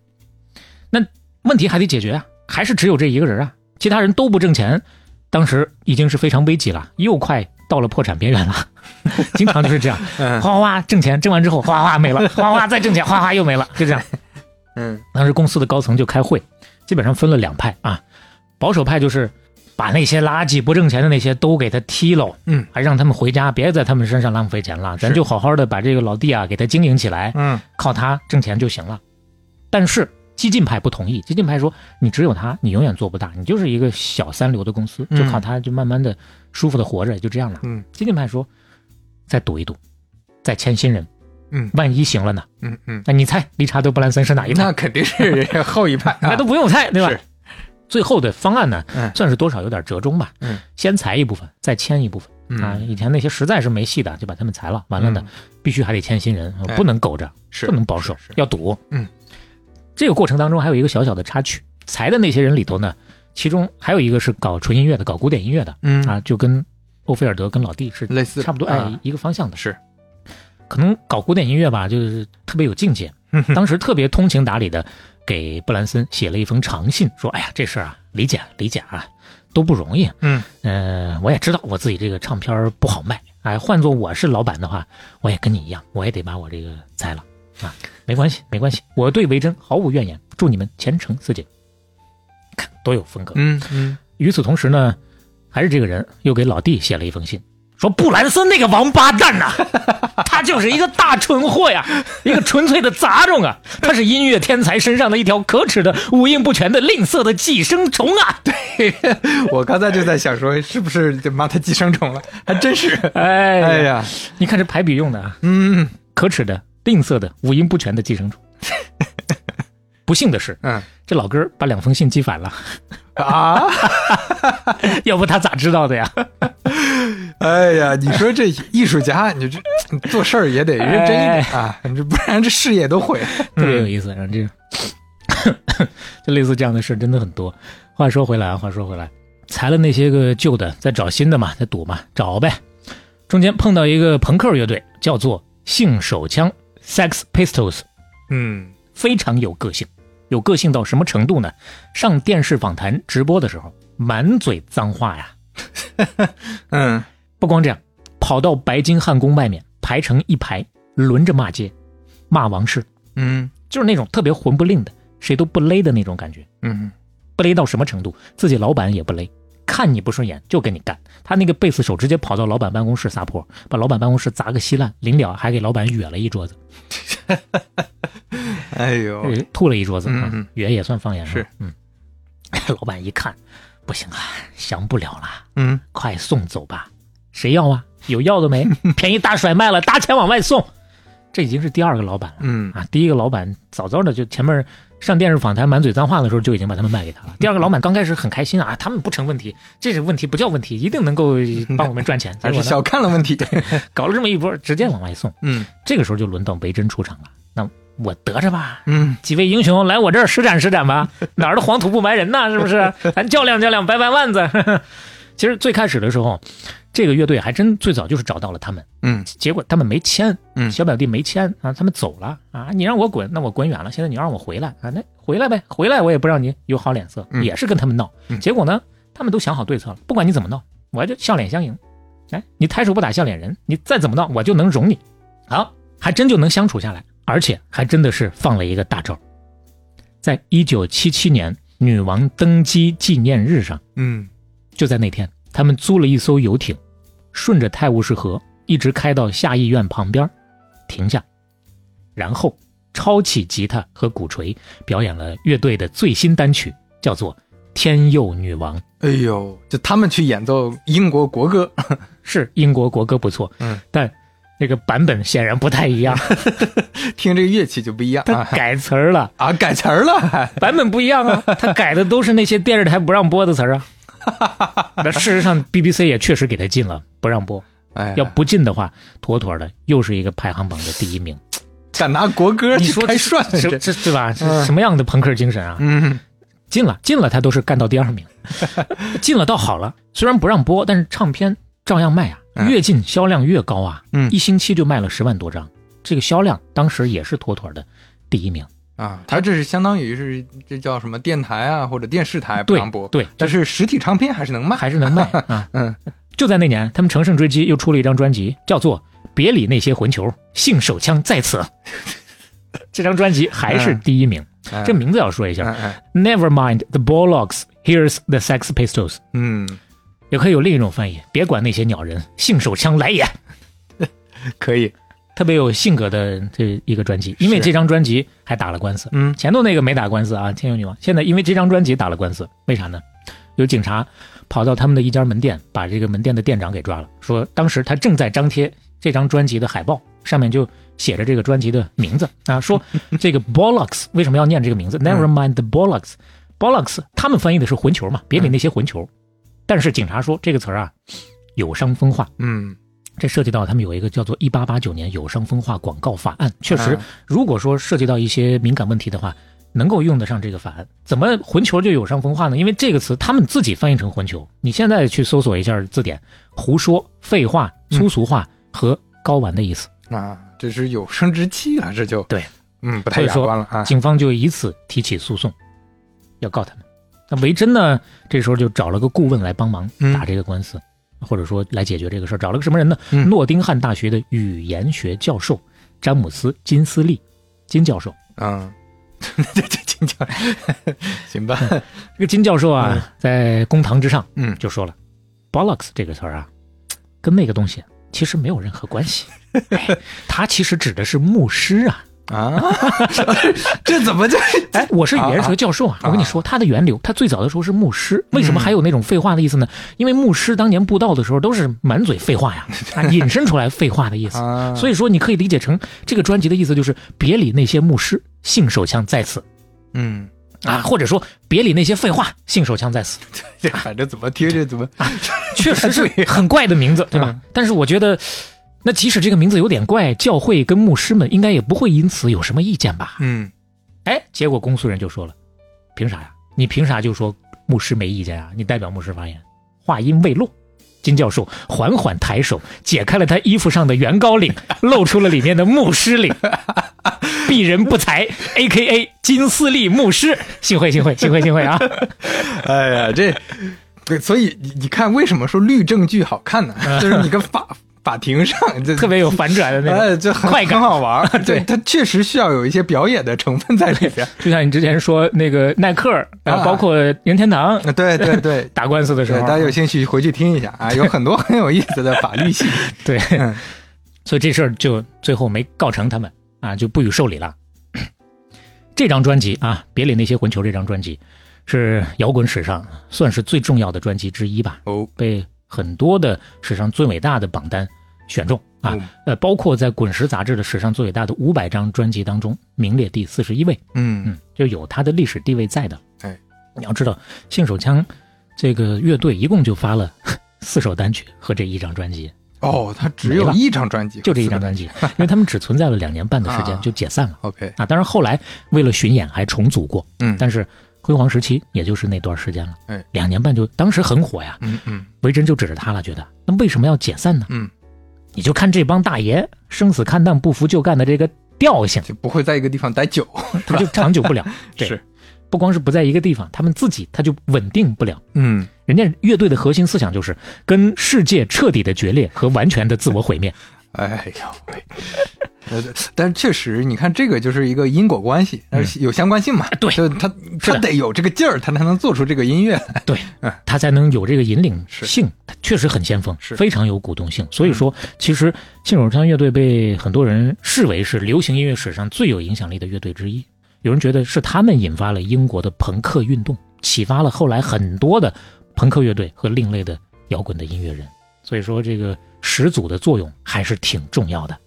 Speaker 2: 那问题还得解决啊，还是只有这一个人啊，其他人都不挣钱，当时已经是非常危急了，又快到了破产边缘了，经常就是这样，哗
Speaker 3: 嗯
Speaker 2: 哗哗挣钱，挣完之后哗哗哗没了，哗哗再挣钱，哗哗又没了，就这样。
Speaker 3: 嗯
Speaker 2: 当时公司的高层就开会，基本上分了两派啊，保守派就是把那些垃圾不挣钱的那些都给他踢喽，
Speaker 3: 嗯，
Speaker 2: 还让他们回家，别在他们身上浪费钱了，咱
Speaker 3: 是
Speaker 2: 就好好的把这个老弟啊给他经营起来，
Speaker 3: 嗯
Speaker 2: 靠他挣钱就行了。但是激进派不同意，激进派说你只有他，你永远做不大，你就是一个小三流的公司，
Speaker 3: 嗯
Speaker 2: 就靠他就慢慢的舒服的活着，也就这样了。
Speaker 3: 嗯
Speaker 2: 激进派说再赌一赌，再签新人，
Speaker 3: 嗯
Speaker 2: 万一行了呢？
Speaker 3: 嗯嗯，
Speaker 2: 那你猜理查德·布兰森是哪一派？
Speaker 3: 那肯 定是后一派
Speaker 2: 那
Speaker 3: 啊
Speaker 2: 哎都。不用猜，对吧
Speaker 3: 是？
Speaker 2: 最后的方案呢，
Speaker 3: 嗯
Speaker 2: 算是多少有点折中吧。
Speaker 3: 嗯，
Speaker 2: 先裁一部分，再签一部分、啊。
Speaker 3: 嗯，
Speaker 2: 以前那些实在是没戏的，就把他们裁了。完了呢，必须还得签新人，呃
Speaker 3: 哎
Speaker 2: 不能苟着，
Speaker 3: 是
Speaker 2: 不能保守
Speaker 3: 是，是
Speaker 2: 要赌。
Speaker 3: 嗯，
Speaker 2: 这个过程当中还有一个小小的插曲，裁的那些人里头呢，其中还有一个是搞纯音乐的，搞古典音乐的
Speaker 3: 嗯
Speaker 2: 啊，就跟欧菲尔德跟老弟是
Speaker 3: 类似
Speaker 2: 差不多，
Speaker 3: 啊
Speaker 2: 哎，一个方向的。
Speaker 3: 是，
Speaker 2: 可能搞古典音乐吧，就是特别有境界。
Speaker 3: 嗯
Speaker 2: 当时特别通情达理的给布兰森写了一封长信，说：“哎呀，这事儿啊，理解理解啊，都不容易。
Speaker 3: 嗯
Speaker 2: 嗯，我也知道我自己这个唱片儿不好卖。哎，换做我是老板的话，我也跟你一样，我也得把我这个裁了。没关系，没关系，我对维珍毫无怨言，祝你们前程似锦。看多有风格。
Speaker 3: 嗯嗯，
Speaker 2: 与此同时呢，还是这个人又给老弟写了一封信，说布兰森那个王八蛋呐、他就是一个大蠢货呀，一个纯粹的杂种啊，他是音乐天才身上的一条可耻的、五音不全的、吝啬的寄生虫啊！
Speaker 3: 我刚才就在想说，是不是就骂他寄生虫了？还真是，
Speaker 2: 哎
Speaker 3: 哎
Speaker 2: 呀，
Speaker 3: 呀，
Speaker 2: 你看这排比用的啊，
Speaker 3: 嗯
Speaker 2: 可耻的、吝啬的、五音不全的寄生虫。 不幸的是，
Speaker 3: 嗯
Speaker 2: 这老哥儿把两封信寄反了，
Speaker 3: 啊，
Speaker 2: 要不他咋知道的呀？
Speaker 3: 哎呀，你说这艺术家，你这你做事儿也得认真一点、
Speaker 2: 哎
Speaker 3: 啊，你这不然这事业都毁了。
Speaker 2: 特别有意思。然后这， 就类似这样的事真的很多。话说回来啊，话说回来，裁了那些个旧的，再找新的嘛，再赌嘛，找呗。中间碰到一个朋克乐队，叫做性手枪 （Sex Pistols），
Speaker 3: 嗯
Speaker 2: 非常有个性。有个性到什么程度呢？上电视访谈直播的时候，满嘴脏话呀！
Speaker 3: 嗯，
Speaker 2: 不光这样，跑到白金汉宫外面排成一排，轮着骂街，骂王室，
Speaker 3: 嗯
Speaker 2: 就是那种特别混不吝的，谁都不勒的那种感觉。
Speaker 3: 嗯，
Speaker 2: 不勒到什么程度，自己老板也不勒，看你不顺眼就跟你干。他那个贝斯手直接跑到老板办公室撒泼，把老板办公室砸个稀烂，临了还给老板哕了一桌子，
Speaker 3: 哎呦，
Speaker 2: 呃吐了一桌子。
Speaker 3: 嗯
Speaker 2: 嗯哕也算方言
Speaker 3: 是，
Speaker 2: 嗯。 老板一看，不行啊，降不了了，
Speaker 3: 嗯
Speaker 2: 快送走吧。谁要啊？有要的没？ 便宜大甩卖了，搭钱往外送。这已经是第二个老板了。
Speaker 3: 嗯
Speaker 2: 啊，第一个老板早早的就前面上电视访谈满嘴脏话的时候就已经把他们卖给他
Speaker 3: 嗯
Speaker 2: 了。第二个老板刚开始很开心啊，他们不成问题，这是问题不叫问题，一定能够呃帮我们赚钱。
Speaker 3: 还是
Speaker 2: 结果
Speaker 3: 小看了问题。
Speaker 2: 呢搞了这么一波，直接往外送。
Speaker 3: 嗯
Speaker 2: 这个时候就轮到维珍出场了，那我得着吧。
Speaker 3: 嗯，
Speaker 2: 几位英雄来我这儿施展施展 吧，哪儿的黄土不埋人呐，是不是？咱较量较量，掰掰腕子。 其实最开始的时候，这个乐队还真最早就是找到了他们，
Speaker 3: 嗯
Speaker 2: 结果他们没签，
Speaker 3: 嗯
Speaker 2: 小表弟没签啊，他们走了啊，你让我滚，那我滚远了，现在你让我回来啊，那回来呗，回来我也不让你有好脸色，
Speaker 3: 嗯
Speaker 2: 也是跟他们闹，
Speaker 3: 嗯
Speaker 2: 结果呢，他们都想好对策了，不管你怎么闹，我就笑脸相迎，哎，你抬手不打笑脸人，你再怎么闹，我就能容你，好，还真就能相处下来，而且还真的是放了一个大招，在一九七七年女王登基纪念日上。
Speaker 3: 嗯
Speaker 2: 就在那天，他们租了一艘游艇，顺着泰晤士河一直开到下议院旁边，停下，然后抄起吉他和鼓槌，表演了乐队的最新单曲，叫做《天佑女王》，
Speaker 3: 哎呦，就他们去演奏英国国歌，
Speaker 2: 是英国国歌，不错，
Speaker 3: 嗯，
Speaker 2: 但那个版本显然不太一样，
Speaker 3: 听这个乐器就不一样
Speaker 2: 他
Speaker 3: 啊
Speaker 2: 改词儿了，
Speaker 3: 啊，改词儿了 还。
Speaker 2: 版本不一样啊，他改的都是那些电视台不让播的词儿啊。那事实上，BBC 也确实给他禁了，不让播。
Speaker 3: 哎，
Speaker 2: 要不进的话，妥妥的又是一个排行榜的第一 名。
Speaker 3: 敢拿国歌
Speaker 2: 你
Speaker 3: 去
Speaker 2: 说
Speaker 3: 开涮，
Speaker 2: 这这这吧？这什么样的朋克精神啊？
Speaker 3: 嗯
Speaker 2: 进了进了，他都是干到第二 名，进了倒好了。虽然不让播，但是唱片照样卖啊，
Speaker 3: 嗯
Speaker 2: 越进销量越高啊，
Speaker 3: 嗯
Speaker 2: 一星期就卖了十万多张，这个销量当时也是妥妥的第一名。
Speaker 3: 啊，他这是相当于是这叫什么电台啊或者电视台不
Speaker 2: 对
Speaker 3: 让播，
Speaker 2: 对，
Speaker 3: 但是实体唱片还是能卖。
Speaker 2: 还是能卖啊。
Speaker 3: 嗯，
Speaker 2: 就在那年，他们乘胜追击，又出了一张专辑，叫做《别理那些混球，性手枪在此》。 这张专辑还是第一名，
Speaker 3: 哎
Speaker 2: 这名字要说一下。
Speaker 3: 嗯嗯
Speaker 2: Never mind the Bollocks, here's the Sex Pistols。
Speaker 3: 嗯，
Speaker 2: 也可以有另一种翻译，别管那些鸟人，性手枪来也，
Speaker 3: 可以，
Speaker 2: 特别有性格的这一个专辑。因为这张专辑还打了官司，
Speaker 3: 嗯
Speaker 2: 前头那个没打官司啊，《天佑女王》现在因为这张专辑打了官司，为啥呢？有警察跑到他们的一家门店，把这个门店的店长给抓了，说当时他正在张贴这张专辑的海报，上面就写着这个专辑的名字啊，说这个 Bollocks 为什么要念这个名字？Never mind the Bollocks。Bollocks，他们翻译的是混球嘛，别理那些混球。但是警察说这个词儿啊，有伤风化，
Speaker 3: 嗯
Speaker 2: 这涉及到他们有一个叫做《一八八九年有伤风化广告法案》，确实
Speaker 3: 嗯，
Speaker 2: 如果说涉及到一些敏感问题的话，能够用得上这个法案。怎么“混球”就有伤风化呢？因为这个词他们自己翻译成“混球”。你现在去搜索一下字典，胡说、废话、粗俗话和睾丸的意思。
Speaker 3: 啊，这是有生殖器了，这就
Speaker 2: 对，
Speaker 3: 嗯，不太雅观了啊。
Speaker 2: 警方就以此提起诉讼，要告他们。那维珍呢，这时候就找了个顾问来帮忙
Speaker 3: 嗯
Speaker 2: 打这个官司，或者说来解决这个事儿。找了个什么人呢？
Speaker 3: 嗯
Speaker 2: 诺丁汉大学的语言学教授詹姆斯金斯利。金教授。
Speaker 3: 嗯， 这这金教，行吧，
Speaker 2: 这个金教授啊，在公堂之上，
Speaker 3: 嗯
Speaker 2: 就说了，“bollocks” 这个词儿啊，跟那个东西其实没有任何关 系。哎他其实指的是牧师啊。
Speaker 3: 啊， 这怎么就
Speaker 2: 哎，我是语言
Speaker 3: 啊
Speaker 2: 学教授啊，
Speaker 3: 啊
Speaker 2: 我跟你说，他的源流，他最早的时候是牧师。为什么
Speaker 3: 嗯
Speaker 2: 还有那种废话的意思呢？因为牧师当年布道的时候都是满嘴废话 呀，啊引申出来废话的意思。
Speaker 3: 啊？
Speaker 2: 所以说，你可以理解成这个专辑的意思就是别理那些牧师，性手枪在此
Speaker 3: 嗯，
Speaker 2: 啊，或者说别理那些废话，性手枪在此。
Speaker 3: 这反正怎么听着怎 么
Speaker 2: 确实是
Speaker 3: 对
Speaker 2: 很怪的名字，对吧？
Speaker 3: 嗯
Speaker 2: 但是我觉得，那即使这个名字有点怪，教会跟牧师们应该也不会因此有什么意见吧？
Speaker 3: 嗯
Speaker 2: 哎，结果公诉人就说了，凭啥呀？你凭啥就说牧师没意见啊？你代表牧师发言。话音未落，金教授缓缓抬手解开了他衣服上的原高领， 露出了里面的牧师领。鄙人不才，A K A 金丝丽牧师，幸会幸会幸会幸会啊！
Speaker 3: 哎呀，这对，所以你你看，为什么说律政剧好看 呢？就是你跟法法庭上，这
Speaker 2: 特别有反转的那种。
Speaker 3: 哎，这很
Speaker 2: 快感
Speaker 3: 很好玩儿。
Speaker 2: 对
Speaker 3: 对，它确实需要有一些表演的成分在里 边。
Speaker 2: 就像你之前说那个耐克儿，然后包括任天堂
Speaker 3: 啊对对 对。
Speaker 2: 打官司的时
Speaker 3: 啊对，
Speaker 2: 候，
Speaker 3: 大家有兴趣回去听一下 啊，有很多很有意思的法律戏。
Speaker 2: 对
Speaker 3: 嗯，
Speaker 2: 所以这事儿就最后没告成他们啊，就不予受理了。 这张专辑啊，别理那些混球，这张专辑是摇滚史上算是最重要的专辑之一吧，
Speaker 3: 哦，
Speaker 2: 被很多的史上最伟大的榜单选中啊
Speaker 3: 嗯，
Speaker 2: 呃，包括在《滚石》杂志的史上最伟大的五百张专辑当中名列第四十一位。
Speaker 3: 嗯
Speaker 2: 嗯，就有它的历史地位在的。
Speaker 3: 哎，
Speaker 2: 你要知道，信手枪这个乐队一共就发了 四首单曲和这一张专辑，
Speaker 3: 哦，它只
Speaker 2: 没
Speaker 3: 有
Speaker 2: 了
Speaker 3: 一张专辑，
Speaker 2: 就这一张专辑， 因为他们只存在了两年半的时间
Speaker 3: 啊
Speaker 2: 就解散了
Speaker 3: OK，
Speaker 2: 啊。当然后来为了巡演还重组过，
Speaker 3: 嗯
Speaker 2: 但是辉煌时期也就是那段时间了，
Speaker 3: 哎，
Speaker 2: 两年半就当时很火呀，
Speaker 3: 嗯嗯
Speaker 2: 维珍就指着他了，觉得那为什么要解散呢？
Speaker 3: 嗯，
Speaker 2: 你就看这帮大爷生死看淡、不服就干的这个调 性，
Speaker 3: 就不会在一个地方待久。
Speaker 2: 他就长久不了。对
Speaker 3: 是，
Speaker 2: 不光是不在一个地方，他们自己他就稳定不了。
Speaker 3: 嗯，
Speaker 2: 人家乐队的核心思想就是跟世界彻底的决裂和完全的自我毁灭。
Speaker 3: 哎呀喂，呃但确实，你看这个就是一个因果关系，呃有相关性嘛？
Speaker 2: 嗯对
Speaker 3: 就他
Speaker 2: 是
Speaker 3: 他
Speaker 2: 的
Speaker 3: 得有这个劲儿，他才能做出这个音乐来。
Speaker 2: 对
Speaker 3: 嗯，
Speaker 2: 他才能有这个引领
Speaker 3: 是
Speaker 2: 性，他确实很先锋，
Speaker 3: 是嗯
Speaker 2: 非常有鼓动性。所以说，其实信手枪乐队被很多人视为是流行音乐史上最有影响力的乐队之一。有人觉得是他们引发了英国的朋克运动，启发了后来很多的朋克乐队和另类的摇滚的音乐人。所以说，这个始祖的作用还是挺重要的。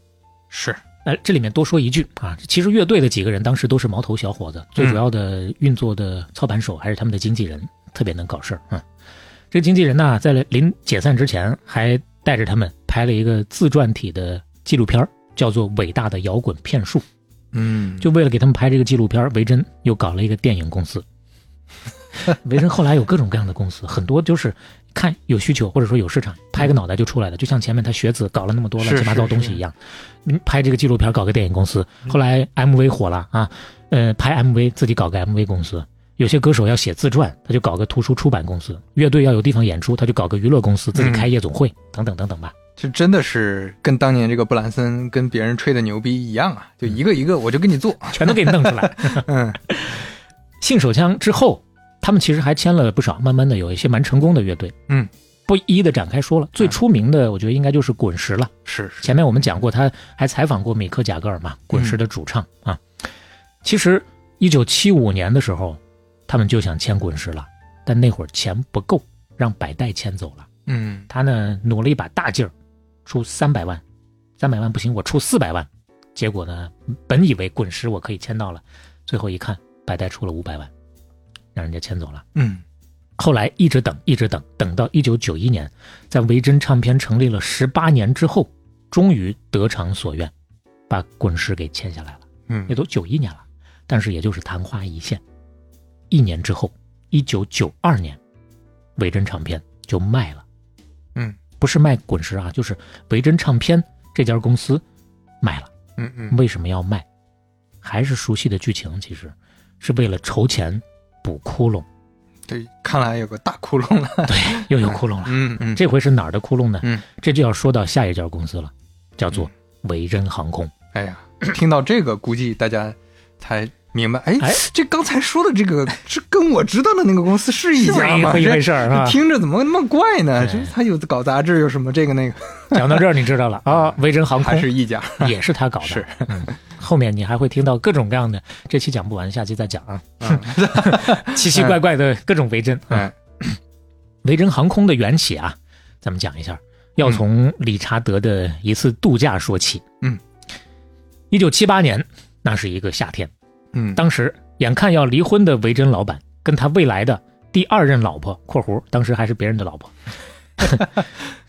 Speaker 3: 是，
Speaker 2: 呃，这里面多说一句啊，其实乐队的几个人当时都是毛头小伙子，最主要的运作的操盘手还是他们的经纪人，特别能搞事儿。嗯，这个经纪人呢，在临解散之前还带着他们拍了一个自传体的纪录片儿，叫做《伟大的摇滚骗术》。
Speaker 3: 嗯，
Speaker 2: 就为了给他们拍这个纪录片儿，维珍又搞了一个电影公司。 维珍后来有各种各样的公司，很多就是看有需求或者说有市场，拍个脑袋就出来了，就像前面他学子搞了那么多乱
Speaker 3: 是
Speaker 2: 七八糟
Speaker 3: 是
Speaker 2: 东西一样，嗯拍这个纪录片儿搞个电影公司，后来 MV 火了啊，呃，拍 MV 自己搞个 MV 公司。有些歌手要写自传，他就搞个图书出版公司；乐队要有地方演出，他就搞个娱乐公司，
Speaker 3: 嗯
Speaker 2: 自己开夜总会，等等等等吧。
Speaker 3: 就真的是跟当年这个布兰森跟别人吹的牛逼一样啊，就一个一个我就给你做。
Speaker 2: 全都给你弄出来。
Speaker 3: 嗯
Speaker 2: 性手枪之后，他们其实还签了不少，慢慢的有一些蛮成功的乐队。
Speaker 3: 嗯，
Speaker 2: 不一一的展开说了。最出名的，我觉得应该就是滚石了。
Speaker 3: 是是，
Speaker 2: 前面我们讲过，他还采访过米克·贾格尔
Speaker 3: 嗯
Speaker 2: 嘛，滚石的主唱、啊。其实，一九七五年的时候，他们就想签滚石了，但那会儿钱不够，让百代签走了。
Speaker 3: 嗯
Speaker 2: 他呢努了一把大劲儿，出三百万，三百万不行，我出四百万。结果呢，本以为滚石我可以签到了，最后一看，百代出了五百万，让人家签走了。
Speaker 3: 嗯
Speaker 2: 后来一直等，一直等，等到一九九一年，在维珍唱片成立了十八年之后，终于得偿所愿，把滚石给签下来了。也
Speaker 3: 嗯，
Speaker 2: 都九一年了，但是也就是昙花一现。一年之后，一九九二年，维珍唱片就卖了。
Speaker 3: 嗯，
Speaker 2: 不是卖滚石啊，就是维珍唱片这家公司卖了。
Speaker 3: 嗯嗯，
Speaker 2: 为什么要卖？还是熟悉的剧情，其实是为了筹钱补窟 窿。
Speaker 3: 对，看来有个大窟 窿了。
Speaker 2: 对，又有窟窿了。
Speaker 3: 嗯嗯，
Speaker 2: 这回是哪儿的窟窿呢？
Speaker 3: 嗯，
Speaker 2: 这就要说到下一家公司了，叫做维珍航空。
Speaker 3: 哎呀，听到这个，估计大家才明白，哎
Speaker 2: 哎，
Speaker 3: 这刚才说的这个，这跟我知道的那个公司是一
Speaker 2: 是不是
Speaker 3: 家
Speaker 2: 一
Speaker 3: 吗？
Speaker 2: 回一回
Speaker 3: 这
Speaker 2: 事儿是啊吧？
Speaker 3: 听着怎么那么怪呢？
Speaker 2: 对
Speaker 3: 这他有搞杂志，有什么这个那个，
Speaker 2: 讲到这儿，你知道了啊，维珍航
Speaker 3: 还
Speaker 2: 空
Speaker 3: 是一家。
Speaker 2: 也是他搞的。
Speaker 3: 是
Speaker 2: 嗯，后面你还会听到各种各样的，这期讲不完，下期再讲啊。
Speaker 3: 嗯
Speaker 2: 奇奇怪怪的各种维珍。
Speaker 3: 哎，
Speaker 2: 维珍航空的缘起啊，咱们讲一下，要从理查德的一次度假说起。
Speaker 3: 嗯，
Speaker 2: 一九七八年，那是一个夏天，
Speaker 3: 嗯，
Speaker 2: 当时眼看要离婚的维珍老板跟他未来的第二任老婆（ 括弧当时还是别人的老婆），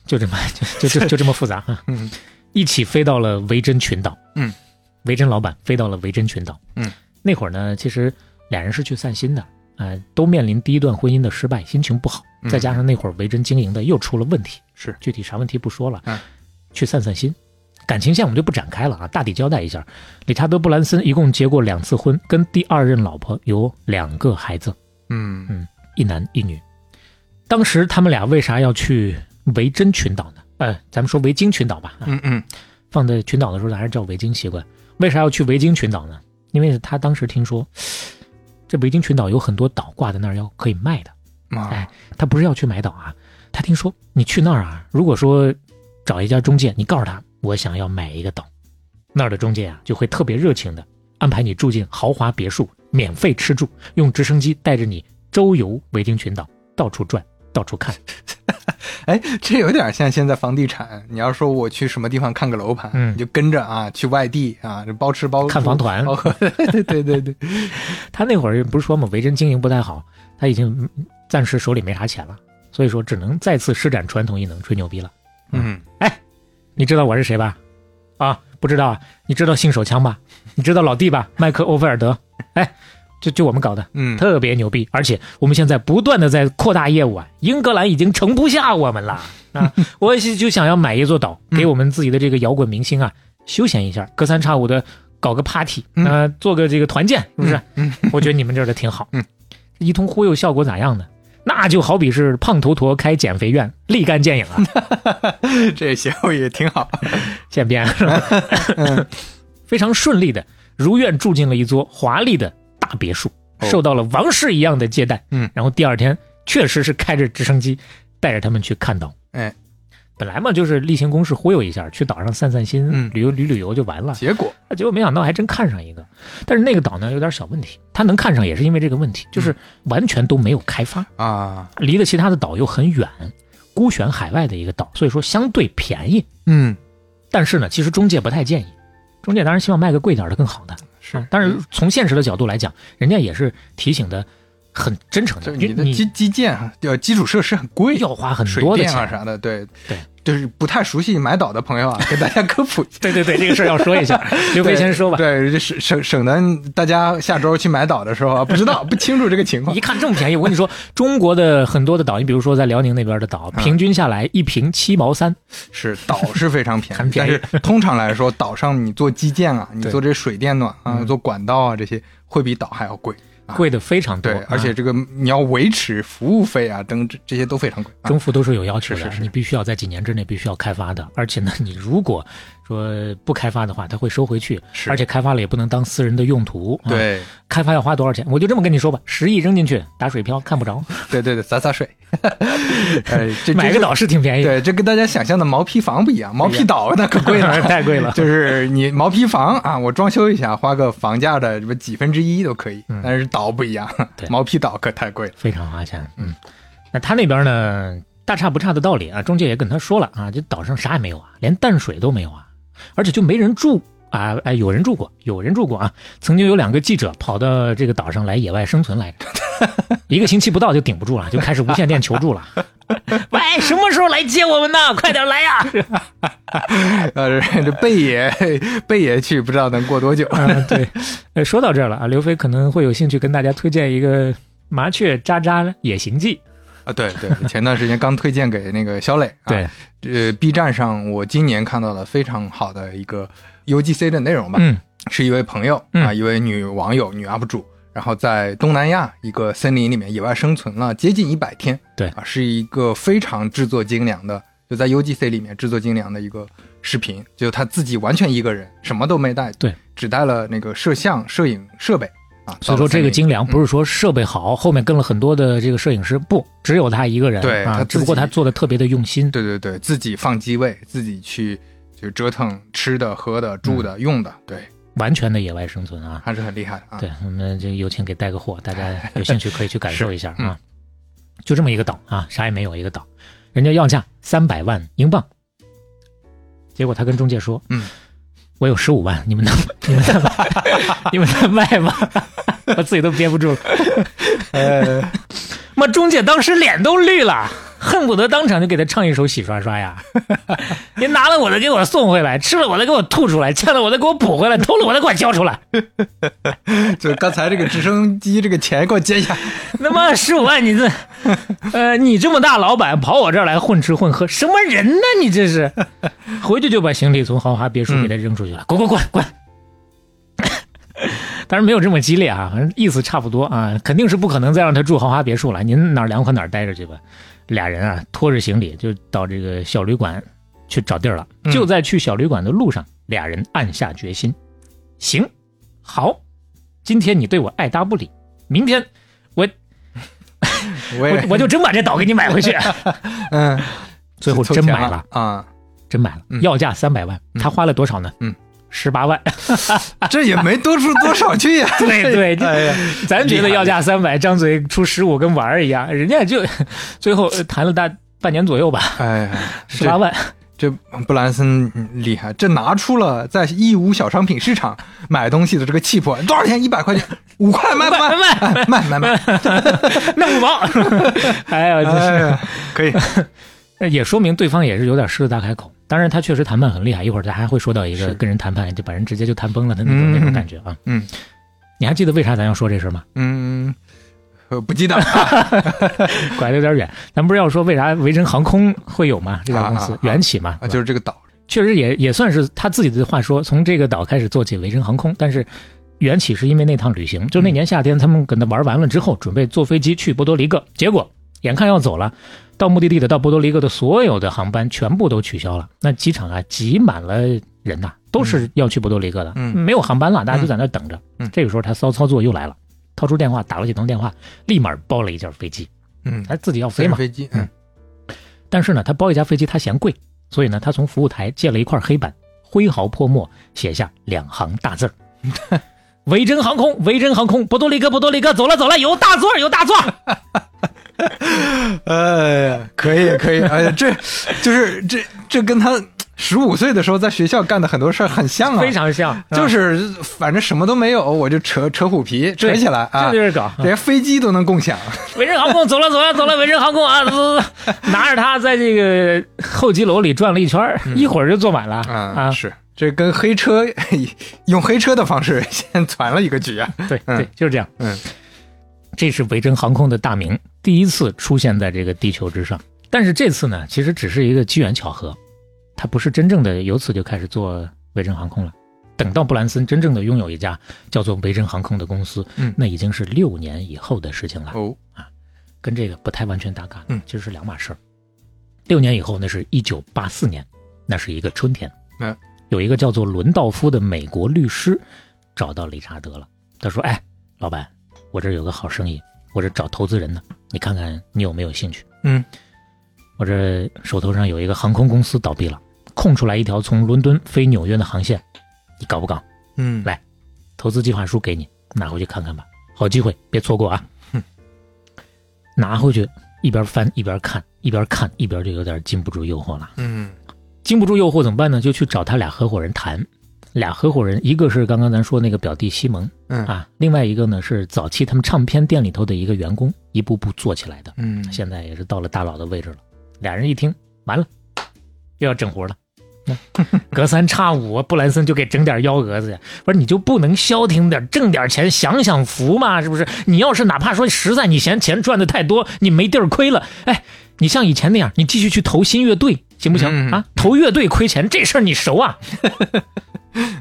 Speaker 2: 就这么就就就就这么复杂啊，
Speaker 3: 嗯
Speaker 2: 一起飞到了维珍群岛。
Speaker 3: 嗯，
Speaker 2: 维珍老板飞到了维珍群岛。
Speaker 3: 嗯，
Speaker 2: 那会儿呢，其实俩人是去散心的，呃，都面临第一段婚姻的失败，心情不好，
Speaker 3: 嗯
Speaker 2: 再加上那会儿维珍经营的又出了问题，
Speaker 3: 是
Speaker 2: 具体啥问题不说了，
Speaker 3: 嗯
Speaker 2: 去散散心。感情线我们就不展开了啊，大体交代一下，理查德·布兰森一共结过两次婚，跟第二任老婆有两个孩子，
Speaker 3: 嗯
Speaker 2: 一男一女。当时他们俩为啥要去维珍群岛呢？呃，咱们说维京群岛吧，啊
Speaker 3: 嗯嗯
Speaker 2: 放在群岛的时候，还是叫维京习惯。为啥要去维京群岛呢？因为他当时听说，这维京群岛有很多岛挂在那儿要可以卖的。
Speaker 3: 嗯啊，
Speaker 2: 他不是要去买岛啊，他听说你去那儿啊，如果说找一家中介，你告诉他我想要买一个岛，那儿的中介啊就会特别热情的安排你住进豪华别墅，免费吃住，用直升机带着你周游维京群岛，到处转，到处看。
Speaker 3: 哎，这有点像现在房地产。你要说我去什么地方看个楼盘，
Speaker 2: 嗯
Speaker 3: 你就跟着啊，去外地啊，这包吃包住
Speaker 2: 看房团
Speaker 3: 包喝 对对对对，
Speaker 2: 他那会儿不是说嘛，维珍经营不太好，他已经嗯暂时手里没啥钱了，所以说只能再次施展传统异能，吹牛逼了。
Speaker 3: 嗯，
Speaker 2: 你知道我是谁吧？啊，不知道啊？你知道性手枪吧？你知道老弟吧？麦克欧菲尔德？哎，就就我们搞的，
Speaker 3: 嗯，
Speaker 2: 特别牛逼，而且我们现在不断的在扩大业务啊，英格兰已经盛不下我们了 啊！我也就想要买一座岛，
Speaker 3: 嗯
Speaker 2: 给我们自己的这个摇滚明星啊休闲一下，隔三差五的搞个 party，
Speaker 3: 嗯
Speaker 2: 呃，做个这个团建，是不是？
Speaker 3: 嗯
Speaker 2: 我觉得你们这儿的挺好。
Speaker 3: 嗯，
Speaker 2: 一通忽悠效果咋样呢？那就好比是胖头陀开减肥院，立竿见影啊！
Speaker 3: 这歇后语挺好。
Speaker 2: 渐变，
Speaker 3: 嗯
Speaker 2: 非常顺利的如愿住进了一座华丽的大别墅，
Speaker 3: 哦
Speaker 2: 受到了王室一样的接待。
Speaker 3: 嗯
Speaker 2: 然后第二天确实是开着直升机带着他们去看岛。
Speaker 3: 哎，
Speaker 2: 本来嘛就是例行公事忽悠一下，去岛上散散心，
Speaker 3: 嗯
Speaker 2: 旅游旅旅游就完了。
Speaker 3: 结果，
Speaker 2: 啊结果没想到还真看上一个，但是那个岛呢有点小问题，他能看上也是因为这个问
Speaker 3: 嗯
Speaker 2: 题，就是完全都没有开发，
Speaker 3: 啊，
Speaker 2: 离的其他的岛又很远，孤悬海外的一个岛，所以说相对便宜。
Speaker 3: 嗯，
Speaker 2: 但是呢，其实中介不太建议，中介当然希望卖个贵点儿的更好的。
Speaker 3: 是
Speaker 2: 啊，但
Speaker 3: 嗯
Speaker 2: 是从现实的角度来讲，人家也是提醒的很真诚
Speaker 3: 就
Speaker 2: 的，
Speaker 3: 是你的
Speaker 2: 你
Speaker 3: 基基建啊，要基础设施很贵，
Speaker 2: 要花很
Speaker 3: 水
Speaker 2: 多的
Speaker 3: 电啊
Speaker 2: 钱。
Speaker 3: 啥的，对
Speaker 2: 对，
Speaker 3: 就是不太熟悉买岛的朋友啊，给大家科普一下。
Speaker 2: 对对对，这个事儿要说一 下，刘飞先说吧。
Speaker 3: 对，这省省省得大家下周去买岛的时候啊，不知道不清楚这个情况
Speaker 2: 一。看这么便宜，我跟你说，中国的很多的岛，你比如说在辽宁那边的岛，
Speaker 3: 嗯
Speaker 2: 平均下来一瓶七毛三，
Speaker 3: 是岛是非常便
Speaker 2: 很
Speaker 3: 宜，但
Speaker 2: 便宜
Speaker 3: 是通常来说，岛上你做基建啊，你
Speaker 2: 对
Speaker 3: 做这水电暖啊，
Speaker 2: 嗯
Speaker 3: 做管道啊这些，会比岛还要贵。啊
Speaker 2: 贵的非常多。
Speaker 3: 对，而且
Speaker 2: 啊
Speaker 3: 这个你要维持服务费啊等这这些都非常贵。啊
Speaker 2: 中服都是有要求的，
Speaker 3: 是是嗯是
Speaker 2: 你必须要在几年之内必须要开发的。而且呢，你如果说不开发的话，它会收回去，
Speaker 3: 是
Speaker 2: 而且开发了也不能当私人的用途。啊，
Speaker 3: 对
Speaker 2: 开发要花多少钱？我就这么跟你说吧，十亿扔进去打水漂看不 着，
Speaker 3: 对对对，洒洒水。 哎，这
Speaker 2: 买个。
Speaker 3: 这
Speaker 2: 岛是挺便宜
Speaker 3: 是
Speaker 2: 的，
Speaker 3: 对，这跟大家想象的毛坯房不一样，毛坯岛那可贵了，
Speaker 2: 太 贵了。
Speaker 3: 就是你毛坯房啊，我装修一下，花个房价的什么几分之一都可以，
Speaker 2: 嗯
Speaker 3: 但是岛不一样
Speaker 2: 对，
Speaker 3: 毛坯岛可太贵 了。
Speaker 2: 非常花钱。嗯，那他那边呢，大差不差的道理啊，中介也跟他说了啊，这岛上啥也没有啊，连淡水都没有啊，而且就没人住啊，哎，有人住过，有人住过啊。曾经有两个记者跑到这个岛上来野外生 存来着，一个星期不到就顶不住了，就开始无线电求 助了。喂，什么时候来接我们呢？快点来呀！
Speaker 3: 呃，这贝爷贝爷去不知道能 过多久。
Speaker 2: 啊，对，呃，说到这儿了啊，刘飞可能会有兴趣跟大家推荐一个《麻雀渣渣野行记》。
Speaker 3: 啊，对对，前段时间刚推荐给那个肖磊、啊，
Speaker 2: 对，
Speaker 3: 呃，B 站上我今年看到了非常好的一个 UGC 的内容吧，
Speaker 2: 嗯
Speaker 3: 是一位朋友
Speaker 2: 嗯
Speaker 3: 啊，一位女网友、女 UP 主，然后在东南亚一个森林里面野外生存了接近一百天，
Speaker 2: 对
Speaker 3: 啊，是一个非常制作精良的就在 UGC 里面制作精良的一个视频，就他自己完全一个人，什么都没带，
Speaker 2: 对，
Speaker 3: 只带了那个摄像、摄影设备啊。
Speaker 2: 所以说这个精良不
Speaker 3: 是
Speaker 2: 是说设备好，后面跟了很多的这个摄影师，不，只有他一个人，
Speaker 3: 对
Speaker 2: 啊
Speaker 3: 他，
Speaker 2: 只
Speaker 3: 自
Speaker 2: 不过
Speaker 3: 己
Speaker 2: 他做的特别的用心，
Speaker 3: 对对对，自己放机位，自己去就折腾吃的、喝的、住
Speaker 2: 嗯
Speaker 3: 的、用的，对，
Speaker 2: 完全的野外生存啊。
Speaker 3: 还是很厉害的啊。
Speaker 2: 对，我们这有幸给带个货，大 家有兴趣可以去感受一下
Speaker 3: 是嗯
Speaker 2: 啊。就这么一个岛啊，啥也没有，一个岛，人家要价三百万英镑，结果他跟中介说：“
Speaker 3: 嗯，
Speaker 2: 我有十五万，你们能你们能 你们能卖吗？”我自己都憋不住了，
Speaker 3: 呃，
Speaker 2: 妈，中介当时脸都绿了，恨不得当场就给他唱一首《洗刷刷》呀！ 你拿了我的给我送回来，吃了我的给我吐出来，欠了我的给我补回来，偷了我的给我交出来。
Speaker 3: 就是刚才这个直升机这个钱给我接一下，
Speaker 2: 他妈十五万，你这，呃，你这么大老板跑我这儿来混吃混喝，什么人呢？你这是， 回去就把行李从豪华别墅给他扔出去了，滚滚滚滚！ 当然没有这么激烈啊，反正意思差不多啊，肯定是不可能再让他住豪华别墅了。您哪儿凉快哪儿待着去吧。俩人啊，拖着行李就到这个小旅馆去找地儿了。
Speaker 3: 嗯
Speaker 2: 就在去小旅馆的路上，俩人暗下决心，行，好，今天你对我爱答不理，明天
Speaker 3: 我也
Speaker 2: 我我就真把这岛给你买 回去。
Speaker 3: 嗯，
Speaker 2: 最后
Speaker 3: 凑
Speaker 2: 真
Speaker 3: 钱
Speaker 2: 买了
Speaker 3: 了，啊，
Speaker 2: 真买了，
Speaker 3: 嗯
Speaker 2: 要价三百万，
Speaker 3: 嗯
Speaker 2: 他花了多少呢？
Speaker 3: 嗯，
Speaker 2: 十八万。。
Speaker 3: 这也没多出多少去呀
Speaker 2: 对对就
Speaker 3: 哎呀，
Speaker 2: 咱觉得要价三百，张嘴出十五跟玩儿一样，人家就最后呃谈了大半年左右吧，
Speaker 3: 哎呀，
Speaker 2: 十八万。
Speaker 3: 这布兰森厉害，这拿出了在义乌小商品市场买东西的这个气魄。多少钱？一百块钱，五块卖不卖？卖卖卖卖！
Speaker 2: 那五毛。 哎呀，真
Speaker 3: 哎
Speaker 2: 是
Speaker 3: 呀，可以，
Speaker 2: 也说明对方也是有点狮子大开口。当然，他确实谈判很厉害，一会儿咱还会说到一个
Speaker 3: 是
Speaker 2: 跟人谈判就把人直接就谈崩了的那种
Speaker 3: 嗯
Speaker 2: 那种感觉啊。
Speaker 3: 嗯
Speaker 2: 你还记得为啥咱要说这事儿吗？
Speaker 3: 嗯，呃不记得，
Speaker 2: 拐的有点远，咱不是要说为啥维珍航空会有吗？这家公司
Speaker 3: 啊啊啊
Speaker 2: 缘起嘛，
Speaker 3: 啊就是这个岛，
Speaker 2: 确实也也算是他自己的话说，从这个岛开始做起维珍航空，但是缘起是因为那趟旅行，
Speaker 3: 嗯
Speaker 2: 就那年夏天他们跟他玩完了之后，准备坐飞机去波多黎各，结果眼看要走了，到目的地的到波多黎各的所有的航班全部都取消了，那机场啊挤满了人呐、都是要去波多黎各的，
Speaker 3: 嗯
Speaker 2: 没有航班了，大家就在那儿等着。
Speaker 3: 嗯
Speaker 2: 这个时候他骚操作又来了，掏出电话打了几通电话，立马包了一架飞机，
Speaker 3: 嗯，
Speaker 2: 他自己要
Speaker 3: 私
Speaker 2: 飞
Speaker 3: 人
Speaker 2: 嘛，
Speaker 3: 飞机，嗯
Speaker 2: 但是呢，他包一架飞机他嫌贵，所以呢，他从服务台借了一块黑板，挥毫泼墨写下两行大字儿：“维珍航空，维珍航空，波多黎各，波多黎各，走了走了，有大座儿有大座儿。
Speaker 3: 哎呀，可以可以，哎呀，这就是这这跟他十五岁的时候在学校干的很多事儿很像啊，
Speaker 2: 非常像，
Speaker 3: 就是是反正什么都没有，我就扯扯虎皮扯起来啊
Speaker 2: 这就，是啊搞。
Speaker 3: 连飞机都能共享，
Speaker 2: 维珍航空走了走了走了，维珍航空啊，走走走，拿着它在这个候机楼里转了一圈儿，一会儿就坐满了啊。
Speaker 3: 是这跟黑车 用黑车的方式 先攒了一个局啊，
Speaker 2: 对
Speaker 3: 嗯
Speaker 2: 对，就是这样。
Speaker 3: 嗯，
Speaker 2: 这是维珍航空的大名第一次出现在这个地球之上。但是这次呢，其实只是一个机缘巧合，他不是真正的由此就开始做维珍航空了。等到布兰森真正的拥有一家叫做维珍航空的公司，
Speaker 3: 嗯
Speaker 2: 那已经是六年以后的事情了，
Speaker 3: 哦，
Speaker 2: 跟这个不太完全搭嘎，
Speaker 3: 嗯
Speaker 2: 其实是两码事儿。六年以后，那是一九八四年，那是一个春天，
Speaker 3: 嗯，
Speaker 2: 有一个叫做伦道夫的美国律师找到理查德了，他说：“哎，老板，我这儿有个好生意，我这找投资人呢，你看看你有没有兴趣？”
Speaker 3: 嗯，
Speaker 2: 我这手头上有一个航空公司倒闭了，空出来一条从伦敦飞纽约的航线，你搞不搞？
Speaker 3: 嗯
Speaker 2: 来投资计划书给你，拿回去看看吧，好机会别错过啊！拿回去一边翻一边看，一边看一边就有点禁不住诱惑了。
Speaker 3: 嗯
Speaker 2: 经不住诱惑怎么办呢？就去找他俩合伙人谈。俩合伙人，一个是刚刚咱说那个表弟西蒙
Speaker 3: 嗯
Speaker 2: 啊，另外一个呢是早期他们唱片店里头的一个员工，一步步做起来的，
Speaker 3: 嗯，
Speaker 2: 现在也是到了大佬的位置了。俩人一听，完了，又要整活 了。那隔三差五，布兰森就给整点幺蛾子呀！不是，你就不能消停点，挣点钱享享福嘛？是不是？你要是哪怕说实在你嫌钱赚的太多，你没地儿亏了，哎，你像以前那样，你继续去投新乐队行不行、
Speaker 3: 嗯
Speaker 2: 啊？投乐队亏钱这事儿你熟啊？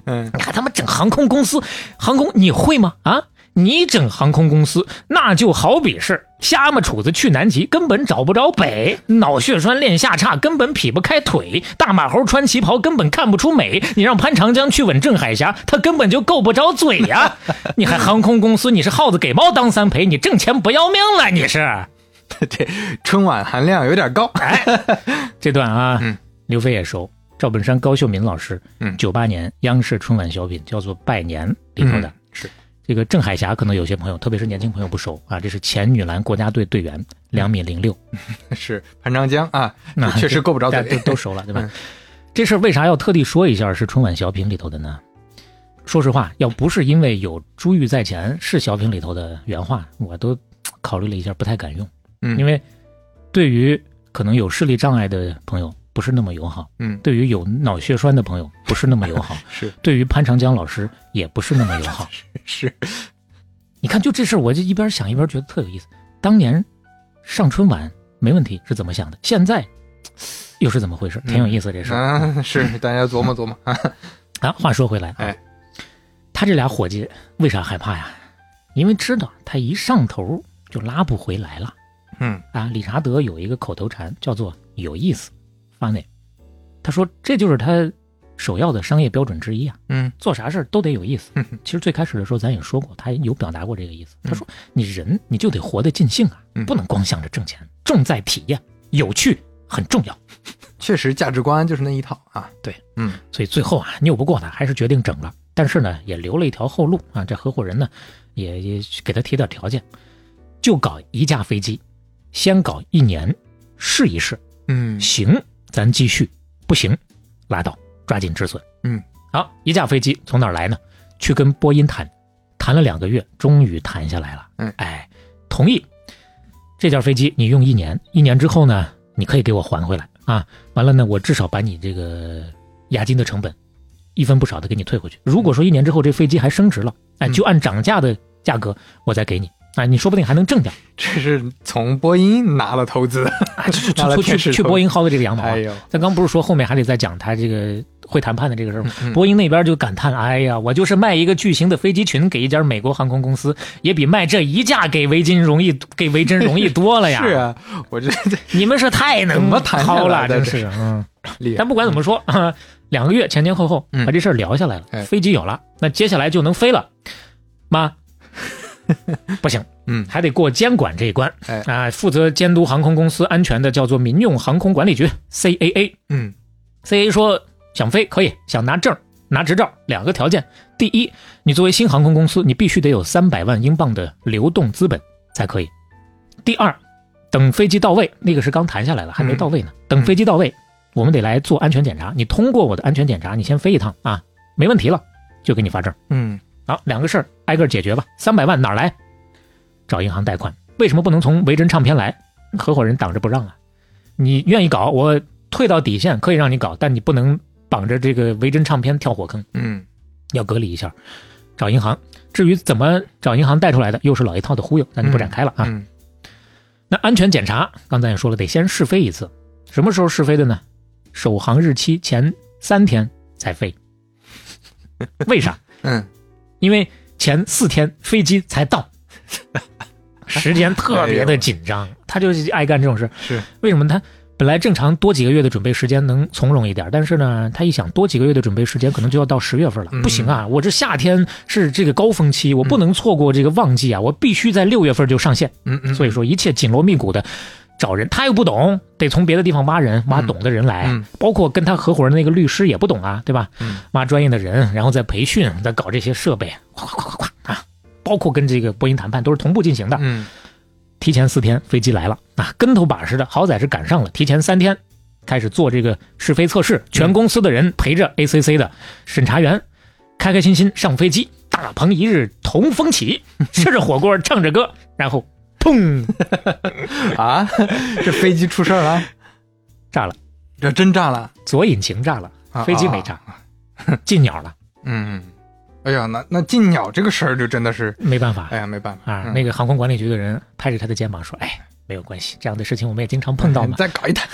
Speaker 3: 嗯
Speaker 2: 你看他们整航空公司，航空你会吗？啊，你整航空公司，那就好比是瞎么杵子去南极，根本找不着北；脑血栓练下叉，根本劈不开腿；大马猴穿旗袍，根本看不出美。你让潘长江去吻郑海霞，他根本就够不着嘴呀、 你还航空公司，你是耗子给猫当三陪，你挣钱不要命了，你是？
Speaker 3: 这春晚含量有点高。
Speaker 2: 哎，这段啊，
Speaker 3: 嗯
Speaker 2: 刘飞也熟。赵本山、高秀敏老师，
Speaker 3: 嗯
Speaker 2: 九八年央视春晚小品叫做《拜年》里头的，
Speaker 3: 嗯是
Speaker 2: 这个郑海霞，可能有些朋友，特别是年轻朋友不熟啊，这是前女篮国家队队
Speaker 3: 嗯
Speaker 2: 员，两米零六，
Speaker 3: 是潘长江啊，
Speaker 2: 那
Speaker 3: 确实够不着
Speaker 2: 大家都
Speaker 3: 嘴。
Speaker 2: 都熟了，对吧
Speaker 3: 嗯？
Speaker 2: 这事儿为啥要特地说一下是春晚小品里头的呢？说实话，要不是因为有珠玉在前是小品里头的原话，我都嘖考虑了一下，不太敢用，
Speaker 3: 嗯
Speaker 2: 因为对于可能有视力障碍的朋友不是那么友好，
Speaker 3: 嗯，
Speaker 2: 对于有脑血栓的朋友不是那么友 好，
Speaker 3: 是
Speaker 2: 对于潘长江老师也不是那么友 好。
Speaker 3: 是，
Speaker 2: 你看，就这事儿，我就一边想一边觉得特有意思。当年上春晚没问题是怎么想的，现在嘖又是怎么回事？挺有意思这事儿、
Speaker 3: 嗯啊，是大家琢磨琢磨啊。
Speaker 2: 啊。话说回来，啊
Speaker 3: 哎，
Speaker 2: 他这俩伙计为啥害怕呀？因为知道他一上头就拉不回来了
Speaker 3: 嗯
Speaker 2: 啊。理查德有一个口头禅叫做“有意思 ”，funny。他说这就是他首要的商业标准之一啊。
Speaker 3: 嗯
Speaker 2: 做啥事儿都得有意思
Speaker 3: 嗯哼。
Speaker 2: 其实最开始的时候，咱也说过，他有表达过这个意思。他说：“你人你就得活得尽兴啊
Speaker 3: 嗯，
Speaker 2: 不能光想着挣钱，重在体验，有趣很重要。
Speaker 3: 确实价值观就是那一套啊。
Speaker 2: 对，
Speaker 3: 嗯”
Speaker 2: 所以最后啊，拗不过他，还是决定整了。但是呢，也留了一条后路啊。这合伙人呢，也也给他提点条件，就搞一架飞机，先搞一年试一试，
Speaker 3: 嗯
Speaker 2: 行咱继续，不行拉倒，抓紧止损。
Speaker 3: 嗯，
Speaker 2: 好，一架飞机从哪儿来呢？去跟波音谈，谈了两个月，终于谈下来了。
Speaker 3: 嗯
Speaker 2: 哎，同意，这架飞机你用一年，一年之后呢，你可以给我还回来啊。完了呢，我至少把你这个押金的成本一分不少的给你退回去。如果说一年之后这飞机还升值了，哎，
Speaker 3: 嗯
Speaker 2: 就按涨价的价格我再给你。哎，你说不定还能挣 点儿，
Speaker 3: 这是从波音拿了投资。
Speaker 2: 哎去
Speaker 3: 拿了
Speaker 2: 去
Speaker 3: 天使
Speaker 2: 去去
Speaker 3: 投
Speaker 2: 波音薅的这个羊毛啊！
Speaker 3: 哎呦，
Speaker 2: 咱刚不是说后面还得再讲他这个会谈判的这个事儿吗？
Speaker 3: 嗯
Speaker 2: 波音那边就感叹：“哎呀，我就是卖一个巨型的飞机群给一家美国航空公司，也比卖这一架给维金容易，给维珍容易多了哎呀！
Speaker 3: 是啊，我这这
Speaker 2: 你们是太
Speaker 3: 怎
Speaker 2: 能
Speaker 3: 么谈下来
Speaker 2: 掏了，
Speaker 3: 的
Speaker 2: 真
Speaker 3: 这
Speaker 2: 是。嗯，
Speaker 3: 厉害
Speaker 2: 但。不管怎么说，啊两个月前前后后
Speaker 3: 嗯
Speaker 2: 把这事儿聊下来了，
Speaker 3: 哎
Speaker 2: 飞机有了，那接下来就能飞了。 妈，不行，
Speaker 3: 嗯
Speaker 2: 还得过监管这一关。
Speaker 3: 哎
Speaker 2: 啊，负责监督航空公司安全的叫做民用航空管理局 （CAA）。
Speaker 3: 嗯
Speaker 2: C A 说想飞可以，想拿证儿拿执照两个条件：第一，你作为新航空公司，你必须得有三百万英镑的流动资本才可以；第二，等飞机到位，那个是刚谈下来了，还没到位呢。等飞机到位，我们得来做安全检查，你通过我的安全检查，你先飞一趟啊，没问题了，就给你发证。
Speaker 3: 嗯
Speaker 2: 好，两个事儿挨个儿解决吧。三百万哪儿来？找银行贷款。为什么不能从维珍唱片来？合伙人挡着不让啊！你愿意搞，我退到底线可以让你搞，但你不能绑着这个维珍唱片跳火坑，
Speaker 3: 嗯
Speaker 2: 要隔离一下。找银行。至于怎么找银行贷出来的，又是老一套的忽悠，那就不展开了啊。
Speaker 3: 嗯
Speaker 2: 那安全检查，刚才也说了，得先试飞一次。什么时候试飞的呢？首航日期前三天才飞。为啥？
Speaker 3: 嗯，
Speaker 2: 因为前四天飞机才到， 时间特别的紧张，他就是爱干这种事。
Speaker 3: 是
Speaker 2: 为什么他本来正常多几个月的准备时间能从容一点，但是呢，他一想多几个月的准备时间可能就要到十月份了，
Speaker 3: 嗯
Speaker 2: 不行啊！我这夏天是这个高峰期，我不能错过这个旺季啊，我必须在六月份就上线。
Speaker 3: 嗯嗯，
Speaker 2: 所以说一切紧锣密鼓的找人，他又不懂，得从别的地方挖人，挖懂的人来，
Speaker 3: 嗯
Speaker 2: 包括跟他合伙人那个律师也不懂啊，对吧？
Speaker 3: 嗯
Speaker 2: 挖专业的人，然后再培训，再搞这些设备，咵咵咵咵咵啊，包括跟这个波音谈判都是同步进行的。
Speaker 3: 嗯
Speaker 2: 提前四天飞机来了啊，跟头把式的，好歹是赶上了，提前三天开始做这个试飞测试，全公司的人陪着 ACC 的审查员，开开心心上飞机，大鹏一日同风起，吃着火锅唱着歌，然后砰
Speaker 3: 啊， 这飞机出事儿了，
Speaker 2: 炸了。
Speaker 3: 这真炸了，
Speaker 2: 左引擎炸了，
Speaker 3: 啊
Speaker 2: 飞机没炸，进鸟了，
Speaker 3: 嗯，哎呀，那那进鸟这个事儿就真的是，
Speaker 2: 没办法
Speaker 3: 哎呀，没办法
Speaker 2: 啊。
Speaker 3: 嗯
Speaker 2: 那个航空管理局的人拍着他的肩膀说：“哎，没有关系，这样的事情我们也经常碰到
Speaker 3: 你
Speaker 2: 嘛，
Speaker 3: 嗯 再搞一台，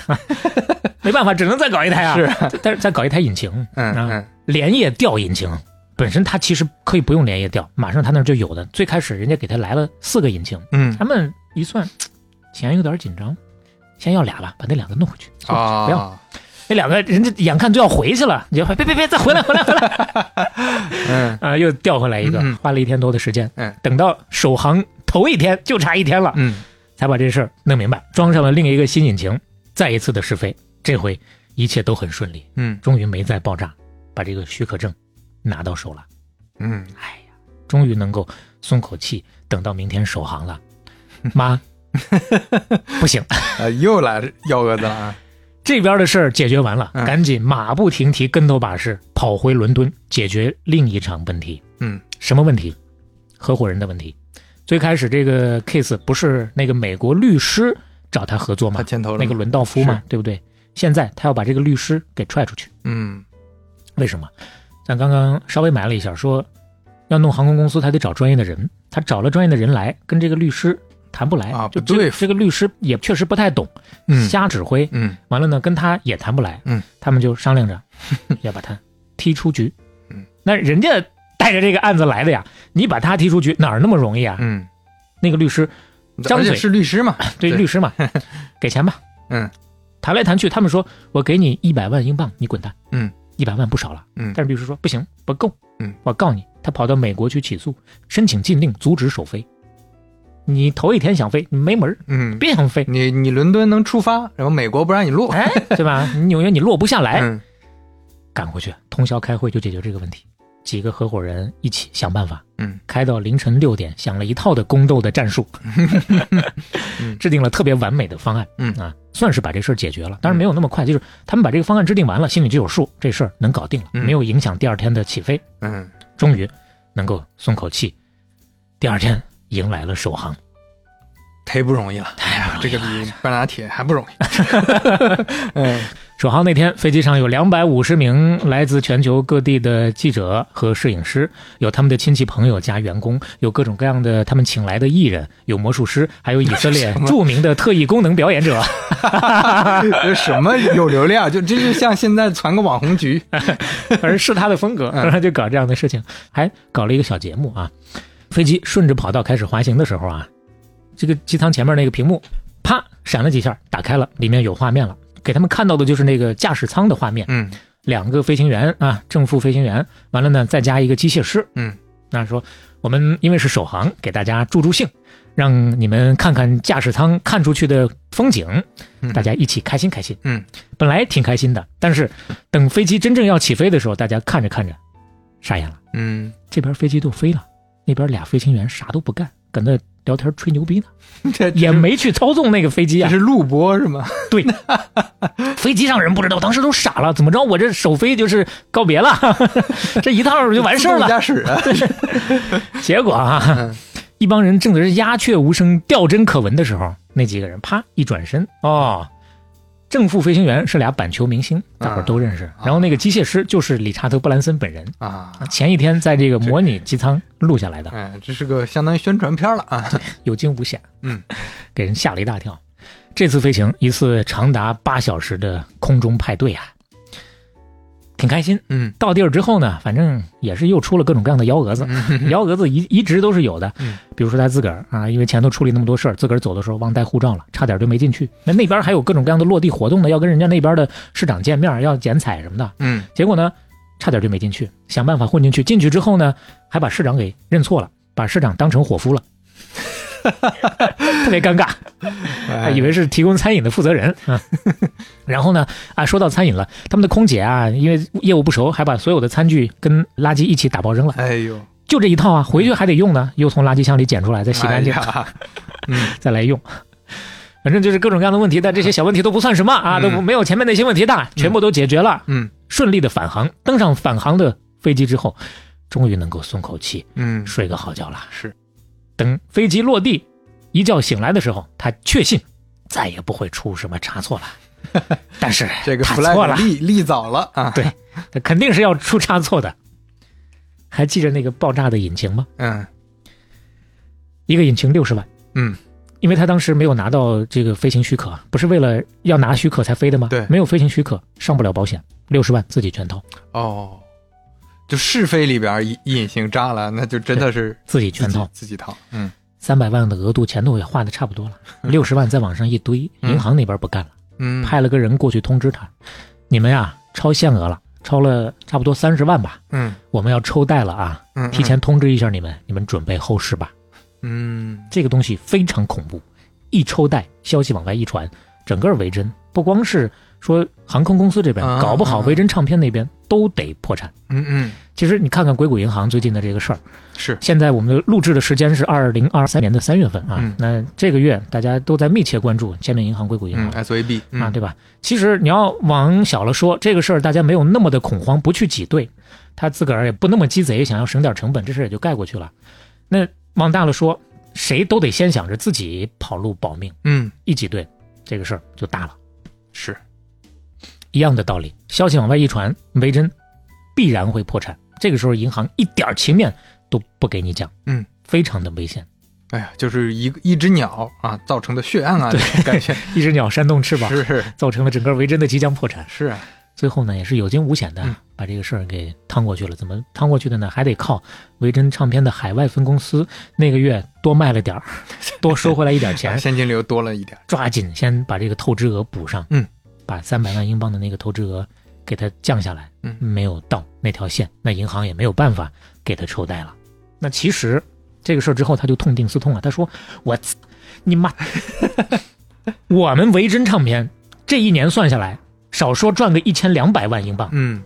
Speaker 2: 没办法，只能再搞一台啊。
Speaker 3: 是，
Speaker 2: 但是再搞一台引擎，
Speaker 3: 嗯
Speaker 2: 啊
Speaker 3: 嗯，
Speaker 2: 连夜调引擎，本身它其实可以不用连夜调，马上它那儿就有的。最开始人家给它来了四个引擎，
Speaker 3: 嗯
Speaker 2: 他们一算，哎钱有点紧张，先要俩吧，把那两个弄回去。
Speaker 3: 啊，
Speaker 2: 不要那两个人家眼看就要回去了，你就别别别，再回来回来回来
Speaker 3: 嗯
Speaker 2: 啊、又调回来一个，
Speaker 3: 嗯嗯
Speaker 2: 花了一天多的时间。
Speaker 3: 嗯，
Speaker 2: 等到首航头一天，就差一天了，
Speaker 3: 嗯
Speaker 2: 才把这事儿弄明白，装上了另一个新引擎，再一次的试飞，这回一切都很顺利，
Speaker 3: 嗯
Speaker 2: 终于没再爆炸，把这个许可证拿到手了，
Speaker 3: 嗯，
Speaker 2: 终于能够松口气，等到明天首航 了。妈，不行，
Speaker 3: 啊，又来幺蛾子了啊！
Speaker 2: 这边的事儿解决完了，
Speaker 3: 嗯
Speaker 2: 赶紧马不停蹄、跟头把式跑回伦敦，解决另一场问题。
Speaker 3: 嗯，
Speaker 2: 什么问题？合伙人的问题。最开始这个 case 不是那个美国律师找他合作
Speaker 3: 他
Speaker 2: 吗？
Speaker 3: 牵头了，
Speaker 2: 啊那个，伦道夫嘛，对不对？现在他要把这个律师给踹出去，
Speaker 3: 嗯
Speaker 2: 为什么？咱刚刚稍微埋了一下，说要弄航空公司，他得找专业的人。他找了专业的人来，跟这个律师谈不来
Speaker 3: 啊
Speaker 2: 就
Speaker 3: 不
Speaker 2: 这
Speaker 3: 对付
Speaker 2: 这个律师也确实不太懂，
Speaker 3: 嗯
Speaker 2: 瞎指挥。
Speaker 3: 嗯
Speaker 2: 完了呢，跟他也谈不来，
Speaker 3: 嗯，
Speaker 2: 他们就商量 着要把他踢出局，
Speaker 3: 嗯，
Speaker 2: 那人家带着这个案子来的呀，你把他踢出局哪儿那么容易啊？
Speaker 3: 嗯，
Speaker 2: 那个律 师张
Speaker 3: 而且
Speaker 2: 嘴
Speaker 3: 是律师嘛，
Speaker 2: 对
Speaker 3: 对
Speaker 2: 律 师嘛，给钱吧，
Speaker 3: 嗯，
Speaker 2: 谈来谈去，他们说我给你一百万英镑，你滚蛋，
Speaker 3: 嗯，
Speaker 2: 一百万不少了，
Speaker 3: 嗯
Speaker 2: 但是律师说不行，不够，
Speaker 3: 嗯，
Speaker 2: 我告你，他跑到美国去起诉，申请禁令阻止首飞，你头一天想飞你没门儿，
Speaker 3: 嗯，，
Speaker 2: 别想飞
Speaker 3: 你你伦敦能出发，然后美国不让你录，
Speaker 2: 哎，对吧？你纽约你落不下来，
Speaker 3: 嗯
Speaker 2: 赶回去，通宵开会就解决这个问题。几个合伙人一起想办法，
Speaker 3: 嗯，
Speaker 2: 开到凌晨六点，想了一套的宫斗的战 术，
Speaker 3: 嗯
Speaker 2: 制定了特别完美的方案，
Speaker 3: 嗯
Speaker 2: 啊，算是把这事儿解决了。当然没有那么快，就是他们把这个方案制定完了，心里就有数，这事儿能搞定了，
Speaker 3: 嗯
Speaker 2: 没有影响第二天的起飞，
Speaker 3: 嗯
Speaker 2: 终于能够松口气。第二天迎来了首航，
Speaker 3: 忒不容易了，哎呀，这个比半拿铁还不容易， 嗯
Speaker 2: 首航那天，飞机上有两百五十名来自全球各地的记者和摄影师，有他们的亲戚朋友加员工，有各种各样的他们请来的艺人，有魔术师，还有以色列著名的特异功能表演者。
Speaker 3: 这什么有流量，就这就像现在传个网红局，
Speaker 2: 反正是他的风格，然后就搞这样的事情，还搞了一个小节目啊。飞机顺着跑道开始滑行的时候啊，这个机舱前面那个屏幕啪闪了几下，打开了，里面有画面了。给他们看到的就是那个驾驶舱的画面，
Speaker 3: 嗯
Speaker 2: 两个飞行员啊，正副飞行员，完了呢，再加一个机械师。
Speaker 3: 嗯，
Speaker 2: 那说我们因为是首航，给大家助助兴，让你们看看驾驶舱看出去的风景，
Speaker 3: 嗯
Speaker 2: 大家一起开心开心。
Speaker 3: 嗯，
Speaker 2: 本来挺开心的，但是等飞机真正要起飞的时候，大家看着看着傻眼了，
Speaker 3: 嗯
Speaker 2: 这边飞机都飞了，那边俩飞行员啥都不干，搁那聊天吹牛逼呢，
Speaker 3: 这这
Speaker 2: 也没去操纵那个飞机
Speaker 3: 这
Speaker 2: 啊。
Speaker 3: 是录播是吗？
Speaker 2: 飞机上人不知道，当时都傻了，怎么着？我这首飞就是告别了， 这一趟就完事儿
Speaker 3: 自动
Speaker 2: 了。
Speaker 3: 驾驶 啊，
Speaker 2: 结果啊
Speaker 3: 嗯，
Speaker 2: 一帮人正在这鸦雀无声、吊针可闻的时候，那几个人啪一转身，哦，正副飞行员是俩板球明星，
Speaker 3: 啊
Speaker 2: 大伙儿都认识。然后那个机械师就是理查德·布兰森本人，
Speaker 3: 啊，
Speaker 2: 前一天在这个模拟机舱录下来的，
Speaker 3: 哎，这是个相当于宣传片了啊，
Speaker 2: 有惊无险，
Speaker 3: 嗯，
Speaker 2: 给人吓了一大跳。这次飞行一次长达八小时的空中派对啊，挺开心。
Speaker 3: 嗯
Speaker 2: 到地儿之后呢，反正也是又出了各种各样的幺蛾子， 幺蛾子一一直都是有的
Speaker 3: 嗯。
Speaker 2: 比如说他自个儿啊，因为前头处理那么多事儿，自个儿走的时候忘带护照了，差点就没进去。那那边还有各种各样的落地活动呢，要跟人家那边的市长见面，要剪彩什么的。
Speaker 3: 嗯
Speaker 2: 结果呢，差点就没进去，想办法混进去。进去之后呢，还把市长给认错了，把市长当成伙夫了。 特别尴尬，
Speaker 3: 哎
Speaker 2: 还以为是提供餐饮的负责人
Speaker 3: 嗯
Speaker 2: 啊。 然后呢，啊，说到餐饮了，他们的空姐啊，因为业务不熟，还把所有的餐具跟垃圾一起打包扔了，
Speaker 3: 哎呦，
Speaker 2: 就这一套啊，回去还得用呢，又从垃圾箱里捡出来，再洗
Speaker 3: 嗯哎
Speaker 2: 干净，
Speaker 3: 呀
Speaker 2: 再来用。反正就是各种各样的问题，但 这些小问题都不算什么啊，
Speaker 3: 嗯
Speaker 2: 都不没有前面那些问题大，全部都解决了。
Speaker 3: 嗯
Speaker 2: 顺利的返航，登上返航的飞机之后，终于能够松口气，
Speaker 3: 嗯，
Speaker 2: 睡个好觉了。
Speaker 3: 是，
Speaker 2: 等飞机落地，一觉醒来的时候，他确信再也不会出什么差错了。 但是
Speaker 3: 这个
Speaker 2: 他
Speaker 3: flag
Speaker 2: 哎错了，
Speaker 3: 立立早了啊，
Speaker 2: 对他肯定是要出差错的。还记着那个爆炸的引擎吗？
Speaker 3: 嗯
Speaker 2: 一个引擎六十万，
Speaker 3: 嗯，
Speaker 2: 因为他当时没有拿到这个飞行许可，不是为了要拿许可才飞的吗？
Speaker 3: 对
Speaker 2: 没有飞行许可上不了保险，六十万自己全掏。
Speaker 3: 哦，就是非里边隐隐形渣了，那就真的是
Speaker 2: 自己全
Speaker 3: 自己
Speaker 2: 套
Speaker 3: 自己掏。嗯，
Speaker 2: 三百万的额度，前头也画的差不多了，六十万再往上一堆，
Speaker 3: 嗯
Speaker 2: 银行那边不干了，
Speaker 3: 嗯，
Speaker 2: 派了个人过去通知他，你们呀超限额了，超了差不多三十万吧，
Speaker 3: 嗯
Speaker 2: 我们要抽贷了啊，
Speaker 3: 嗯，嗯
Speaker 2: 提前通知一下你们，你们准备后事吧。
Speaker 3: 嗯
Speaker 2: 这个东西非常恐怖，一抽贷，消息往外一传，整个维珍不光是说航空公司这边，
Speaker 3: 啊
Speaker 2: 搞不好
Speaker 3: 啊
Speaker 2: 维珍唱片那边都得破产。
Speaker 3: 嗯嗯
Speaker 2: 其实你看看硅谷银行最近的这个事儿，
Speaker 3: 是
Speaker 2: 现在我们录制的时间是二零二三年的三月份啊，
Speaker 3: 嗯
Speaker 2: 那这个月大家都在密切关注签名银行、硅谷银
Speaker 3: 嗯
Speaker 2: 行。
Speaker 3: S A B
Speaker 2: 啊，对吧？其实你要往小了说，这个事儿大家没有那么的恐慌，不去挤兑，他自个儿也不那么鸡贼，想要省点成本，这事儿也就盖过去了。那往大了说，谁都得先想着自己跑路保命，
Speaker 3: 嗯
Speaker 2: 一挤兑，这个事儿就大了。
Speaker 3: 是
Speaker 2: 一样的道理，消息往外一传，维珍必然会破产。这个时候，银行一点儿情面都不给你讲，
Speaker 3: 嗯，
Speaker 2: 非常的危险。
Speaker 3: 哎呀，就是一个一只鸟啊造成的血案啊， 感觉
Speaker 2: 一只鸟扇动翅膀，
Speaker 3: 是是
Speaker 2: 造成了整个维珍的即将破产。
Speaker 3: 是啊，
Speaker 2: 最后呢，也是有惊无险的
Speaker 3: 嗯
Speaker 2: 把这个事儿给趟过去了。怎么趟过去的呢？还得靠维珍唱片的海外分公司那个月多卖了点儿， 多收回来一点
Speaker 3: 啊
Speaker 2: 钱，
Speaker 3: 现金流多了一点，
Speaker 2: 抓紧先把这个透支额补上。
Speaker 3: 嗯，
Speaker 2: 把三百万英镑的那个透支额给它降下来。
Speaker 3: 嗯
Speaker 2: 没有到那条线，那银行也没有办法给他抽贷了。那其实这个事儿之后，他就痛定思痛了。他说：“我操你 妈！我们维珍唱片这一年算下来，少说赚个一千两百万英镑。”
Speaker 3: 嗯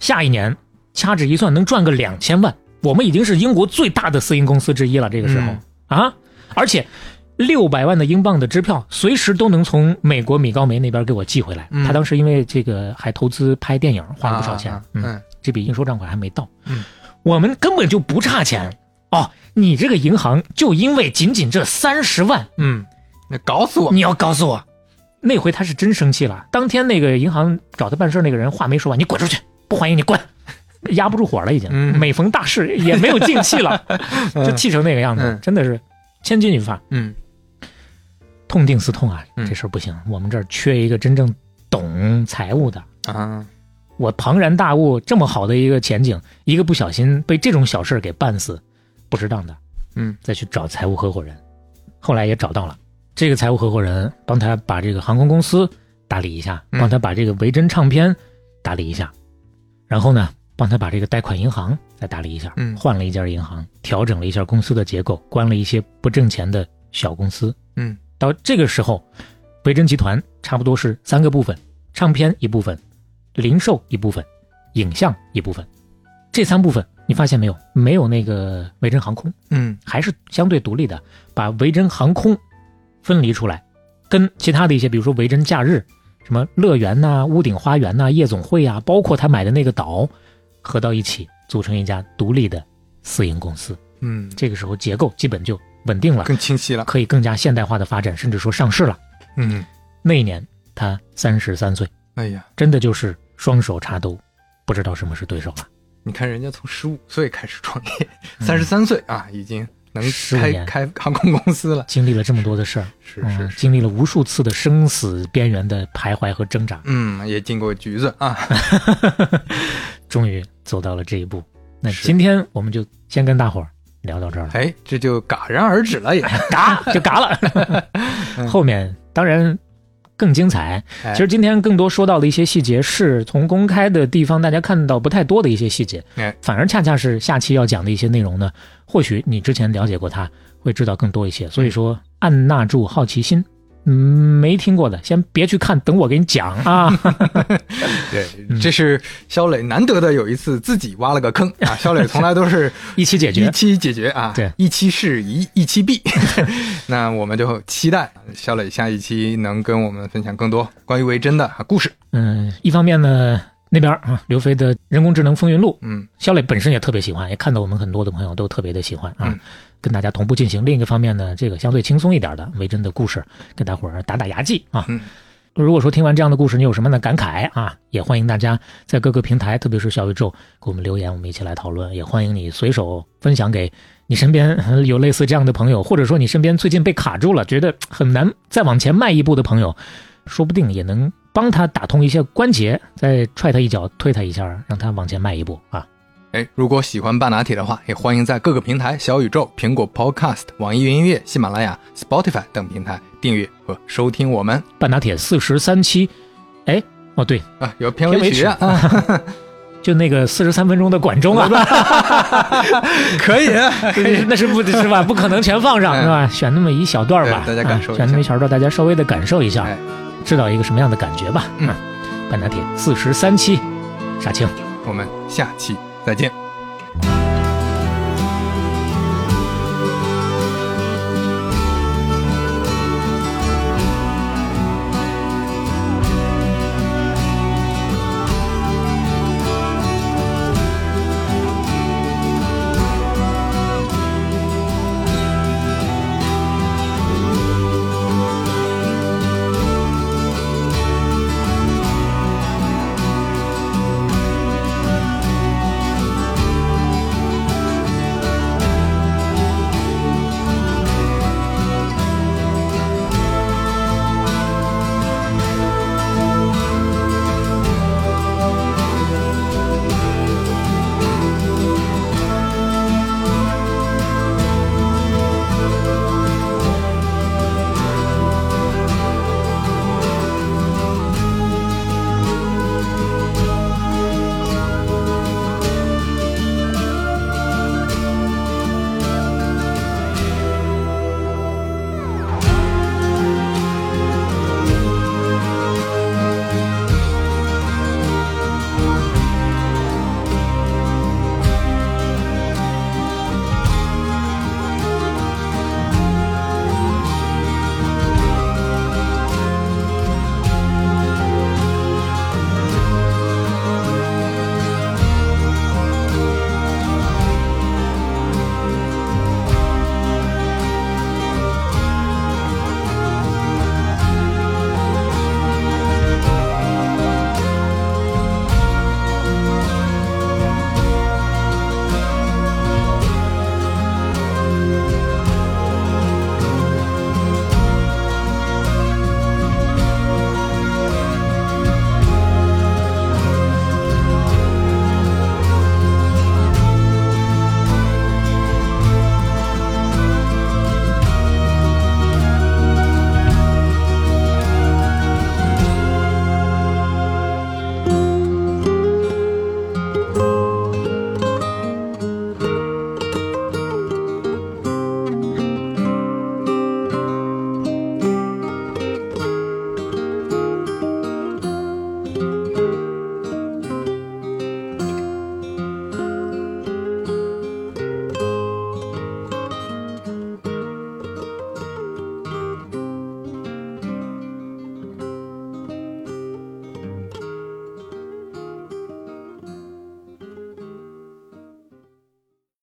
Speaker 2: 下一年掐指一算能赚个两千万，我们已经是英国最大的私营公司之一了。这个时候、
Speaker 3: 嗯
Speaker 2: 啊，而且六百万的英镑的支票随时都能从美国米高梅那边给我寄回来。
Speaker 3: 嗯
Speaker 2: 他当时因为这个还投资拍电影，花了不
Speaker 3: 啊
Speaker 2: 少
Speaker 3: 啊
Speaker 2: 钱。
Speaker 3: 啊
Speaker 2: 嗯，
Speaker 3: 嗯
Speaker 2: 这笔应收账款还没到。
Speaker 3: 嗯，
Speaker 2: 我们根本就不差钱哦。你这个银行就因为仅仅这三十万，
Speaker 3: 嗯，那搞死我，
Speaker 2: 你要告诉我，那回他是真生气了。当天那个银行找他办事儿那个人话没说完，你滚出去，不欢迎你 滚，压不住火了已经。
Speaker 3: 嗯
Speaker 2: 每逢大事也没有静气 了，就气成那个样子，
Speaker 3: 嗯
Speaker 2: 真的是千钧一发，
Speaker 3: 嗯
Speaker 2: 痛定思痛啊，
Speaker 3: 嗯
Speaker 2: 这事儿不行，我们这儿缺一个真正懂财务的。
Speaker 3: 啊
Speaker 2: 我庞然大物，这么好的一个前景，一个不小心被这种小事儿给办死，不值当的。
Speaker 3: 嗯，
Speaker 2: 再去找财务合伙人，后来也找到了这个财务合伙人，帮他把这个航空公司打理一下，
Speaker 3: 嗯
Speaker 2: 帮他把这个维珍唱片打理一下，然后呢，帮他把这个贷款银行再打理一下，
Speaker 3: 嗯
Speaker 2: 换了一家银行，调整了一下公司的结构，关了一些不挣钱的小公司。
Speaker 3: 嗯
Speaker 2: 到这个时候，维珍集团差不多是三个部分：唱片一部分，零售一部分，影像一部分。这三部分你发现没有？没有那个维珍航空，
Speaker 3: 嗯
Speaker 2: 还是相对独立的，把维珍航空分离出来，跟其他的一些，比如说维珍假日、什么乐园呐、屋顶花园呐、夜总会啊，包括他买的那个岛，合到一起，组成一家独立的私营公司。
Speaker 3: 嗯，
Speaker 2: 这个时候结构基本就稳定了，
Speaker 3: 更清晰了，
Speaker 2: 可以更加现代化的发展，甚至说上市了。
Speaker 3: 嗯，
Speaker 2: 那一年他三十三岁，
Speaker 3: 哎呀，
Speaker 2: 真的就是双手插兜，不知道什么是对手了。
Speaker 3: 你看人家从十五岁开始创业，三十三岁啊，已经能
Speaker 2: 15
Speaker 3: 开
Speaker 2: 年
Speaker 3: 开航空公司了，
Speaker 2: 经历了这么多的事儿，
Speaker 3: 是
Speaker 2: 嗯
Speaker 3: 是，是，
Speaker 2: 经历了无数次的生死边缘的徘徊和 挣扎，
Speaker 3: 嗯，也进过局子啊，
Speaker 2: 终于走到了这一步。那
Speaker 3: 是
Speaker 2: 今天我们就先跟大伙儿聊到这儿了，
Speaker 3: 哎，这就戛然而止 了也，
Speaker 2: 嘎就嘎了。
Speaker 3: 嗯
Speaker 2: 后面当然更精彩。
Speaker 3: 哎
Speaker 2: 其实今天更多说到的一些细节，是从公开的地方大家看到不太多的一些细节
Speaker 3: 哎，
Speaker 2: 反而恰恰是下期要讲的一些内容呢。或许你之前了解过它，会知道更多一些。所以说，按捺住好奇心。嗯，没听过的，先别去看，等我给你讲啊。
Speaker 3: 对，这是肖磊难得的有一次自己挖了个坑啊！肖磊从来都是
Speaker 2: 一期解
Speaker 3: 一
Speaker 2: 决，
Speaker 3: 期解决啊，
Speaker 2: 对
Speaker 3: 一期是一，一期必。 那我们就期待肖磊下一期能跟我们分享更多关于维珍的啊故事。
Speaker 2: 嗯，一方面呢，那边儿啊，刘飞的《人工智能风云录》，
Speaker 3: 嗯
Speaker 2: 肖磊本身也特别喜欢，也看到我们很多的朋友都特别的喜欢啊，
Speaker 3: 嗯
Speaker 2: 跟大家同步进行。另一个方面呢，这个相对轻松一点的维珍的故事，跟大伙儿打打牙祭啊。
Speaker 3: 嗯
Speaker 2: 如果说听完这样的故事，你有什么样的感慨啊？也欢迎大家在各个平台，特别是小宇宙，给我们留言，我们一起来讨论。也欢迎你随手分享给你身边呃有类似这样的朋友，或者说你身边最近被卡住了，觉得很难再往前迈一步的朋友，说不定也能帮他打通一些关节，再踹他一脚，推他一下，让他往前迈一步啊。
Speaker 3: 哎，如果喜欢半拿铁的话，也欢迎在各个平台小宇宙、苹果 Podcast、网易云音乐、喜马拉雅、Spotify 等平台订阅和收听我们
Speaker 2: 半打铁四十三期，哎，哦对，
Speaker 3: 啊。有片尾曲啊，
Speaker 2: 就那个四十三分钟的管钟啊，
Speaker 3: 可以，哎
Speaker 2: 那是不是 吧？不可能全放上是吧？选那么一小段儿吧，
Speaker 3: 对大家感受
Speaker 2: 啊
Speaker 3: 一下
Speaker 2: 选那么一小段儿，大家稍微的感受一下
Speaker 3: 哎，
Speaker 2: 知道一个什么样的感觉吧。啊
Speaker 3: 嗯，
Speaker 2: 半打铁四十三期，杀青。
Speaker 3: 我们下期再见，